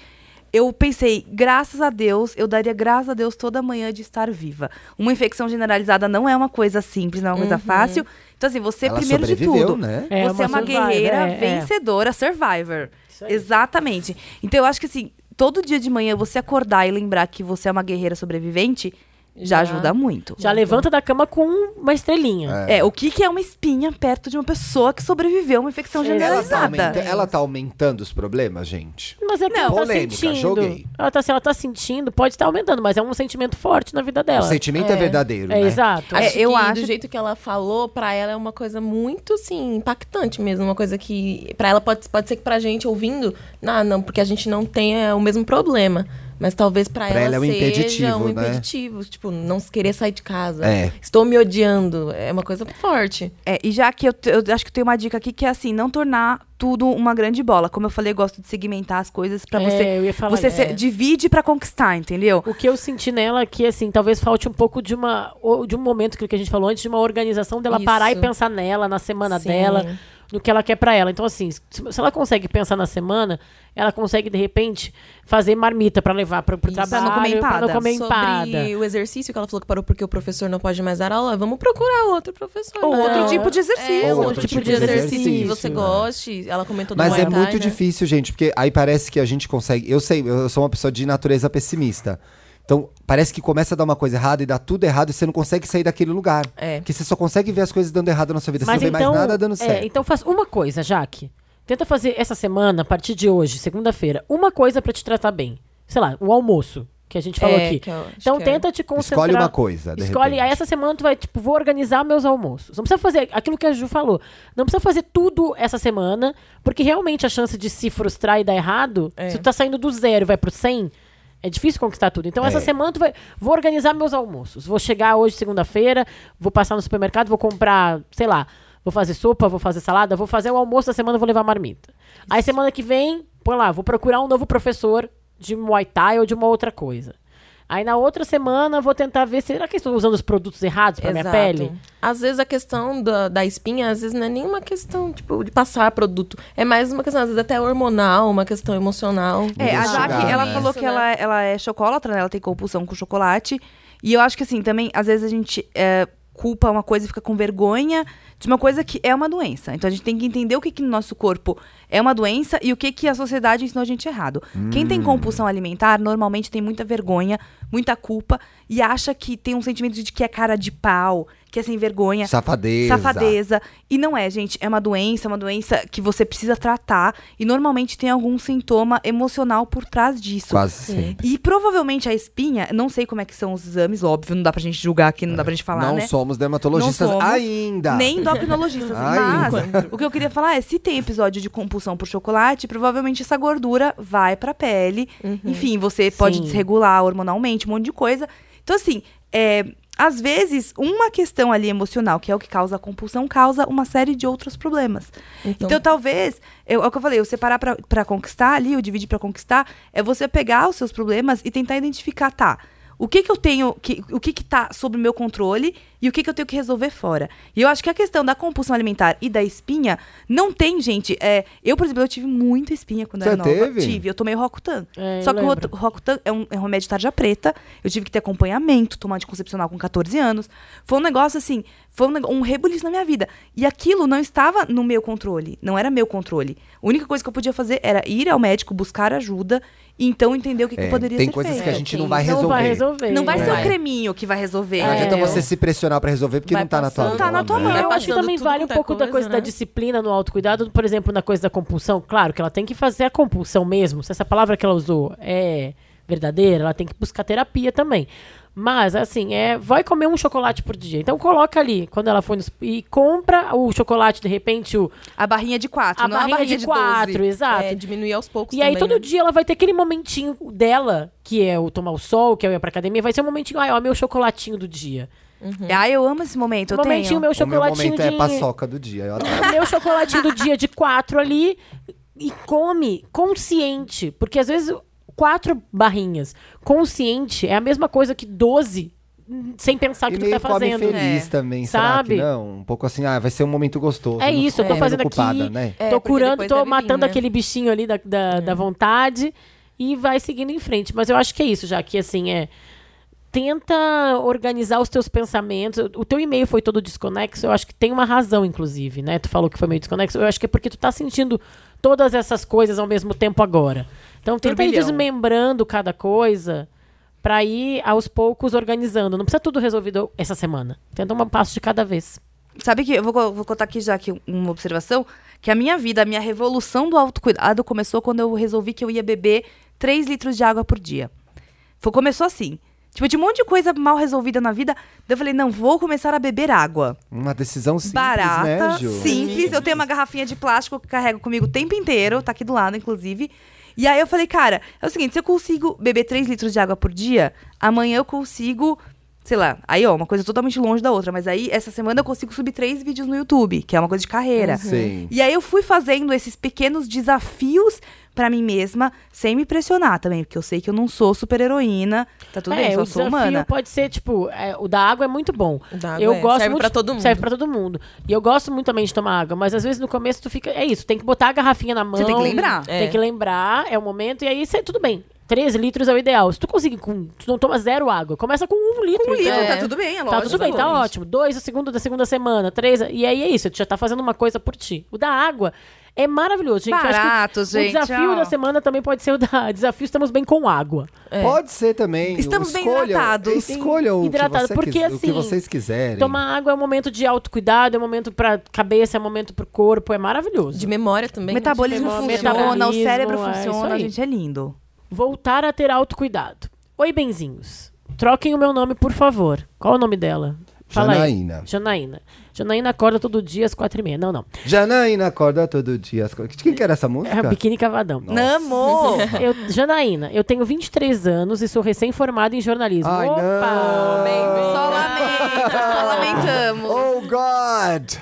[SPEAKER 3] eu pensei, graças a Deus, eu daria graças a Deus toda manhã de estar viva. Uma infecção generalizada não é uma coisa simples, não é uma coisa fácil. Então, assim, você,
[SPEAKER 1] Ela
[SPEAKER 3] primeiro de
[SPEAKER 1] sobreviveu,
[SPEAKER 3] tudo,
[SPEAKER 1] né?
[SPEAKER 2] Uhum. É,
[SPEAKER 3] você é
[SPEAKER 2] uma
[SPEAKER 3] uma
[SPEAKER 2] survivor,
[SPEAKER 3] guerreira
[SPEAKER 2] é, é.
[SPEAKER 3] vencedora, survivor.
[SPEAKER 2] Isso aí.
[SPEAKER 3] Exatamente. Então, eu acho que assim, todo dia de manhã você acordar e lembrar que você é uma guerreira sobrevivente já,
[SPEAKER 4] Já.
[SPEAKER 3] ajuda muito.
[SPEAKER 2] Já levanta da cama com uma estrelinha.
[SPEAKER 3] É, o que, que é uma espinha perto de uma pessoa que sobreviveu a uma infecção
[SPEAKER 2] Ela tá
[SPEAKER 1] Ela tá,
[SPEAKER 3] generalizada?
[SPEAKER 1] aumenta- ela tá aumentando os problemas, gente?
[SPEAKER 2] Mas é porque
[SPEAKER 3] Não.
[SPEAKER 2] ela tá
[SPEAKER 1] Polêmica,
[SPEAKER 2] sentindo.
[SPEAKER 1] joguei.
[SPEAKER 2] Ela tá, assim, ela tá sentindo, pode estar aumentando, mas é um sentimento forte na vida dela.
[SPEAKER 1] O sentimento é, verdadeiro,
[SPEAKER 2] É,
[SPEAKER 1] né?
[SPEAKER 2] exato.
[SPEAKER 3] É,
[SPEAKER 4] Acho
[SPEAKER 3] eu
[SPEAKER 4] que
[SPEAKER 3] acho-
[SPEAKER 4] do jeito que ela falou, pra ela é uma coisa muito, assim, impactante mesmo. Uma coisa que, pra ela, pode, pode ser que pra gente, ouvindo, não, não, porque a gente não tenha o mesmo problema. Mas talvez pra,
[SPEAKER 1] Pra ela é um
[SPEAKER 4] seja
[SPEAKER 1] impeditivo,
[SPEAKER 4] um
[SPEAKER 1] né?
[SPEAKER 4] impeditivo. Tipo, não querer sair de casa.
[SPEAKER 1] É.
[SPEAKER 4] Estou me odiando. É uma coisa forte.
[SPEAKER 3] É, e já que eu, te- eu acho que tem uma dica aqui que é assim, não tornar tudo uma grande bola. Como eu falei, eu gosto de segmentar as coisas pra
[SPEAKER 2] É,
[SPEAKER 3] você.
[SPEAKER 2] eu ia falar
[SPEAKER 3] você
[SPEAKER 2] isso.
[SPEAKER 3] se- divide pra conquistar, entendeu?
[SPEAKER 2] O que eu senti nela é que, assim, talvez falte um pouco de uma ou de um momento que a gente falou antes, de uma organização dela
[SPEAKER 4] Isso.
[SPEAKER 2] parar e pensar nela, na semana
[SPEAKER 4] Sim.
[SPEAKER 2] dela, no que ela quer pra ela. Então, assim, se se ela consegue pensar na semana, ela consegue, de repente, fazer marmita pra levar pro, pro
[SPEAKER 4] Isso.
[SPEAKER 2] trabalho.
[SPEAKER 4] Pra
[SPEAKER 3] não
[SPEAKER 2] Pra
[SPEAKER 3] comer empada.
[SPEAKER 2] não comer empada.
[SPEAKER 4] Sobre o exercício que ela falou que parou porque o professor não pode mais dar aula, vamos procurar outro professor.
[SPEAKER 2] Ou
[SPEAKER 4] né?
[SPEAKER 3] Outro
[SPEAKER 2] Não.
[SPEAKER 3] tipo de exercício.
[SPEAKER 4] É,
[SPEAKER 1] Ou
[SPEAKER 4] outro,
[SPEAKER 1] outro tipo
[SPEAKER 4] tipo, de
[SPEAKER 1] de
[SPEAKER 4] exercício, que
[SPEAKER 1] exercício,
[SPEAKER 4] você
[SPEAKER 1] né?
[SPEAKER 4] goste. Ela comentou do
[SPEAKER 1] Mas
[SPEAKER 4] Muay
[SPEAKER 1] é
[SPEAKER 4] Thai,
[SPEAKER 1] muito
[SPEAKER 4] né?
[SPEAKER 1] difícil, gente, porque aí parece que a gente consegue. Eu sei, eu sou uma pessoa de natureza pessimista. Então, parece que começa a dar uma coisa errada e dá tudo errado e você não consegue sair daquele lugar.
[SPEAKER 4] É.
[SPEAKER 1] Que você só consegue ver as coisas dando errado na sua vida. você não vê mais nada dando certo.
[SPEAKER 2] É, então faz uma coisa, Jaque. Tenta fazer essa semana, a partir de hoje, segunda-feira, uma coisa pra te tratar bem. Sei lá, o almoço que a gente falou
[SPEAKER 4] É,
[SPEAKER 2] aqui.
[SPEAKER 4] que eu acho
[SPEAKER 2] Então
[SPEAKER 4] que é.
[SPEAKER 2] tenta te concentrar.
[SPEAKER 1] Escolhe uma coisa, de
[SPEAKER 2] Escolhe,
[SPEAKER 1] repente.
[SPEAKER 2] aí essa semana tu vai, tipo, vou organizar meus almoços. Não precisa fazer aquilo que a Ju falou. Não precisa fazer tudo essa semana, porque realmente a chance de se frustrar e dar errado,
[SPEAKER 4] É.
[SPEAKER 2] se tu tá saindo do zero e vai pro 100, é difícil conquistar tudo. Então essa
[SPEAKER 1] É.
[SPEAKER 2] semana tu vai, vou organizar meus almoços. Vou chegar hoje segunda-feira, vou passar no supermercado, vou comprar, sei lá, vou fazer sopa, vou fazer salada, vou fazer o almoço da semana, vou levar marmita. Aí semana que vem, põe lá, vou procurar um novo professor de Muay Thai ou de uma outra coisa. Aí na outra semana vou tentar ver, será que eu estou usando os produtos errados pra minha
[SPEAKER 4] Exato.
[SPEAKER 2] pele?
[SPEAKER 4] Às vezes a questão da, da espinha, às vezes não é nenhuma questão, tipo, de passar produto. É mais uma questão, às vezes até hormonal, uma questão emocional.
[SPEAKER 3] É, a
[SPEAKER 1] Muito
[SPEAKER 3] Jaque,
[SPEAKER 1] chocado,
[SPEAKER 3] ela
[SPEAKER 1] né?
[SPEAKER 3] falou
[SPEAKER 4] Isso,
[SPEAKER 3] que
[SPEAKER 4] né?
[SPEAKER 3] ela, ela é chocólatra, né? Ela tem compulsão com chocolate. E eu acho que, assim, também, às vezes a gente é, culpa uma coisa e fica com vergonha de uma coisa que é uma doença. Então a gente tem que entender o que, que no nosso corpo é uma doença e o que, que a sociedade ensinou a gente errado. Quem tem compulsão alimentar normalmente tem muita vergonha, muita culpa e acha que tem um sentimento de que é cara de pau, que é sem vergonha.
[SPEAKER 1] Safadeza.
[SPEAKER 3] Safadeza. E não é, gente. É uma doença, é uma doença que você precisa tratar. E normalmente tem algum sintoma emocional por trás disso.
[SPEAKER 1] Quase sempre.
[SPEAKER 3] E provavelmente a espinha, não sei como é que são os exames, óbvio, não dá pra gente julgar aqui, não dá pra gente falar,
[SPEAKER 1] É. não
[SPEAKER 3] né?
[SPEAKER 1] somos dermatologistas
[SPEAKER 3] Não somos,
[SPEAKER 1] ainda.
[SPEAKER 3] Nem endocrinologistas.
[SPEAKER 1] Ai.
[SPEAKER 3] mas o que eu queria falar é, se tem episódio de compulsão por chocolate, provavelmente essa gordura vai pra pele. Enfim, você pode
[SPEAKER 2] Sim.
[SPEAKER 3] desregular hormonalmente, um monte de coisa. Então, assim, é, às vezes, uma questão ali emocional, que é o que causa a compulsão, causa uma série de outros problemas. Então,
[SPEAKER 4] Então-
[SPEAKER 3] talvez, eu, é o que eu falei, o separar pra- pra conquistar ali, o dividir pra conquistar, é você pegar os seus problemas e tentar identificar, tá... o que que eu tenho, que, o que que tá sob o meu controle e o que que eu tenho que resolver fora. E eu acho que a questão da compulsão alimentar e da espinha não tem, gente. É, eu, por exemplo, eu tive muita espinha quando
[SPEAKER 1] Você
[SPEAKER 3] eu era nova.
[SPEAKER 1] teve?
[SPEAKER 3] Tive, eu tomei o Rocutan.
[SPEAKER 2] É, eu
[SPEAKER 3] Só que o Rot-
[SPEAKER 2] lembro.
[SPEAKER 3] Rocutan é um, é um remédio de tarja preta. Eu tive que ter acompanhamento, tomar anticoncepcional com 14 anos. Foi um negócio assim, foi um, nego- um rebuliço na minha vida. E aquilo não estava no meu controle, não era meu controle. A única coisa que eu podia fazer era ir ao médico, buscar ajuda e então entender o que, que
[SPEAKER 1] É,
[SPEAKER 3] poderia
[SPEAKER 1] tem
[SPEAKER 3] ser
[SPEAKER 1] coisas
[SPEAKER 3] feito.
[SPEAKER 1] que a gente
[SPEAKER 4] tem-
[SPEAKER 1] não vai
[SPEAKER 2] Não
[SPEAKER 1] resolver.
[SPEAKER 2] vai resolver.
[SPEAKER 3] Não vai ser
[SPEAKER 1] É.
[SPEAKER 3] o creminho que vai resolver.
[SPEAKER 1] Não adianta
[SPEAKER 4] É.
[SPEAKER 1] você se pressionar pra resolver porque
[SPEAKER 4] Vai
[SPEAKER 1] não tá na tua
[SPEAKER 4] passando.
[SPEAKER 1] mão.
[SPEAKER 4] Não tá
[SPEAKER 3] na tua
[SPEAKER 1] né?
[SPEAKER 3] mão.
[SPEAKER 2] Eu
[SPEAKER 4] Vai
[SPEAKER 2] acho que
[SPEAKER 4] passando
[SPEAKER 2] também
[SPEAKER 4] tudo,
[SPEAKER 2] vale um
[SPEAKER 4] muita
[SPEAKER 2] pouco da
[SPEAKER 4] coisa,
[SPEAKER 2] coisa da
[SPEAKER 4] né?
[SPEAKER 2] disciplina no autocuidado, por exemplo, na coisa da compulsão. Claro que ela tem que fazer a compulsão mesmo. Se essa palavra que ela usou é verdadeira, ela tem que buscar terapia também. Mas, assim, é, vai comer um chocolate por dia. Então coloca ali, quando ela for no, sup- e compra o chocolate, de repente, o,
[SPEAKER 3] A barrinha de
[SPEAKER 4] Ah,
[SPEAKER 3] quatro,
[SPEAKER 2] a
[SPEAKER 3] não a
[SPEAKER 2] barrinha
[SPEAKER 3] barrinha
[SPEAKER 2] de quatro,
[SPEAKER 3] 12.
[SPEAKER 2] exato.
[SPEAKER 4] É, diminuir aos poucos
[SPEAKER 2] E aí,
[SPEAKER 4] também,
[SPEAKER 2] todo
[SPEAKER 4] né?
[SPEAKER 2] dia ela vai ter aquele momentinho dela, que é o tomar o sol, que é o ir pra academia, vai ser um momentinho, ai, ó, meu chocolatinho do dia. Um
[SPEAKER 3] Ah, eu amo esse momento. Eu
[SPEAKER 2] momentinho,
[SPEAKER 3] tenho.
[SPEAKER 2] uhum. meu
[SPEAKER 1] O meu
[SPEAKER 2] chocolatinho
[SPEAKER 1] momento é
[SPEAKER 2] de.
[SPEAKER 1] paçoca do dia. Eu adoro.
[SPEAKER 2] meu chocolatinho do dia de quatro ali e come consciente. Porque às vezes quatro barrinhas consciente é a mesma coisa que 12 sem pensar o
[SPEAKER 1] E
[SPEAKER 2] que tu tá
[SPEAKER 1] meio come
[SPEAKER 2] fazendo.
[SPEAKER 1] feliz
[SPEAKER 3] É.
[SPEAKER 1] também,
[SPEAKER 2] Sabe?
[SPEAKER 1] sabe? não? Um pouco assim, ah, vai ser um momento gostoso.
[SPEAKER 2] É
[SPEAKER 1] não
[SPEAKER 2] isso, eu
[SPEAKER 1] fico
[SPEAKER 2] tô fazendo
[SPEAKER 1] preocupada,
[SPEAKER 2] aqui,
[SPEAKER 1] Né?
[SPEAKER 4] É,
[SPEAKER 2] tô
[SPEAKER 4] porque
[SPEAKER 2] curando,
[SPEAKER 4] depois
[SPEAKER 2] tô
[SPEAKER 4] deve vir,
[SPEAKER 2] matando
[SPEAKER 4] né?
[SPEAKER 2] aquele bichinho ali da, da,
[SPEAKER 4] É.
[SPEAKER 2] da vontade e vai seguindo em frente. Mas eu acho que é isso, já que assim é. Tenta organizar os teus pensamentos. O teu e-mail foi todo desconexo. Eu acho que tem uma razão, inclusive, né? Tu falou que foi meio desconexo. Eu acho que é porque tu tá sentindo todas essas coisas ao mesmo tempo agora. Então tenta ir
[SPEAKER 4] Turbilhão.
[SPEAKER 2] desmembrando cada coisa pra ir aos poucos organizando. Não precisa tudo resolvido essa semana. Tenta um passo de cada vez.
[SPEAKER 3] Sabe que eu vou, co- vou contar aqui já aqui uma observação? Que a minha vida, a minha revolução do autocuidado começou quando eu resolvi que eu ia beber 3 litros de água por dia. Foi, começou assim. Tipo, eu tinha um monte de coisa mal resolvida na vida. Daí eu falei, não, vou começar a beber água.
[SPEAKER 1] Uma decisão simples,
[SPEAKER 3] Barata,
[SPEAKER 1] né, Ju?
[SPEAKER 3] simples. Eu tenho uma garrafinha de plástico que carrego comigo o tempo inteiro, tá aqui do lado, inclusive. E aí eu falei, cara, é o seguinte, se eu consigo beber 3 litros de água por dia, amanhã eu consigo, sei lá, aí ó, uma coisa totalmente longe da outra, mas aí essa semana eu consigo subir três vídeos no YouTube, que é uma coisa de carreira.
[SPEAKER 1] Sim.
[SPEAKER 3] E aí eu fui fazendo esses pequenos desafios pra mim mesma, sem me pressionar também, porque eu sei que eu não sou super heroína, tá tudo bem,
[SPEAKER 2] é,
[SPEAKER 3] eu
[SPEAKER 2] o
[SPEAKER 3] só sou
[SPEAKER 2] desafio
[SPEAKER 3] humana.
[SPEAKER 2] pode ser, tipo, é, o da água é muito bom.
[SPEAKER 4] O da água
[SPEAKER 2] eu
[SPEAKER 4] é,
[SPEAKER 2] gosto
[SPEAKER 4] serve
[SPEAKER 2] muito,
[SPEAKER 4] pra todo mundo.
[SPEAKER 2] Serve pra todo mundo. E eu gosto muito também de tomar água, mas às vezes no começo tu fica. É isso, tem que botar a garrafinha na mão.
[SPEAKER 3] Você tem que lembrar.
[SPEAKER 2] Tem
[SPEAKER 4] É.
[SPEAKER 2] que lembrar, é o momento, e aí você, tudo bem. 3 litros é o ideal. Se tu conseguir com. Tu não toma zero água, começa com um litro.
[SPEAKER 3] Um livro,
[SPEAKER 2] então.
[SPEAKER 4] É.
[SPEAKER 3] tá tudo bem, é
[SPEAKER 2] Tá
[SPEAKER 3] lógico.
[SPEAKER 2] tudo bem, tá ótimo. Dois o segundo da segunda semana, três. E aí é isso, tu já tá fazendo uma coisa por ti. O da água é maravilhoso, gente. Eu acho que
[SPEAKER 3] Barato, gente,
[SPEAKER 2] O desafio
[SPEAKER 3] ó.
[SPEAKER 2] da semana também pode ser o da. Desafio estamos bem com água.
[SPEAKER 1] Pode ser também.
[SPEAKER 3] Estamos bem
[SPEAKER 1] escolha,
[SPEAKER 3] hidratados.
[SPEAKER 1] Escolha o,
[SPEAKER 2] Hidratado,
[SPEAKER 1] que você
[SPEAKER 2] porque,
[SPEAKER 1] quis- o
[SPEAKER 2] assim,
[SPEAKER 1] que vocês quiserem.
[SPEAKER 2] Tomar água é um momento de autocuidado, é um momento pra cabeça, é um momento pro corpo, é maravilhoso.
[SPEAKER 4] De memória também. né? De
[SPEAKER 3] Metabolismo
[SPEAKER 4] memória,
[SPEAKER 3] funciona, o
[SPEAKER 2] metabolismo,
[SPEAKER 3] cérebro
[SPEAKER 2] é isso
[SPEAKER 3] funciona,
[SPEAKER 2] aí.
[SPEAKER 3] gente, é lindo.
[SPEAKER 2] Voltar a ter autocuidado. Oi, benzinhos. Troquem o meu nome, por favor. Qual o nome dela?
[SPEAKER 1] Janaína.
[SPEAKER 2] Aí. Janaína. Janaína acorda todo dia às quatro e meia. Não, não.
[SPEAKER 1] Janaína acorda todo dia. As co- Quem que era essa
[SPEAKER 2] É
[SPEAKER 1] música?
[SPEAKER 2] biquíni cavadão.
[SPEAKER 3] Namo!
[SPEAKER 2] Eu, Janaína, eu tenho 23 anos e sou recém-formada em jornalismo.
[SPEAKER 1] Ai,
[SPEAKER 2] Opa!
[SPEAKER 1] não.
[SPEAKER 3] Só lamento, só lamentamos.
[SPEAKER 1] Oh, God!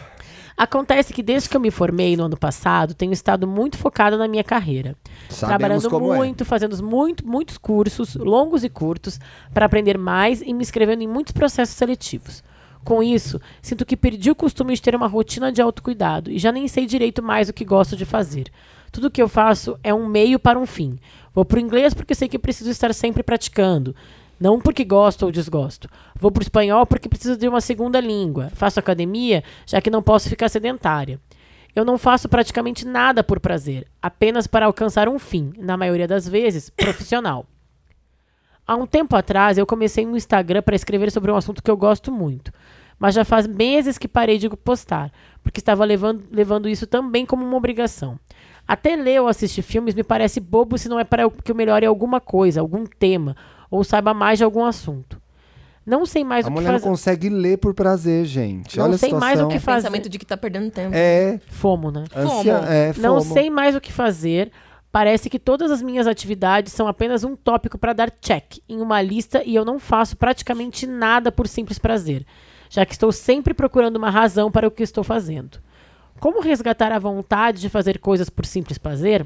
[SPEAKER 2] Acontece que desde que eu me formei no ano passado, tenho estado muito focada na minha carreira.
[SPEAKER 1] Sabemos
[SPEAKER 2] trabalhando
[SPEAKER 1] como é.
[SPEAKER 2] muito, fazendo muito, muitos cursos, longos e curtos, para aprender mais e me inscrevendo em muitos processos seletivos. Com isso, sinto que perdi o costume de ter uma rotina de autocuidado e já nem sei direito mais o que gosto de fazer. Tudo que eu faço é um meio para um fim. Vou pro inglês porque sei que preciso estar sempre praticando. Não porque gosto ou desgosto. Vou pro espanhol porque preciso de uma segunda língua. Faço academia, já que não posso ficar sedentária. Eu não faço praticamente nada por prazer, apenas para alcançar um fim, na maioria das vezes, profissional. Há um tempo atrás, eu comecei um Instagram para escrever sobre um assunto que eu gosto muito. Mas já faz meses que parei de postar, porque estava levando, levando isso também como uma obrigação. Até ler ou assistir filmes me parece bobo se não é para que eu melhore alguma coisa, algum tema, ou saiba mais de algum assunto. Não sei mais
[SPEAKER 1] A
[SPEAKER 2] o que
[SPEAKER 1] mulher não
[SPEAKER 2] fazer.
[SPEAKER 1] consegue ler por prazer, gente.
[SPEAKER 2] Não
[SPEAKER 1] Olha a
[SPEAKER 2] sei mais o
[SPEAKER 1] situação.
[SPEAKER 2] que
[SPEAKER 4] O
[SPEAKER 2] fazer.
[SPEAKER 4] Pensamento de que tá perdendo tempo.
[SPEAKER 1] É,
[SPEAKER 2] Fomo, né?
[SPEAKER 1] ansia, é fomo.
[SPEAKER 2] Não sei mais o que fazer. Parece que todas as minhas atividades são apenas um tópico para dar check em uma lista e eu não faço praticamente nada por simples prazer, já que estou sempre procurando uma razão para o que estou fazendo. Como resgatar a vontade de fazer coisas por simples prazer?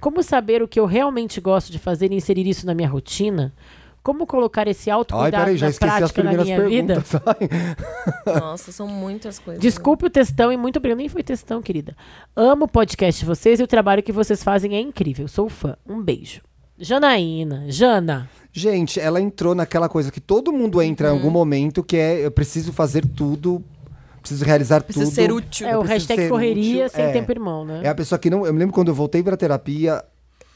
[SPEAKER 2] Como saber o que eu realmente gosto de fazer e inserir isso na minha rotina? Como colocar esse
[SPEAKER 1] Ai,
[SPEAKER 2] autocuidado
[SPEAKER 1] peraí, já
[SPEAKER 2] na
[SPEAKER 1] esqueci as
[SPEAKER 2] prática na
[SPEAKER 1] primeiras
[SPEAKER 2] minha vida?
[SPEAKER 1] perguntas. Ai.
[SPEAKER 4] Nossa, são muitas coisas.
[SPEAKER 2] Desculpe o textão e muito obrigada. Nem foi textão, querida. Amo o podcast de vocês e o trabalho que vocês fazem é incrível. Sou fã. Um beijo. Janaína. Jana.
[SPEAKER 1] Gente, ela entrou naquela coisa que todo mundo entra
[SPEAKER 2] Uhum.
[SPEAKER 1] em algum momento, que é eu preciso fazer tudo, preciso realizar
[SPEAKER 4] Precisa
[SPEAKER 1] tudo.
[SPEAKER 4] ser útil.
[SPEAKER 2] É o
[SPEAKER 1] preciso
[SPEAKER 2] hashtag
[SPEAKER 1] ser
[SPEAKER 2] correria
[SPEAKER 1] útil,
[SPEAKER 2] sem
[SPEAKER 1] é.
[SPEAKER 2] tempo irmão, né?
[SPEAKER 1] É a pessoa que não. Eu me lembro quando eu voltei pra terapia,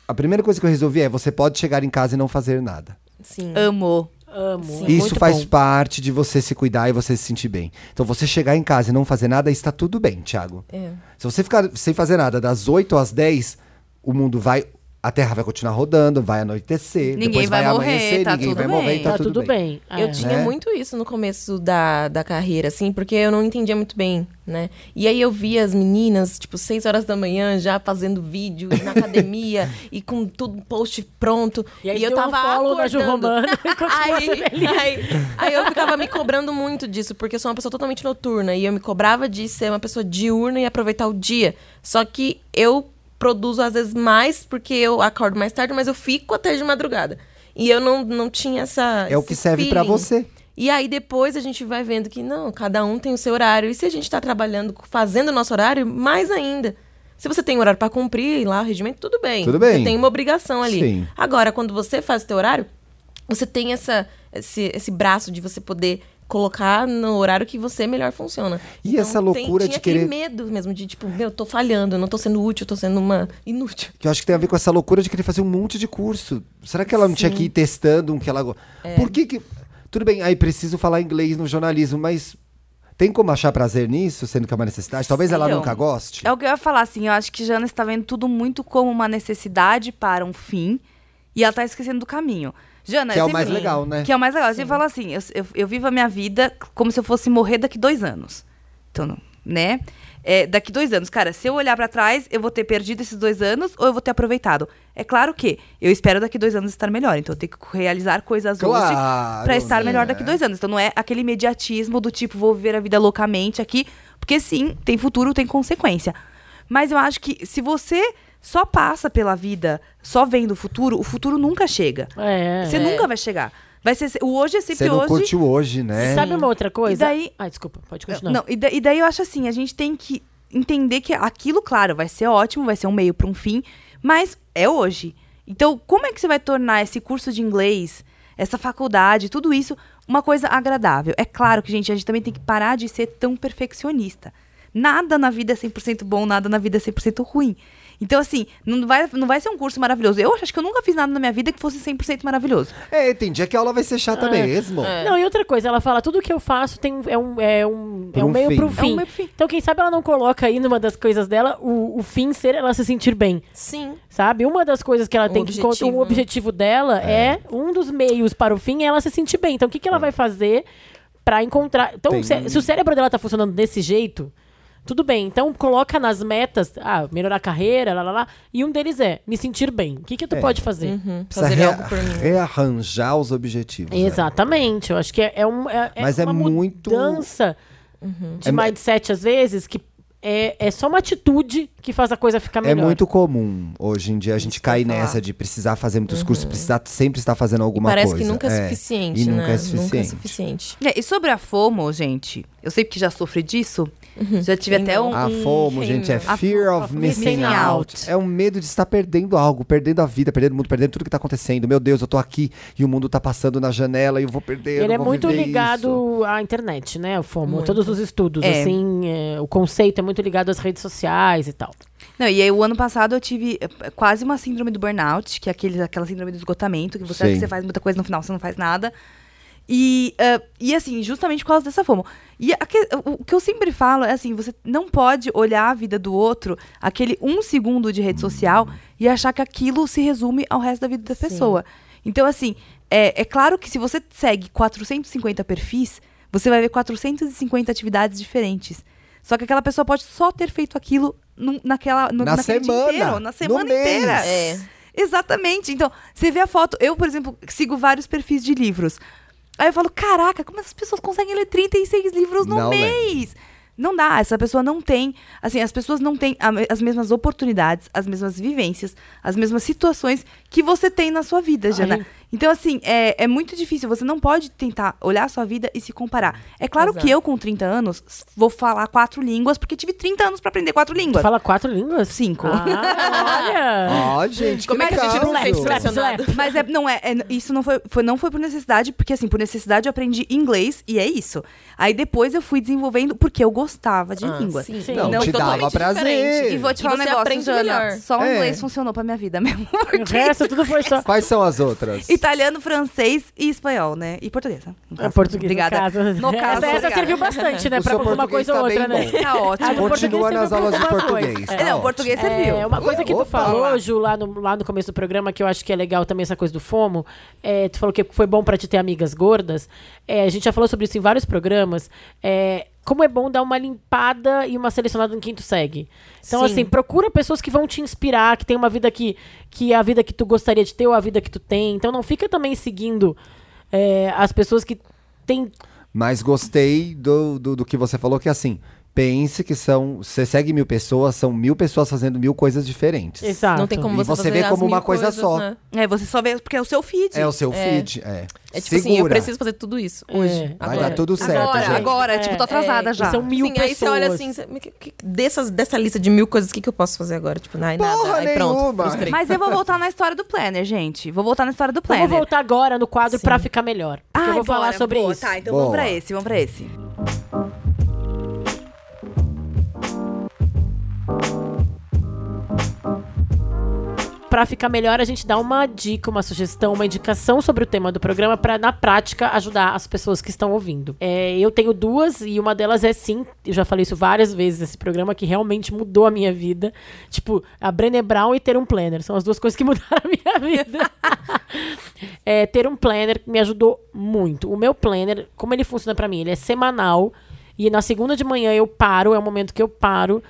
[SPEAKER 1] a primeira coisa que eu resolvi é: você pode chegar em casa e não fazer nada.
[SPEAKER 4] Sim.
[SPEAKER 3] Amo.
[SPEAKER 2] Amo. É
[SPEAKER 1] Isso
[SPEAKER 2] Muito
[SPEAKER 1] faz
[SPEAKER 2] bom.
[SPEAKER 1] parte de você se cuidar e você se sentir bem. Então, você chegar em casa e não fazer nada, está tudo bem, Thiago.
[SPEAKER 4] É.
[SPEAKER 1] Se você ficar sem fazer nada das 8 às 10, o mundo vai. A Terra vai continuar rodando, vai anoitecer,
[SPEAKER 3] Ninguém
[SPEAKER 1] depois
[SPEAKER 3] vai
[SPEAKER 1] vai,
[SPEAKER 3] morrer,
[SPEAKER 1] amanhecer,
[SPEAKER 3] tá
[SPEAKER 1] ninguém
[SPEAKER 3] tudo
[SPEAKER 1] vai morrer,
[SPEAKER 3] bem.
[SPEAKER 1] e tá, tudo, bem.
[SPEAKER 2] Ah, é.
[SPEAKER 4] Eu tinha
[SPEAKER 1] Né?
[SPEAKER 4] muito isso no começo da, da carreira, assim, porque eu não entendia muito bem, né? E aí eu via as meninas, tipo, 6 horas da manhã já fazendo vídeo e na academia e com tudo post pronto.
[SPEAKER 2] E aí
[SPEAKER 4] eu
[SPEAKER 2] deu um
[SPEAKER 4] tava
[SPEAKER 2] follow na Ju
[SPEAKER 4] acordando.
[SPEAKER 2] Romano enquanto você
[SPEAKER 4] aí,
[SPEAKER 2] vê ali.
[SPEAKER 4] aí, aí eu ficava me cobrando muito disso, porque eu sou uma pessoa totalmente noturna e eu me cobrava de ser uma pessoa diurna e aproveitar o dia. Só que eu produzo às vezes mais porque eu acordo mais tarde, mas eu fico até de madrugada. E eu não, não tinha essa.
[SPEAKER 1] É o
[SPEAKER 4] esse
[SPEAKER 1] que serve pra
[SPEAKER 4] feeling.
[SPEAKER 1] você.
[SPEAKER 4] E aí depois a gente vai vendo que não, cada um tem o seu horário. E se a gente tá trabalhando, fazendo o nosso horário, mais ainda. Se você tem horário pra cumprir lá, o regimento, tudo bem.
[SPEAKER 1] Tudo bem.
[SPEAKER 4] Você tem uma obrigação ali.
[SPEAKER 1] Sim.
[SPEAKER 4] Agora, quando você faz o teu horário, você tem essa, esse, esse braço de você poder colocar no horário que você melhor funciona. Então,
[SPEAKER 1] E essa
[SPEAKER 4] tem-
[SPEAKER 1] loucura
[SPEAKER 4] tinha
[SPEAKER 1] de querer-
[SPEAKER 4] aquele medo mesmo de tipo, meu, tô falhando, não tô sendo útil, tô sendo uma inútil.
[SPEAKER 1] Que eu acho que tem a ver com essa loucura de querer fazer um monte de curso. Será que ela não tinha que ir testando um que ela. go-
[SPEAKER 3] É.
[SPEAKER 1] Por que que. Tudo bem, aí preciso falar inglês no jornalismo, mas tem como achar prazer nisso, sendo que é uma necessidade? Talvez ela
[SPEAKER 3] Então,
[SPEAKER 1] nunca goste.
[SPEAKER 3] É o que eu ia falar, assim. Eu acho que Jana está vendo tudo muito como uma necessidade para um fim. E ela tá esquecendo do caminho. Jana,
[SPEAKER 1] Que é
[SPEAKER 3] eu
[SPEAKER 1] o
[SPEAKER 3] sempre-
[SPEAKER 1] mais legal, né?
[SPEAKER 3] Que é o mais legal. Você fala assim, eu, eu, eu vivo a minha vida como se eu fosse morrer daqui dois anos. Então, não- né? É, daqui dois anos, cara, se eu olhar pra trás, eu vou ter perdido esses dois anos ou eu vou ter aproveitado? É claro que eu espero daqui dois anos estar melhor. Então eu tenho que realizar coisas
[SPEAKER 1] Claro,
[SPEAKER 3] hoje pra estar
[SPEAKER 1] né?
[SPEAKER 3] melhor daqui dois anos. Então não é aquele imediatismo do tipo, vou viver a vida loucamente aqui. Porque sim, tem futuro, tem consequência. Mas eu acho que se você só passa pela vida só vendo o futuro, o futuro nunca chega.
[SPEAKER 2] É.
[SPEAKER 3] Você nunca vai chegar. Vai ser, o hoje é sempre
[SPEAKER 1] Você não
[SPEAKER 3] hoje.
[SPEAKER 1] curte o hoje, né?
[SPEAKER 2] Sabe uma outra coisa?
[SPEAKER 3] E daí-
[SPEAKER 2] Ah, desculpa, pode
[SPEAKER 3] Não,
[SPEAKER 2] continuar.
[SPEAKER 3] e, da- e daí eu acho assim, a gente tem que entender que aquilo, claro, vai ser ótimo, vai ser um meio para um fim, mas é hoje. Então, como é que você vai tornar esse curso de inglês, essa faculdade, tudo isso, uma coisa agradável? É claro que, gente, a gente também tem que parar de ser tão perfeccionista. Nada na vida é 100% bom, nada na vida é 100% ruim. Então, assim, não vai, não vai ser um curso maravilhoso. Eu acho que eu nunca fiz nada na minha vida que fosse 100% maravilhoso.
[SPEAKER 1] É, tem dia que a aula vai ser chata mesmo.
[SPEAKER 2] Não, e outra coisa, ela fala, tudo que eu faço tem um, é um, é um,
[SPEAKER 1] Por
[SPEAKER 2] é um
[SPEAKER 1] um
[SPEAKER 2] meio
[SPEAKER 1] fim.
[SPEAKER 2] pro
[SPEAKER 1] É um
[SPEAKER 2] fim.
[SPEAKER 3] meio pro fim.
[SPEAKER 2] Então, quem sabe ela não coloca aí numa das coisas dela o, o fim ser ela se sentir bem.
[SPEAKER 4] Sim.
[SPEAKER 2] Sabe? Uma das coisas que ela tem que contar,
[SPEAKER 4] objetivo,
[SPEAKER 2] o
[SPEAKER 4] né?
[SPEAKER 2] objetivo dela é. um dos meios para o fim é ela se sentir bem. Então, o que, que ela vai fazer pra encontrar. Então,
[SPEAKER 1] É. Tem-
[SPEAKER 2] se, se o cérebro dela tá funcionando desse jeito, tudo bem. Então, coloca nas metas, ah, melhorar a carreira, lá, lá, lá. E um deles é me sentir bem. O que, que tu
[SPEAKER 1] É.
[SPEAKER 2] pode fazer?
[SPEAKER 1] Precisa
[SPEAKER 4] Fazer
[SPEAKER 1] rea-
[SPEAKER 4] algo por mim.
[SPEAKER 1] rearranjar os objetivos. né?
[SPEAKER 2] Exatamente. Eu acho que é, é, um, é, é
[SPEAKER 1] Mas é
[SPEAKER 2] uma
[SPEAKER 1] muito- É
[SPEAKER 2] mudança
[SPEAKER 4] Uhum.
[SPEAKER 2] de mindset, às vezes, que é, é só uma atitude que faz a coisa ficar
[SPEAKER 1] É
[SPEAKER 2] tá melhor.
[SPEAKER 1] muito comum hoje em dia a gente cair
[SPEAKER 3] falar.
[SPEAKER 1] nessa de precisar fazer muitos cursos, precisar sempre estar fazendo alguma
[SPEAKER 4] Parece
[SPEAKER 1] coisa.
[SPEAKER 4] que nunca é,
[SPEAKER 1] É.
[SPEAKER 4] suficiente,
[SPEAKER 1] E
[SPEAKER 4] né?
[SPEAKER 1] nunca é suficiente.
[SPEAKER 4] Nunca é suficiente.
[SPEAKER 3] É, e sobre a FOMO, gente, eu sei que já sofri disso. Já tive
[SPEAKER 4] Quem
[SPEAKER 3] até
[SPEAKER 4] não?
[SPEAKER 3] um,
[SPEAKER 1] A FOMO, gente, é
[SPEAKER 3] A
[SPEAKER 1] fear of missing,
[SPEAKER 2] missing
[SPEAKER 1] out.
[SPEAKER 2] out.
[SPEAKER 1] É um medo de estar perdendo algo, perdendo a vida, perdendo o mundo, perdendo tudo que tá acontecendo. Meu Deus, eu tô aqui e o mundo tá passando na janela e eu vou perder. eu
[SPEAKER 2] Ele
[SPEAKER 1] não
[SPEAKER 2] é
[SPEAKER 1] vou
[SPEAKER 2] muito
[SPEAKER 1] viver isso.
[SPEAKER 2] ligado à internet, né? O FOMO,
[SPEAKER 4] Muito.
[SPEAKER 2] todos os estudos,
[SPEAKER 3] É.
[SPEAKER 2] assim, é, o conceito é muito ligado às redes sociais e tal.
[SPEAKER 3] Não, e aí o ano passado eu tive eh, quase uma síndrome do burnout, que é aquele, aquela síndrome do esgotamento, que você acha que
[SPEAKER 1] Sim.
[SPEAKER 3] você faz muita coisa no final você não faz nada. E, eh, e assim, justamente por causa dessa fome. E a que- o que eu sempre falo é assim, você não pode olhar a vida do outro, aquele um segundo de rede social, e achar que aquilo se resume ao resto da vida da pessoa. Então, assim, é, é claro que se você segue 450 perfis, você vai ver 450 atividades diferentes. Só que aquela pessoa pode só ter feito aquilo num- naquela, no,
[SPEAKER 1] Na
[SPEAKER 3] naquele dia
[SPEAKER 1] semana,
[SPEAKER 3] inteiro, na
[SPEAKER 1] no
[SPEAKER 3] semana
[SPEAKER 1] mês.
[SPEAKER 3] inteira.
[SPEAKER 4] É.
[SPEAKER 3] Exatamente. Então, você vê a foto. Eu, por exemplo, sigo vários perfis de livros. Aí eu falo, caraca, como essas pessoas conseguem ler 36 livros no
[SPEAKER 1] Não lê.
[SPEAKER 3] mês? Não dá, essa pessoa não tem. Assim, as pessoas não têm a me- as mesmas oportunidades, as mesmas vivências, as mesmas situações que você tem na sua vida, Jana. Então, assim, é, é muito difícil. Você não pode tentar olhar a sua vida e se comparar. É claro
[SPEAKER 4] Exato.
[SPEAKER 3] que eu, com 30 anos, s- vou falar quatro línguas, porque tive 30 anos pra aprender quatro
[SPEAKER 2] Tu
[SPEAKER 3] línguas.
[SPEAKER 2] fala quatro línguas?
[SPEAKER 3] Cinco.
[SPEAKER 2] Ah, olha!
[SPEAKER 1] Ó, gente,
[SPEAKER 4] Como é que a gente não
[SPEAKER 1] legal.
[SPEAKER 4] fica
[SPEAKER 2] Slap,
[SPEAKER 4] impressionado?
[SPEAKER 2] slap.
[SPEAKER 3] Mas é, não é, é- isso não foi, foi- não foi por necessidade, porque assim, por necessidade eu aprendi inglês e é isso. Aí depois eu fui desenvolvendo porque eu gostava de
[SPEAKER 4] Ah,
[SPEAKER 3] língua.
[SPEAKER 4] sim.
[SPEAKER 2] Sim.
[SPEAKER 1] Não,
[SPEAKER 3] Não,
[SPEAKER 1] te dava
[SPEAKER 4] totalmente
[SPEAKER 1] prazer.
[SPEAKER 4] diferente.
[SPEAKER 3] E vou te
[SPEAKER 4] E
[SPEAKER 3] falar um
[SPEAKER 4] você
[SPEAKER 3] negócio,
[SPEAKER 4] aprende
[SPEAKER 3] Jana,
[SPEAKER 4] melhor.
[SPEAKER 3] só o
[SPEAKER 1] É.
[SPEAKER 3] inglês funcionou pra minha vida mesmo.
[SPEAKER 2] O resto tudo foi só.
[SPEAKER 1] Quais são as outras?
[SPEAKER 3] Então, Italiano, francês e espanhol, né? E português, né?
[SPEAKER 2] É
[SPEAKER 3] No caso.
[SPEAKER 2] português,
[SPEAKER 3] Obrigada.
[SPEAKER 2] no caso. é,
[SPEAKER 3] No caso,
[SPEAKER 2] essa, essa
[SPEAKER 3] obrigada.
[SPEAKER 2] serviu bastante, né?
[SPEAKER 1] O
[SPEAKER 2] Pra
[SPEAKER 1] seu
[SPEAKER 2] alguma
[SPEAKER 1] português
[SPEAKER 2] coisa ou
[SPEAKER 1] tá
[SPEAKER 2] outra,
[SPEAKER 1] bem
[SPEAKER 2] né?
[SPEAKER 1] bom.
[SPEAKER 3] Tá
[SPEAKER 2] Ah, do
[SPEAKER 3] ótimo.
[SPEAKER 2] português
[SPEAKER 1] Tipo, Continua
[SPEAKER 2] serviu
[SPEAKER 4] é
[SPEAKER 1] nas
[SPEAKER 2] pra
[SPEAKER 1] aulas de
[SPEAKER 2] alguma
[SPEAKER 1] português.
[SPEAKER 2] coisa.
[SPEAKER 1] tá
[SPEAKER 3] É, não,
[SPEAKER 1] ótimo.
[SPEAKER 3] português serviu.
[SPEAKER 2] É, uma coisa que
[SPEAKER 1] Opa.
[SPEAKER 2] tu falou, Ju, lá no, lá no começo do programa, que eu acho que é legal também essa coisa do FOMO, é, tu falou que foi bom pra te ter amigas gordas. É, a gente já falou sobre isso em vários programas. É, como é bom dar uma limpada e uma selecionada em quem tu segue. Então,
[SPEAKER 4] Sim.
[SPEAKER 2] assim, procura pessoas que vão te inspirar, que tem uma vida que, que é a vida que tu gostaria de ter ou a vida que tu tem. Então, não fica também seguindo é, as pessoas que têm
[SPEAKER 1] Mas gostei do, do, do que você falou, que assim, pense que são. Você segue mil pessoas, são mil pessoas fazendo mil coisas diferentes.
[SPEAKER 2] Exato.
[SPEAKER 4] Não tem como
[SPEAKER 1] E
[SPEAKER 4] você
[SPEAKER 1] você
[SPEAKER 4] fazer
[SPEAKER 1] vê
[SPEAKER 4] as
[SPEAKER 1] como
[SPEAKER 4] mil
[SPEAKER 1] uma coisa
[SPEAKER 4] coisas,
[SPEAKER 1] só.
[SPEAKER 4] né?
[SPEAKER 3] É, você só vê porque é o seu feed.
[SPEAKER 1] É o seu feed. É,
[SPEAKER 4] É tipo assim, eu preciso fazer tudo isso hoje.
[SPEAKER 2] É.
[SPEAKER 1] Vai
[SPEAKER 4] agora.
[SPEAKER 1] dar tudo certo,
[SPEAKER 4] Agora,
[SPEAKER 1] gente.
[SPEAKER 3] agora, tipo, tô atrasada
[SPEAKER 2] e
[SPEAKER 3] já.
[SPEAKER 2] São mil
[SPEAKER 4] Sim,
[SPEAKER 2] pessoas.
[SPEAKER 4] aí você olha assim, você- que- que- dessas, dessa lista de mil coisas, o que, que eu posso fazer agora? Tipo, ai, nada.
[SPEAKER 1] Porra
[SPEAKER 4] aí, pronto,
[SPEAKER 1] nenhuma.
[SPEAKER 4] frustrei.
[SPEAKER 3] Mas eu vou voltar na história do planner, gente. Vou voltar na história do
[SPEAKER 2] Eu vou
[SPEAKER 3] planner.
[SPEAKER 2] voltar agora no quadro pra ficar melhor. Porque eu vou
[SPEAKER 3] bora,
[SPEAKER 2] falar sobre
[SPEAKER 3] boa,
[SPEAKER 2] isso.
[SPEAKER 3] Tá, então
[SPEAKER 1] Boa.
[SPEAKER 3] vamos pra esse, vamos pra esse.
[SPEAKER 2] Pra ficar melhor, a gente dá uma dica, uma sugestão, uma indicação sobre o tema do programa pra, na prática, ajudar as pessoas que estão ouvindo. É, eu tenho duas e uma delas é sim, eu já falei isso várias vezes nesse programa, que realmente mudou a minha vida. Tipo, a Brené Brown e ter um planner. São as duas coisas que mudaram a minha vida. É, ter um planner me ajudou muito. O meu planner, como ele funciona pra mim? Ele é semanal e na segunda de manhã eu paro, é o momento que eu paro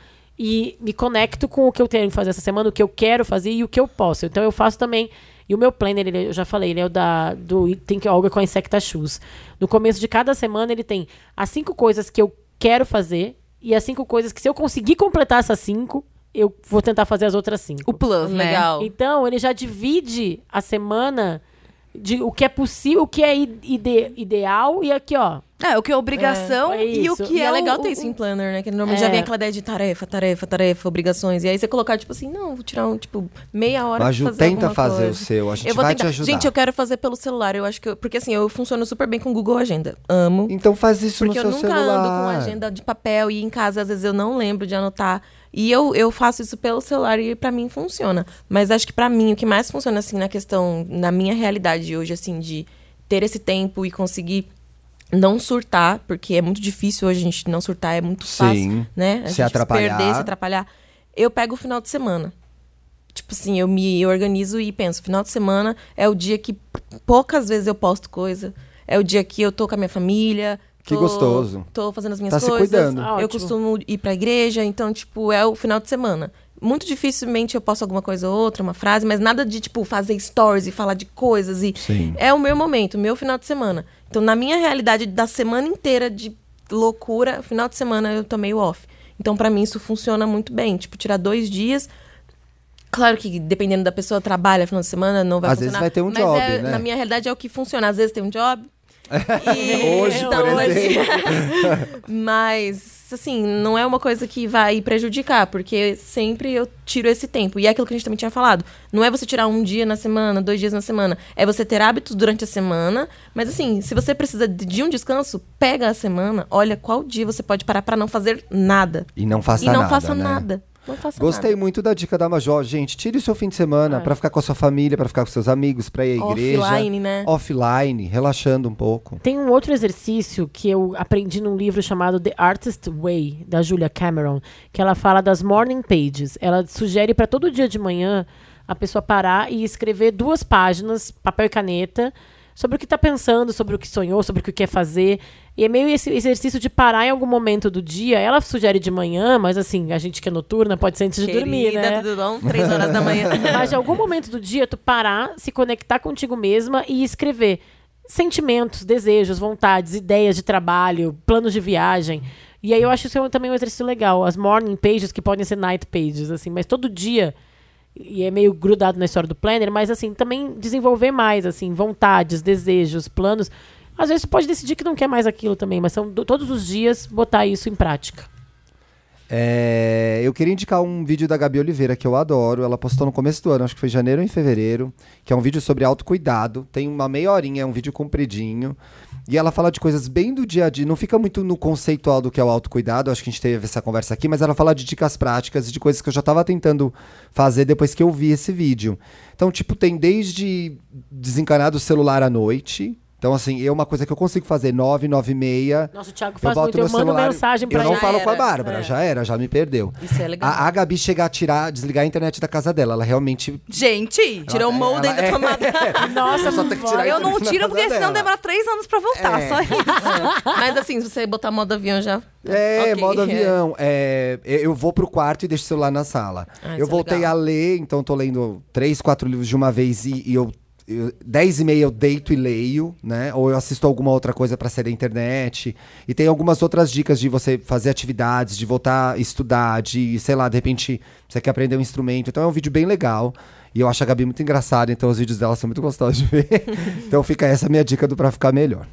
[SPEAKER 2] e me conecto com o que eu tenho que fazer essa semana, o que eu quero fazer e o que eu posso. Então eu faço também. E o meu planner, ele, eu já falei, ele é o da, do Think Olga com a Insecta Shoes. No começo de cada semana ele tem as cinco coisas que eu quero fazer e as cinco coisas que se eu conseguir completar essas cinco, eu vou tentar fazer as outras cinco.
[SPEAKER 3] O plus, né?
[SPEAKER 4] Legal.
[SPEAKER 2] Então, ele já divide a semana de o que é possível, o que é i- ide- ideal e aqui, ó.
[SPEAKER 3] É, o que é obrigação
[SPEAKER 2] É, é
[SPEAKER 3] e o
[SPEAKER 2] isso.
[SPEAKER 3] que
[SPEAKER 4] E
[SPEAKER 3] é,
[SPEAKER 4] é legal
[SPEAKER 3] o,
[SPEAKER 4] ter
[SPEAKER 3] o-
[SPEAKER 4] isso em planner, né? Que normalmente já
[SPEAKER 2] É.
[SPEAKER 4] vem aquela ideia de tarefa, tarefa, tarefa, obrigações. E aí você colocar, tipo assim, não, vou tirar um, tipo, meia hora
[SPEAKER 1] Mas Ju,
[SPEAKER 4] pra fazer
[SPEAKER 1] tenta
[SPEAKER 4] alguma
[SPEAKER 1] fazer
[SPEAKER 4] coisa.
[SPEAKER 1] o seu, a gente
[SPEAKER 4] eu vou
[SPEAKER 1] vai
[SPEAKER 4] tentar.
[SPEAKER 1] te ajudar.
[SPEAKER 4] Gente, eu quero fazer pelo celular. Eu acho que. eu- porque assim, eu funciono super bem com o Google Agenda. Amo.
[SPEAKER 1] Então faz isso
[SPEAKER 4] Porque eu
[SPEAKER 1] no seu
[SPEAKER 4] nunca
[SPEAKER 1] celular.
[SPEAKER 4] ando com agenda de papel e em casa, às vezes, eu não lembro de anotar. E eu, eu faço isso pelo celular e pra mim funciona. Mas acho que pra mim o que mais funciona, assim, na questão, na minha realidade hoje, assim, de ter esse tempo e conseguir não surtar, porque é muito difícil hoje a gente não surtar, é muito
[SPEAKER 1] Sim.
[SPEAKER 4] fácil, né? A
[SPEAKER 1] Se
[SPEAKER 4] gente
[SPEAKER 1] atrapalhar.
[SPEAKER 4] perder, se atrapalhar. Eu pego o final de semana. Tipo assim, eu me organizo e penso, final de semana é o dia que poucas vezes eu posto coisa. É o dia que eu tô com a minha família.
[SPEAKER 1] Que
[SPEAKER 4] tô-
[SPEAKER 1] gostoso.
[SPEAKER 4] Tô fazendo as minhas
[SPEAKER 1] Tá se
[SPEAKER 4] coisas.
[SPEAKER 1] cuidando.
[SPEAKER 2] Ah,
[SPEAKER 4] eu
[SPEAKER 2] ótimo.
[SPEAKER 4] costumo ir pra igreja, então, tipo, é o final de semana. Muito dificilmente eu posto alguma coisa ou outra, uma frase, mas nada de, tipo, fazer stories e falar de coisas. e
[SPEAKER 1] Sim.
[SPEAKER 4] É o meu momento, o meu final de semana. Então, na minha realidade da semana inteira de loucura, final de semana eu tô meio off. Então, pra mim, isso funciona muito bem. Tipo, tirar dois dias. Claro que dependendo da pessoa, trabalha final de semana, não vai
[SPEAKER 1] Às vezes
[SPEAKER 4] funcionar.
[SPEAKER 1] vai ter um
[SPEAKER 4] mas
[SPEAKER 1] job,
[SPEAKER 4] é-
[SPEAKER 1] né?
[SPEAKER 4] na minha realidade é o que funciona. Às vezes tem um job. E-
[SPEAKER 1] Hoje,
[SPEAKER 4] então,
[SPEAKER 1] por exemplo.
[SPEAKER 4] mas, assim, não é uma coisa que vai prejudicar, porque sempre eu tiro esse tempo. E é aquilo que a gente também tinha falado. Não é você tirar um dia na semana, dois dias na semana. É você ter hábitos durante a semana. Mas, assim, se você precisa de de um descanso, pega a semana, olha qual dia você pode parar pra não fazer nada.
[SPEAKER 1] E não faça
[SPEAKER 4] e não
[SPEAKER 1] nada,
[SPEAKER 4] faça
[SPEAKER 1] né?
[SPEAKER 4] nada. Não faça
[SPEAKER 1] Gostei
[SPEAKER 4] nada.
[SPEAKER 1] muito da dica da Major. Gente, tire o seu fim de semana pra ficar com a sua família, pra ficar com seus amigos, pra ir à igreja.
[SPEAKER 4] É. Offline, né?
[SPEAKER 1] Offline, relaxando um pouco.
[SPEAKER 2] Tem um outro exercício que eu aprendi num livro chamado The Artist Way, da Julia Cameron, que ela fala das morning pages. Ela sugere para todo dia de manhã a pessoa parar e escrever duas páginas, papel e caneta, sobre o que está pensando, sobre o que sonhou, sobre o que quer fazer. E é meio esse exercício de parar em algum momento do dia. Ela sugere de manhã, mas assim, a gente que é noturna pode ser antes de dormir,
[SPEAKER 4] Querida,
[SPEAKER 2] né?
[SPEAKER 4] tudo bom? Três horas da manhã.
[SPEAKER 2] Mas em algum momento do dia, tu parar, se conectar contigo mesma e escrever sentimentos, desejos, vontades, ideias de trabalho, planos de viagem. E um aí eu acho isso também um exercício legal. As morning pages, que podem ser night pages, assim, mas todo dia E é meio grudado na história do planner, mas assim, também desenvolver mais, assim, vontades, desejos, planos. Às vezes você pode decidir que não quer mais aquilo também, mas são do- todos os dias botar isso em prática.
[SPEAKER 1] É, eu queria indicar um vídeo da Gabi Oliveira que eu adoro. Ela postou no começo do ano, acho que foi em janeiro ou em fevereiro, que é um vídeo sobre autocuidado. Tem uma meia horinha, é um vídeo compridinho. E ela fala de coisas bem do dia a dia, não fica muito no conceitual do que é o autocuidado, acho que a gente teve essa conversa aqui, mas ela fala de dicas práticas, e de coisas que eu já tava tentando fazer depois que eu vi esse vídeo. Então, tipo, tem desde desencanar do celular à noite. Então, assim, é uma coisa que eu consigo fazer, 9, 9 e meia.
[SPEAKER 2] Nossa, o Thiago
[SPEAKER 1] Eu
[SPEAKER 2] faz
[SPEAKER 1] boto
[SPEAKER 2] muito.
[SPEAKER 1] meu
[SPEAKER 2] Eu mando
[SPEAKER 1] celular,
[SPEAKER 2] mensagem pra
[SPEAKER 1] Eu não
[SPEAKER 2] ele.
[SPEAKER 4] Já
[SPEAKER 1] falo com a
[SPEAKER 4] era,
[SPEAKER 1] Bárbara,
[SPEAKER 4] é.
[SPEAKER 1] já era, já me perdeu.
[SPEAKER 4] Isso é legal.
[SPEAKER 1] A, a Gabi chega a tirar, desligar a internet da casa dela. Ela realmente.
[SPEAKER 3] Gente,
[SPEAKER 4] Tirou o molde da tomada.
[SPEAKER 2] Nossa,
[SPEAKER 1] é. Só tem que tirar a
[SPEAKER 3] eu não
[SPEAKER 1] internet da
[SPEAKER 3] tiro
[SPEAKER 1] casa
[SPEAKER 3] porque senão
[SPEAKER 1] dela.
[SPEAKER 3] demora três anos pra voltar.
[SPEAKER 1] É.
[SPEAKER 3] Só isso.
[SPEAKER 4] Mas assim, se você botar modo avião já.
[SPEAKER 1] É,
[SPEAKER 4] Ok,
[SPEAKER 1] modo
[SPEAKER 4] é.
[SPEAKER 1] avião. É, eu eu vou pro quarto e deixo o celular na sala.
[SPEAKER 4] Ah, isso
[SPEAKER 1] eu
[SPEAKER 4] é
[SPEAKER 1] voltei
[SPEAKER 4] legal.
[SPEAKER 1] a ler, então tô lendo três, quatro livros de uma vez e, e eu. eu- Dez e meia eu deito e leio, né? Ou eu assisto alguma outra coisa pra ser da internet. E tem algumas outras dicas de você fazer atividades, de voltar a estudar, de, sei lá, de repente você quer aprender um instrumento. Então é um vídeo bem legal. E eu acho a Gabi muito engraçada, então os vídeos dela são muito gostosos de ver. então fica essa minha dica do Pra Ficar Melhor.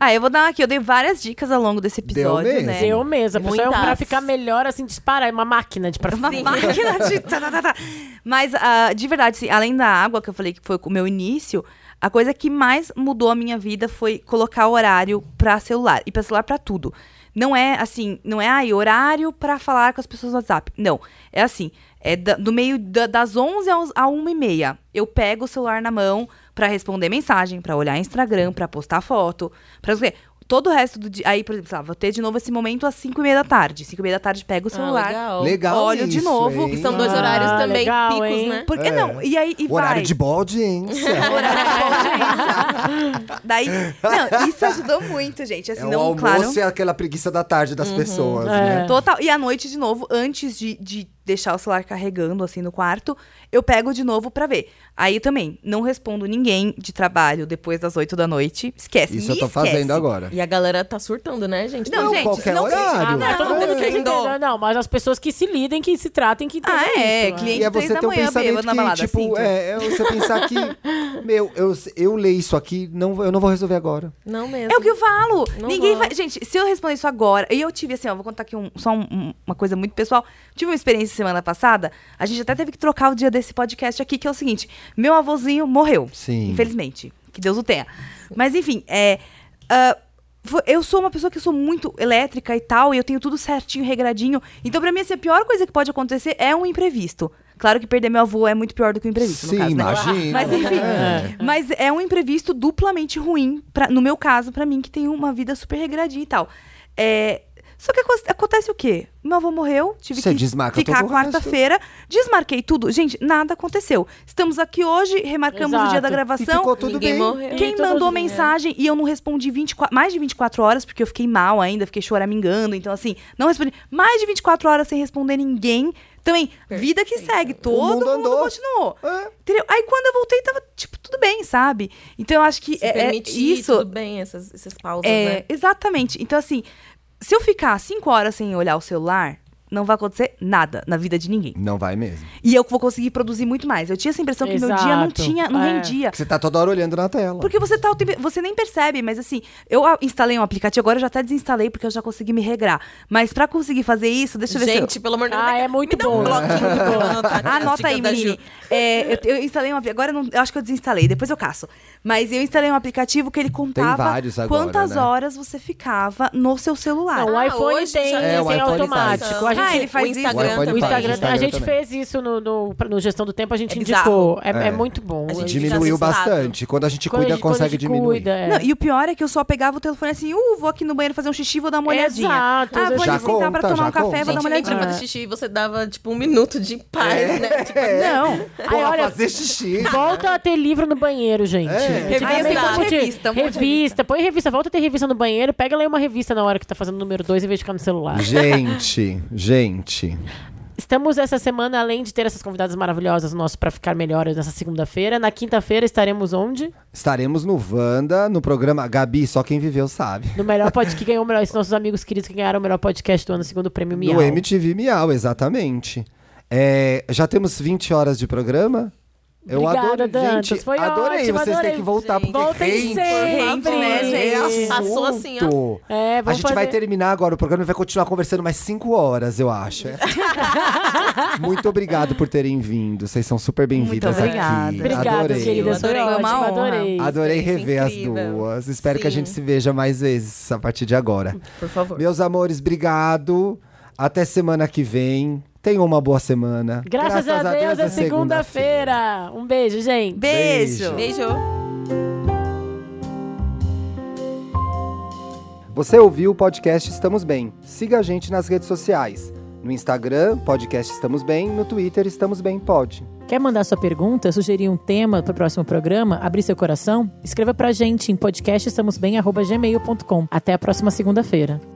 [SPEAKER 3] Ah, eu vou dar aqui. Eu dei várias dicas ao longo desse episódio,
[SPEAKER 1] mesmo.
[SPEAKER 3] né?
[SPEAKER 2] Eu mesmo. A pessoa é um- pra
[SPEAKER 4] Muitas.
[SPEAKER 2] ficar melhor, assim, disparar. É uma máquina de pra
[SPEAKER 3] Uma máquina de. tá, tá, tá, tá. Mas, ah, de verdade, assim, além da água, que eu falei que foi o meu início, a coisa que mais mudou a minha vida foi colocar horário pra celular. E pra celular pra tudo. Não é assim, não é ai, horário pra falar com as pessoas no WhatsApp. Não. É assim, é da- do meio da- das 11 às à 1 e meia. Eu pego o celular na mão pra responder mensagem, pra olhar Instagram, pra postar foto, pra não sei o quê. Todo o resto do dia. Aí, por exemplo, sei lá, vou ter de novo esse momento às 5 e meia da tarde. 5 e meia da tarde, pego o celular.
[SPEAKER 4] Ah, legal.
[SPEAKER 1] Legal.
[SPEAKER 3] Olha de
[SPEAKER 1] isso,
[SPEAKER 3] novo,
[SPEAKER 1] hein?
[SPEAKER 4] E são dois
[SPEAKER 2] Ah,
[SPEAKER 4] horários também
[SPEAKER 2] legal,
[SPEAKER 4] picos,
[SPEAKER 2] hein?
[SPEAKER 4] né?
[SPEAKER 3] Por que
[SPEAKER 1] É.
[SPEAKER 3] não? E aí, e
[SPEAKER 1] Horário
[SPEAKER 3] vai.
[SPEAKER 1] de boa audiência.
[SPEAKER 3] Daí, não, isso ajudou muito, gente. Assim,
[SPEAKER 1] É o
[SPEAKER 3] não,
[SPEAKER 1] almoço
[SPEAKER 3] claro. Uhum.
[SPEAKER 1] e aquela preguiça da tarde das
[SPEAKER 2] É.
[SPEAKER 1] pessoas, né?
[SPEAKER 3] Total. E à noite, de novo, antes de, de deixar o celular carregando, assim, no quarto, eu pego de novo pra ver. Aí também, não respondo ninguém de trabalho depois das 8 da noite. Esquece.
[SPEAKER 1] Isso
[SPEAKER 3] me
[SPEAKER 1] eu tô
[SPEAKER 3] esquece.
[SPEAKER 1] fazendo agora.
[SPEAKER 4] E a galera tá surtando, né, gente?
[SPEAKER 3] Não, gente,
[SPEAKER 1] qualquer
[SPEAKER 3] não-
[SPEAKER 1] horário.
[SPEAKER 2] Não, todo
[SPEAKER 4] Não,
[SPEAKER 2] mundo que
[SPEAKER 4] entendo.
[SPEAKER 2] entendeu, não, mas as pessoas que se lidem, que se tratem, que entendam
[SPEAKER 3] Ah, é,
[SPEAKER 2] isso,
[SPEAKER 3] cliente
[SPEAKER 1] E é
[SPEAKER 3] três
[SPEAKER 1] você
[SPEAKER 3] da
[SPEAKER 1] ter um
[SPEAKER 3] manhã,
[SPEAKER 1] pensamento
[SPEAKER 3] bêbado na
[SPEAKER 1] que,
[SPEAKER 3] balada, assim.
[SPEAKER 1] tipo,
[SPEAKER 3] sinto.
[SPEAKER 1] é, é você pensar que, meu, eu, eu ler isso aqui, não, eu não vou resolver agora.
[SPEAKER 4] Não mesmo.
[SPEAKER 3] É o que eu falo.
[SPEAKER 4] Não
[SPEAKER 3] Ninguém
[SPEAKER 4] gosto.
[SPEAKER 3] vai. Gente, se eu responder isso agora. E eu tive assim, ó, vou contar aqui um- só um- um- uma coisa muito pessoal. Tive uma experiência semana passada. A gente até teve que trocar o dia desse podcast aqui, que é o seguinte: meu avôzinho morreu.
[SPEAKER 1] Sim.
[SPEAKER 3] Infelizmente. Que Deus o tenha. Mas enfim, é. ah, fo- eu sou uma pessoa que eu sou muito elétrica e tal, e eu tenho tudo certinho, regradinho. Então, pra mim, assim, a pior coisa que pode acontecer é um imprevisto. Claro que perder meu avô é muito pior do que um imprevisto,
[SPEAKER 1] Sim,
[SPEAKER 3] no caso, né?
[SPEAKER 1] imagina.
[SPEAKER 3] Mas enfim,
[SPEAKER 1] É.
[SPEAKER 3] mas é um imprevisto duplamente ruim, pra- no meu caso, pra mim, que tem uma vida super regradinha e tal. É, só que aco- acontece o quê? Meu avô morreu, tive
[SPEAKER 1] Você
[SPEAKER 3] que
[SPEAKER 1] desmarca
[SPEAKER 3] ficar
[SPEAKER 1] todo o resto.
[SPEAKER 3] quarta-feira, desmarquei tudo. Gente, nada aconteceu. Estamos aqui hoje, remarcamos o dia
[SPEAKER 2] Exato.
[SPEAKER 3] da
[SPEAKER 2] E
[SPEAKER 1] E
[SPEAKER 3] gravação.
[SPEAKER 1] ficou tudo
[SPEAKER 4] Ninguém
[SPEAKER 1] bem. é.
[SPEAKER 4] morreu.
[SPEAKER 2] E
[SPEAKER 3] Quem
[SPEAKER 2] todo
[SPEAKER 3] mandou
[SPEAKER 2] dia.
[SPEAKER 3] mensagem e eu não respondi 24, mais de 24 horas, porque eu fiquei mal ainda, fiquei choramingando. Então, assim, não respondi. Mais de 24 horas sem responder ninguém. Também, vida que segue. Todo
[SPEAKER 1] mundo
[SPEAKER 3] mundo,
[SPEAKER 1] andou.
[SPEAKER 3] continuou.
[SPEAKER 1] É.
[SPEAKER 3] Entendeu? Aí quando eu voltei, tava, tipo, tudo bem, sabe? Então, eu acho que
[SPEAKER 4] Se
[SPEAKER 3] é, é
[SPEAKER 4] permitir,
[SPEAKER 3] isso.
[SPEAKER 4] tudo bem, essas, essas pausas,
[SPEAKER 3] É,
[SPEAKER 4] né?
[SPEAKER 3] Exatamente. Então, assim, se eu ficar 5 horas sem olhar o celular, não vai acontecer nada na vida de ninguém.
[SPEAKER 1] Não vai mesmo.
[SPEAKER 3] E eu vou conseguir produzir muito mais. Eu tinha essa impressão que meu dia não
[SPEAKER 2] Exato.
[SPEAKER 3] tinha, não
[SPEAKER 2] É.
[SPEAKER 3] rendia.
[SPEAKER 1] Porque você tá toda hora olhando na tela.
[SPEAKER 3] Porque você tá o tempo- você nem percebe, mas assim, eu ah, instalei um aplicativo, agora eu já até desinstalei porque eu já consegui me regrar. Mas pra conseguir fazer isso, deixa eu ver se
[SPEAKER 4] Gente,
[SPEAKER 3] eu...
[SPEAKER 4] pelo amor de Deus.
[SPEAKER 2] Ah,
[SPEAKER 4] me-
[SPEAKER 2] é muito
[SPEAKER 4] me dá
[SPEAKER 2] bom.
[SPEAKER 4] um bloquinho que eu vou anotar aqui as
[SPEAKER 3] Anota
[SPEAKER 4] dicas
[SPEAKER 3] aí,
[SPEAKER 4] da Ju.
[SPEAKER 3] menino. É, eu, eu instalei um apli- Agora eu não, eu acho que eu desinstalei, depois eu caço. Mas eu instalei um aplicativo que ele contava
[SPEAKER 1] vários agora,
[SPEAKER 3] quantas
[SPEAKER 1] né?
[SPEAKER 3] horas você ficava no seu celular.
[SPEAKER 2] Não, o
[SPEAKER 4] Ah,
[SPEAKER 2] iPhone
[SPEAKER 4] hoje
[SPEAKER 2] tem,
[SPEAKER 4] já-
[SPEAKER 1] É, o
[SPEAKER 2] tem
[SPEAKER 1] iPhone faz
[SPEAKER 2] automático.
[SPEAKER 1] isso.
[SPEAKER 2] A gente,
[SPEAKER 3] Ah, ele faz
[SPEAKER 4] né? o
[SPEAKER 3] isso.
[SPEAKER 1] O
[SPEAKER 4] Instagram
[SPEAKER 1] iPhone
[SPEAKER 2] o
[SPEAKER 4] também.
[SPEAKER 1] faz,
[SPEAKER 2] Instagram, a
[SPEAKER 1] Instagram
[SPEAKER 2] gente
[SPEAKER 1] também.
[SPEAKER 2] fez isso no, no- no Gestão do Tempo, a gente
[SPEAKER 3] É
[SPEAKER 2] indicou. É,
[SPEAKER 1] É.
[SPEAKER 2] é muito bom.
[SPEAKER 4] A gente
[SPEAKER 2] Ele-
[SPEAKER 1] Diminuiu
[SPEAKER 3] tá
[SPEAKER 4] fica assustado.
[SPEAKER 1] bastante. Quando a gente
[SPEAKER 2] quando a
[SPEAKER 1] cuida,
[SPEAKER 2] gente- quando a
[SPEAKER 1] consegue
[SPEAKER 2] gente
[SPEAKER 1] diminuir.
[SPEAKER 2] cuida, é.
[SPEAKER 3] Não, e o pior é que eu só pegava o telefone assim, uh, vou aqui no banheiro fazer um xixi, vou dar uma olhadinha.
[SPEAKER 2] Exato,
[SPEAKER 3] ah, vou
[SPEAKER 1] Já
[SPEAKER 3] ali sentar pra
[SPEAKER 1] conta,
[SPEAKER 3] tomar
[SPEAKER 1] já
[SPEAKER 3] um café,
[SPEAKER 1] conta.
[SPEAKER 3] vou dar uma
[SPEAKER 4] Gente,
[SPEAKER 3] olhadinha.
[SPEAKER 4] antigamente fazer xixi e você dava, tipo, um minuto de paz,
[SPEAKER 1] É.
[SPEAKER 4] né? Tipo,
[SPEAKER 3] Não.
[SPEAKER 2] Ai,
[SPEAKER 1] Porra,
[SPEAKER 2] olha,
[SPEAKER 1] fazer xixi.
[SPEAKER 2] Volta a ter livro no banheiro, gente.
[SPEAKER 1] É.
[SPEAKER 2] Antigamente,
[SPEAKER 4] Revista.
[SPEAKER 2] um monte de-
[SPEAKER 3] Revista, um monte de
[SPEAKER 2] revista. Põe revista, volta a ter revista no banheiro, pega lá uma revista na hora que tá fazendo o número 2 em vez de ficar no celular.
[SPEAKER 1] Gente, gente.
[SPEAKER 2] Estamos essa semana, além de ter essas convidadas maravilhosas no nosso Pra Ficar Melhor nessa segunda-feira, na quinta-feira estaremos onde?
[SPEAKER 1] Estaremos no Wanda, no programa Gabi, só quem viveu sabe.
[SPEAKER 2] No melhor podcast que ganhou o melhor, esses nossos amigos queridos que ganharam o melhor podcast do ano, segundo o prêmio Miau.
[SPEAKER 1] No MTV Miau, exatamente. É, já temos 20 horas de programa? Eu
[SPEAKER 2] Obrigada,
[SPEAKER 1] adoro,
[SPEAKER 2] Dantas.
[SPEAKER 1] gente,
[SPEAKER 2] Foi
[SPEAKER 1] adorei.
[SPEAKER 2] ótimo,
[SPEAKER 1] Vocês
[SPEAKER 2] adorei.
[SPEAKER 1] têm que voltar
[SPEAKER 4] Gente.
[SPEAKER 1] porque
[SPEAKER 2] Voltem
[SPEAKER 1] rende,
[SPEAKER 2] sempre,
[SPEAKER 1] rende,
[SPEAKER 2] né,
[SPEAKER 4] É,
[SPEAKER 2] gente?
[SPEAKER 1] assunto.
[SPEAKER 4] Passou assim,
[SPEAKER 2] É, vamos
[SPEAKER 1] a gente vai
[SPEAKER 2] fazer-
[SPEAKER 1] terminar agora o programa e vai continuar conversando mais cinco horas, eu acho. É. Muito obrigado por terem vindo. Vocês são super bem-vindas
[SPEAKER 3] Muito
[SPEAKER 1] aqui.
[SPEAKER 3] obrigada.
[SPEAKER 2] Obrigada,
[SPEAKER 1] adorei.
[SPEAKER 2] queridas. Foi
[SPEAKER 4] Adorei, foi
[SPEAKER 2] ótimo,
[SPEAKER 4] uma honra.
[SPEAKER 2] adorei.
[SPEAKER 1] Adorei
[SPEAKER 4] Isso,
[SPEAKER 1] rever as
[SPEAKER 4] incrível.
[SPEAKER 1] duas. Espero que a
[SPEAKER 4] Sim.
[SPEAKER 1] gente se veja mais vezes a partir de agora.
[SPEAKER 4] Por favor.
[SPEAKER 1] Meus amores, obrigado. Até semana que vem. Tenham uma boa semana.
[SPEAKER 2] Graças, a Deus, é segunda-feira. um beijo, gente.
[SPEAKER 3] Beijo.
[SPEAKER 1] Beijo.
[SPEAKER 4] Beijo.
[SPEAKER 1] Você ouviu o podcast Estamos Bem. Siga a gente nas redes sociais. No Instagram, podcast Estamos Bem. No Twitter, Estamos Bem Pod.
[SPEAKER 5] Quer mandar sua pergunta, sugerir um tema para o próximo programa, abrir seu coração? Escreva pra gente em podcastestamosbem.gmail.com. Até a próxima segunda-feira.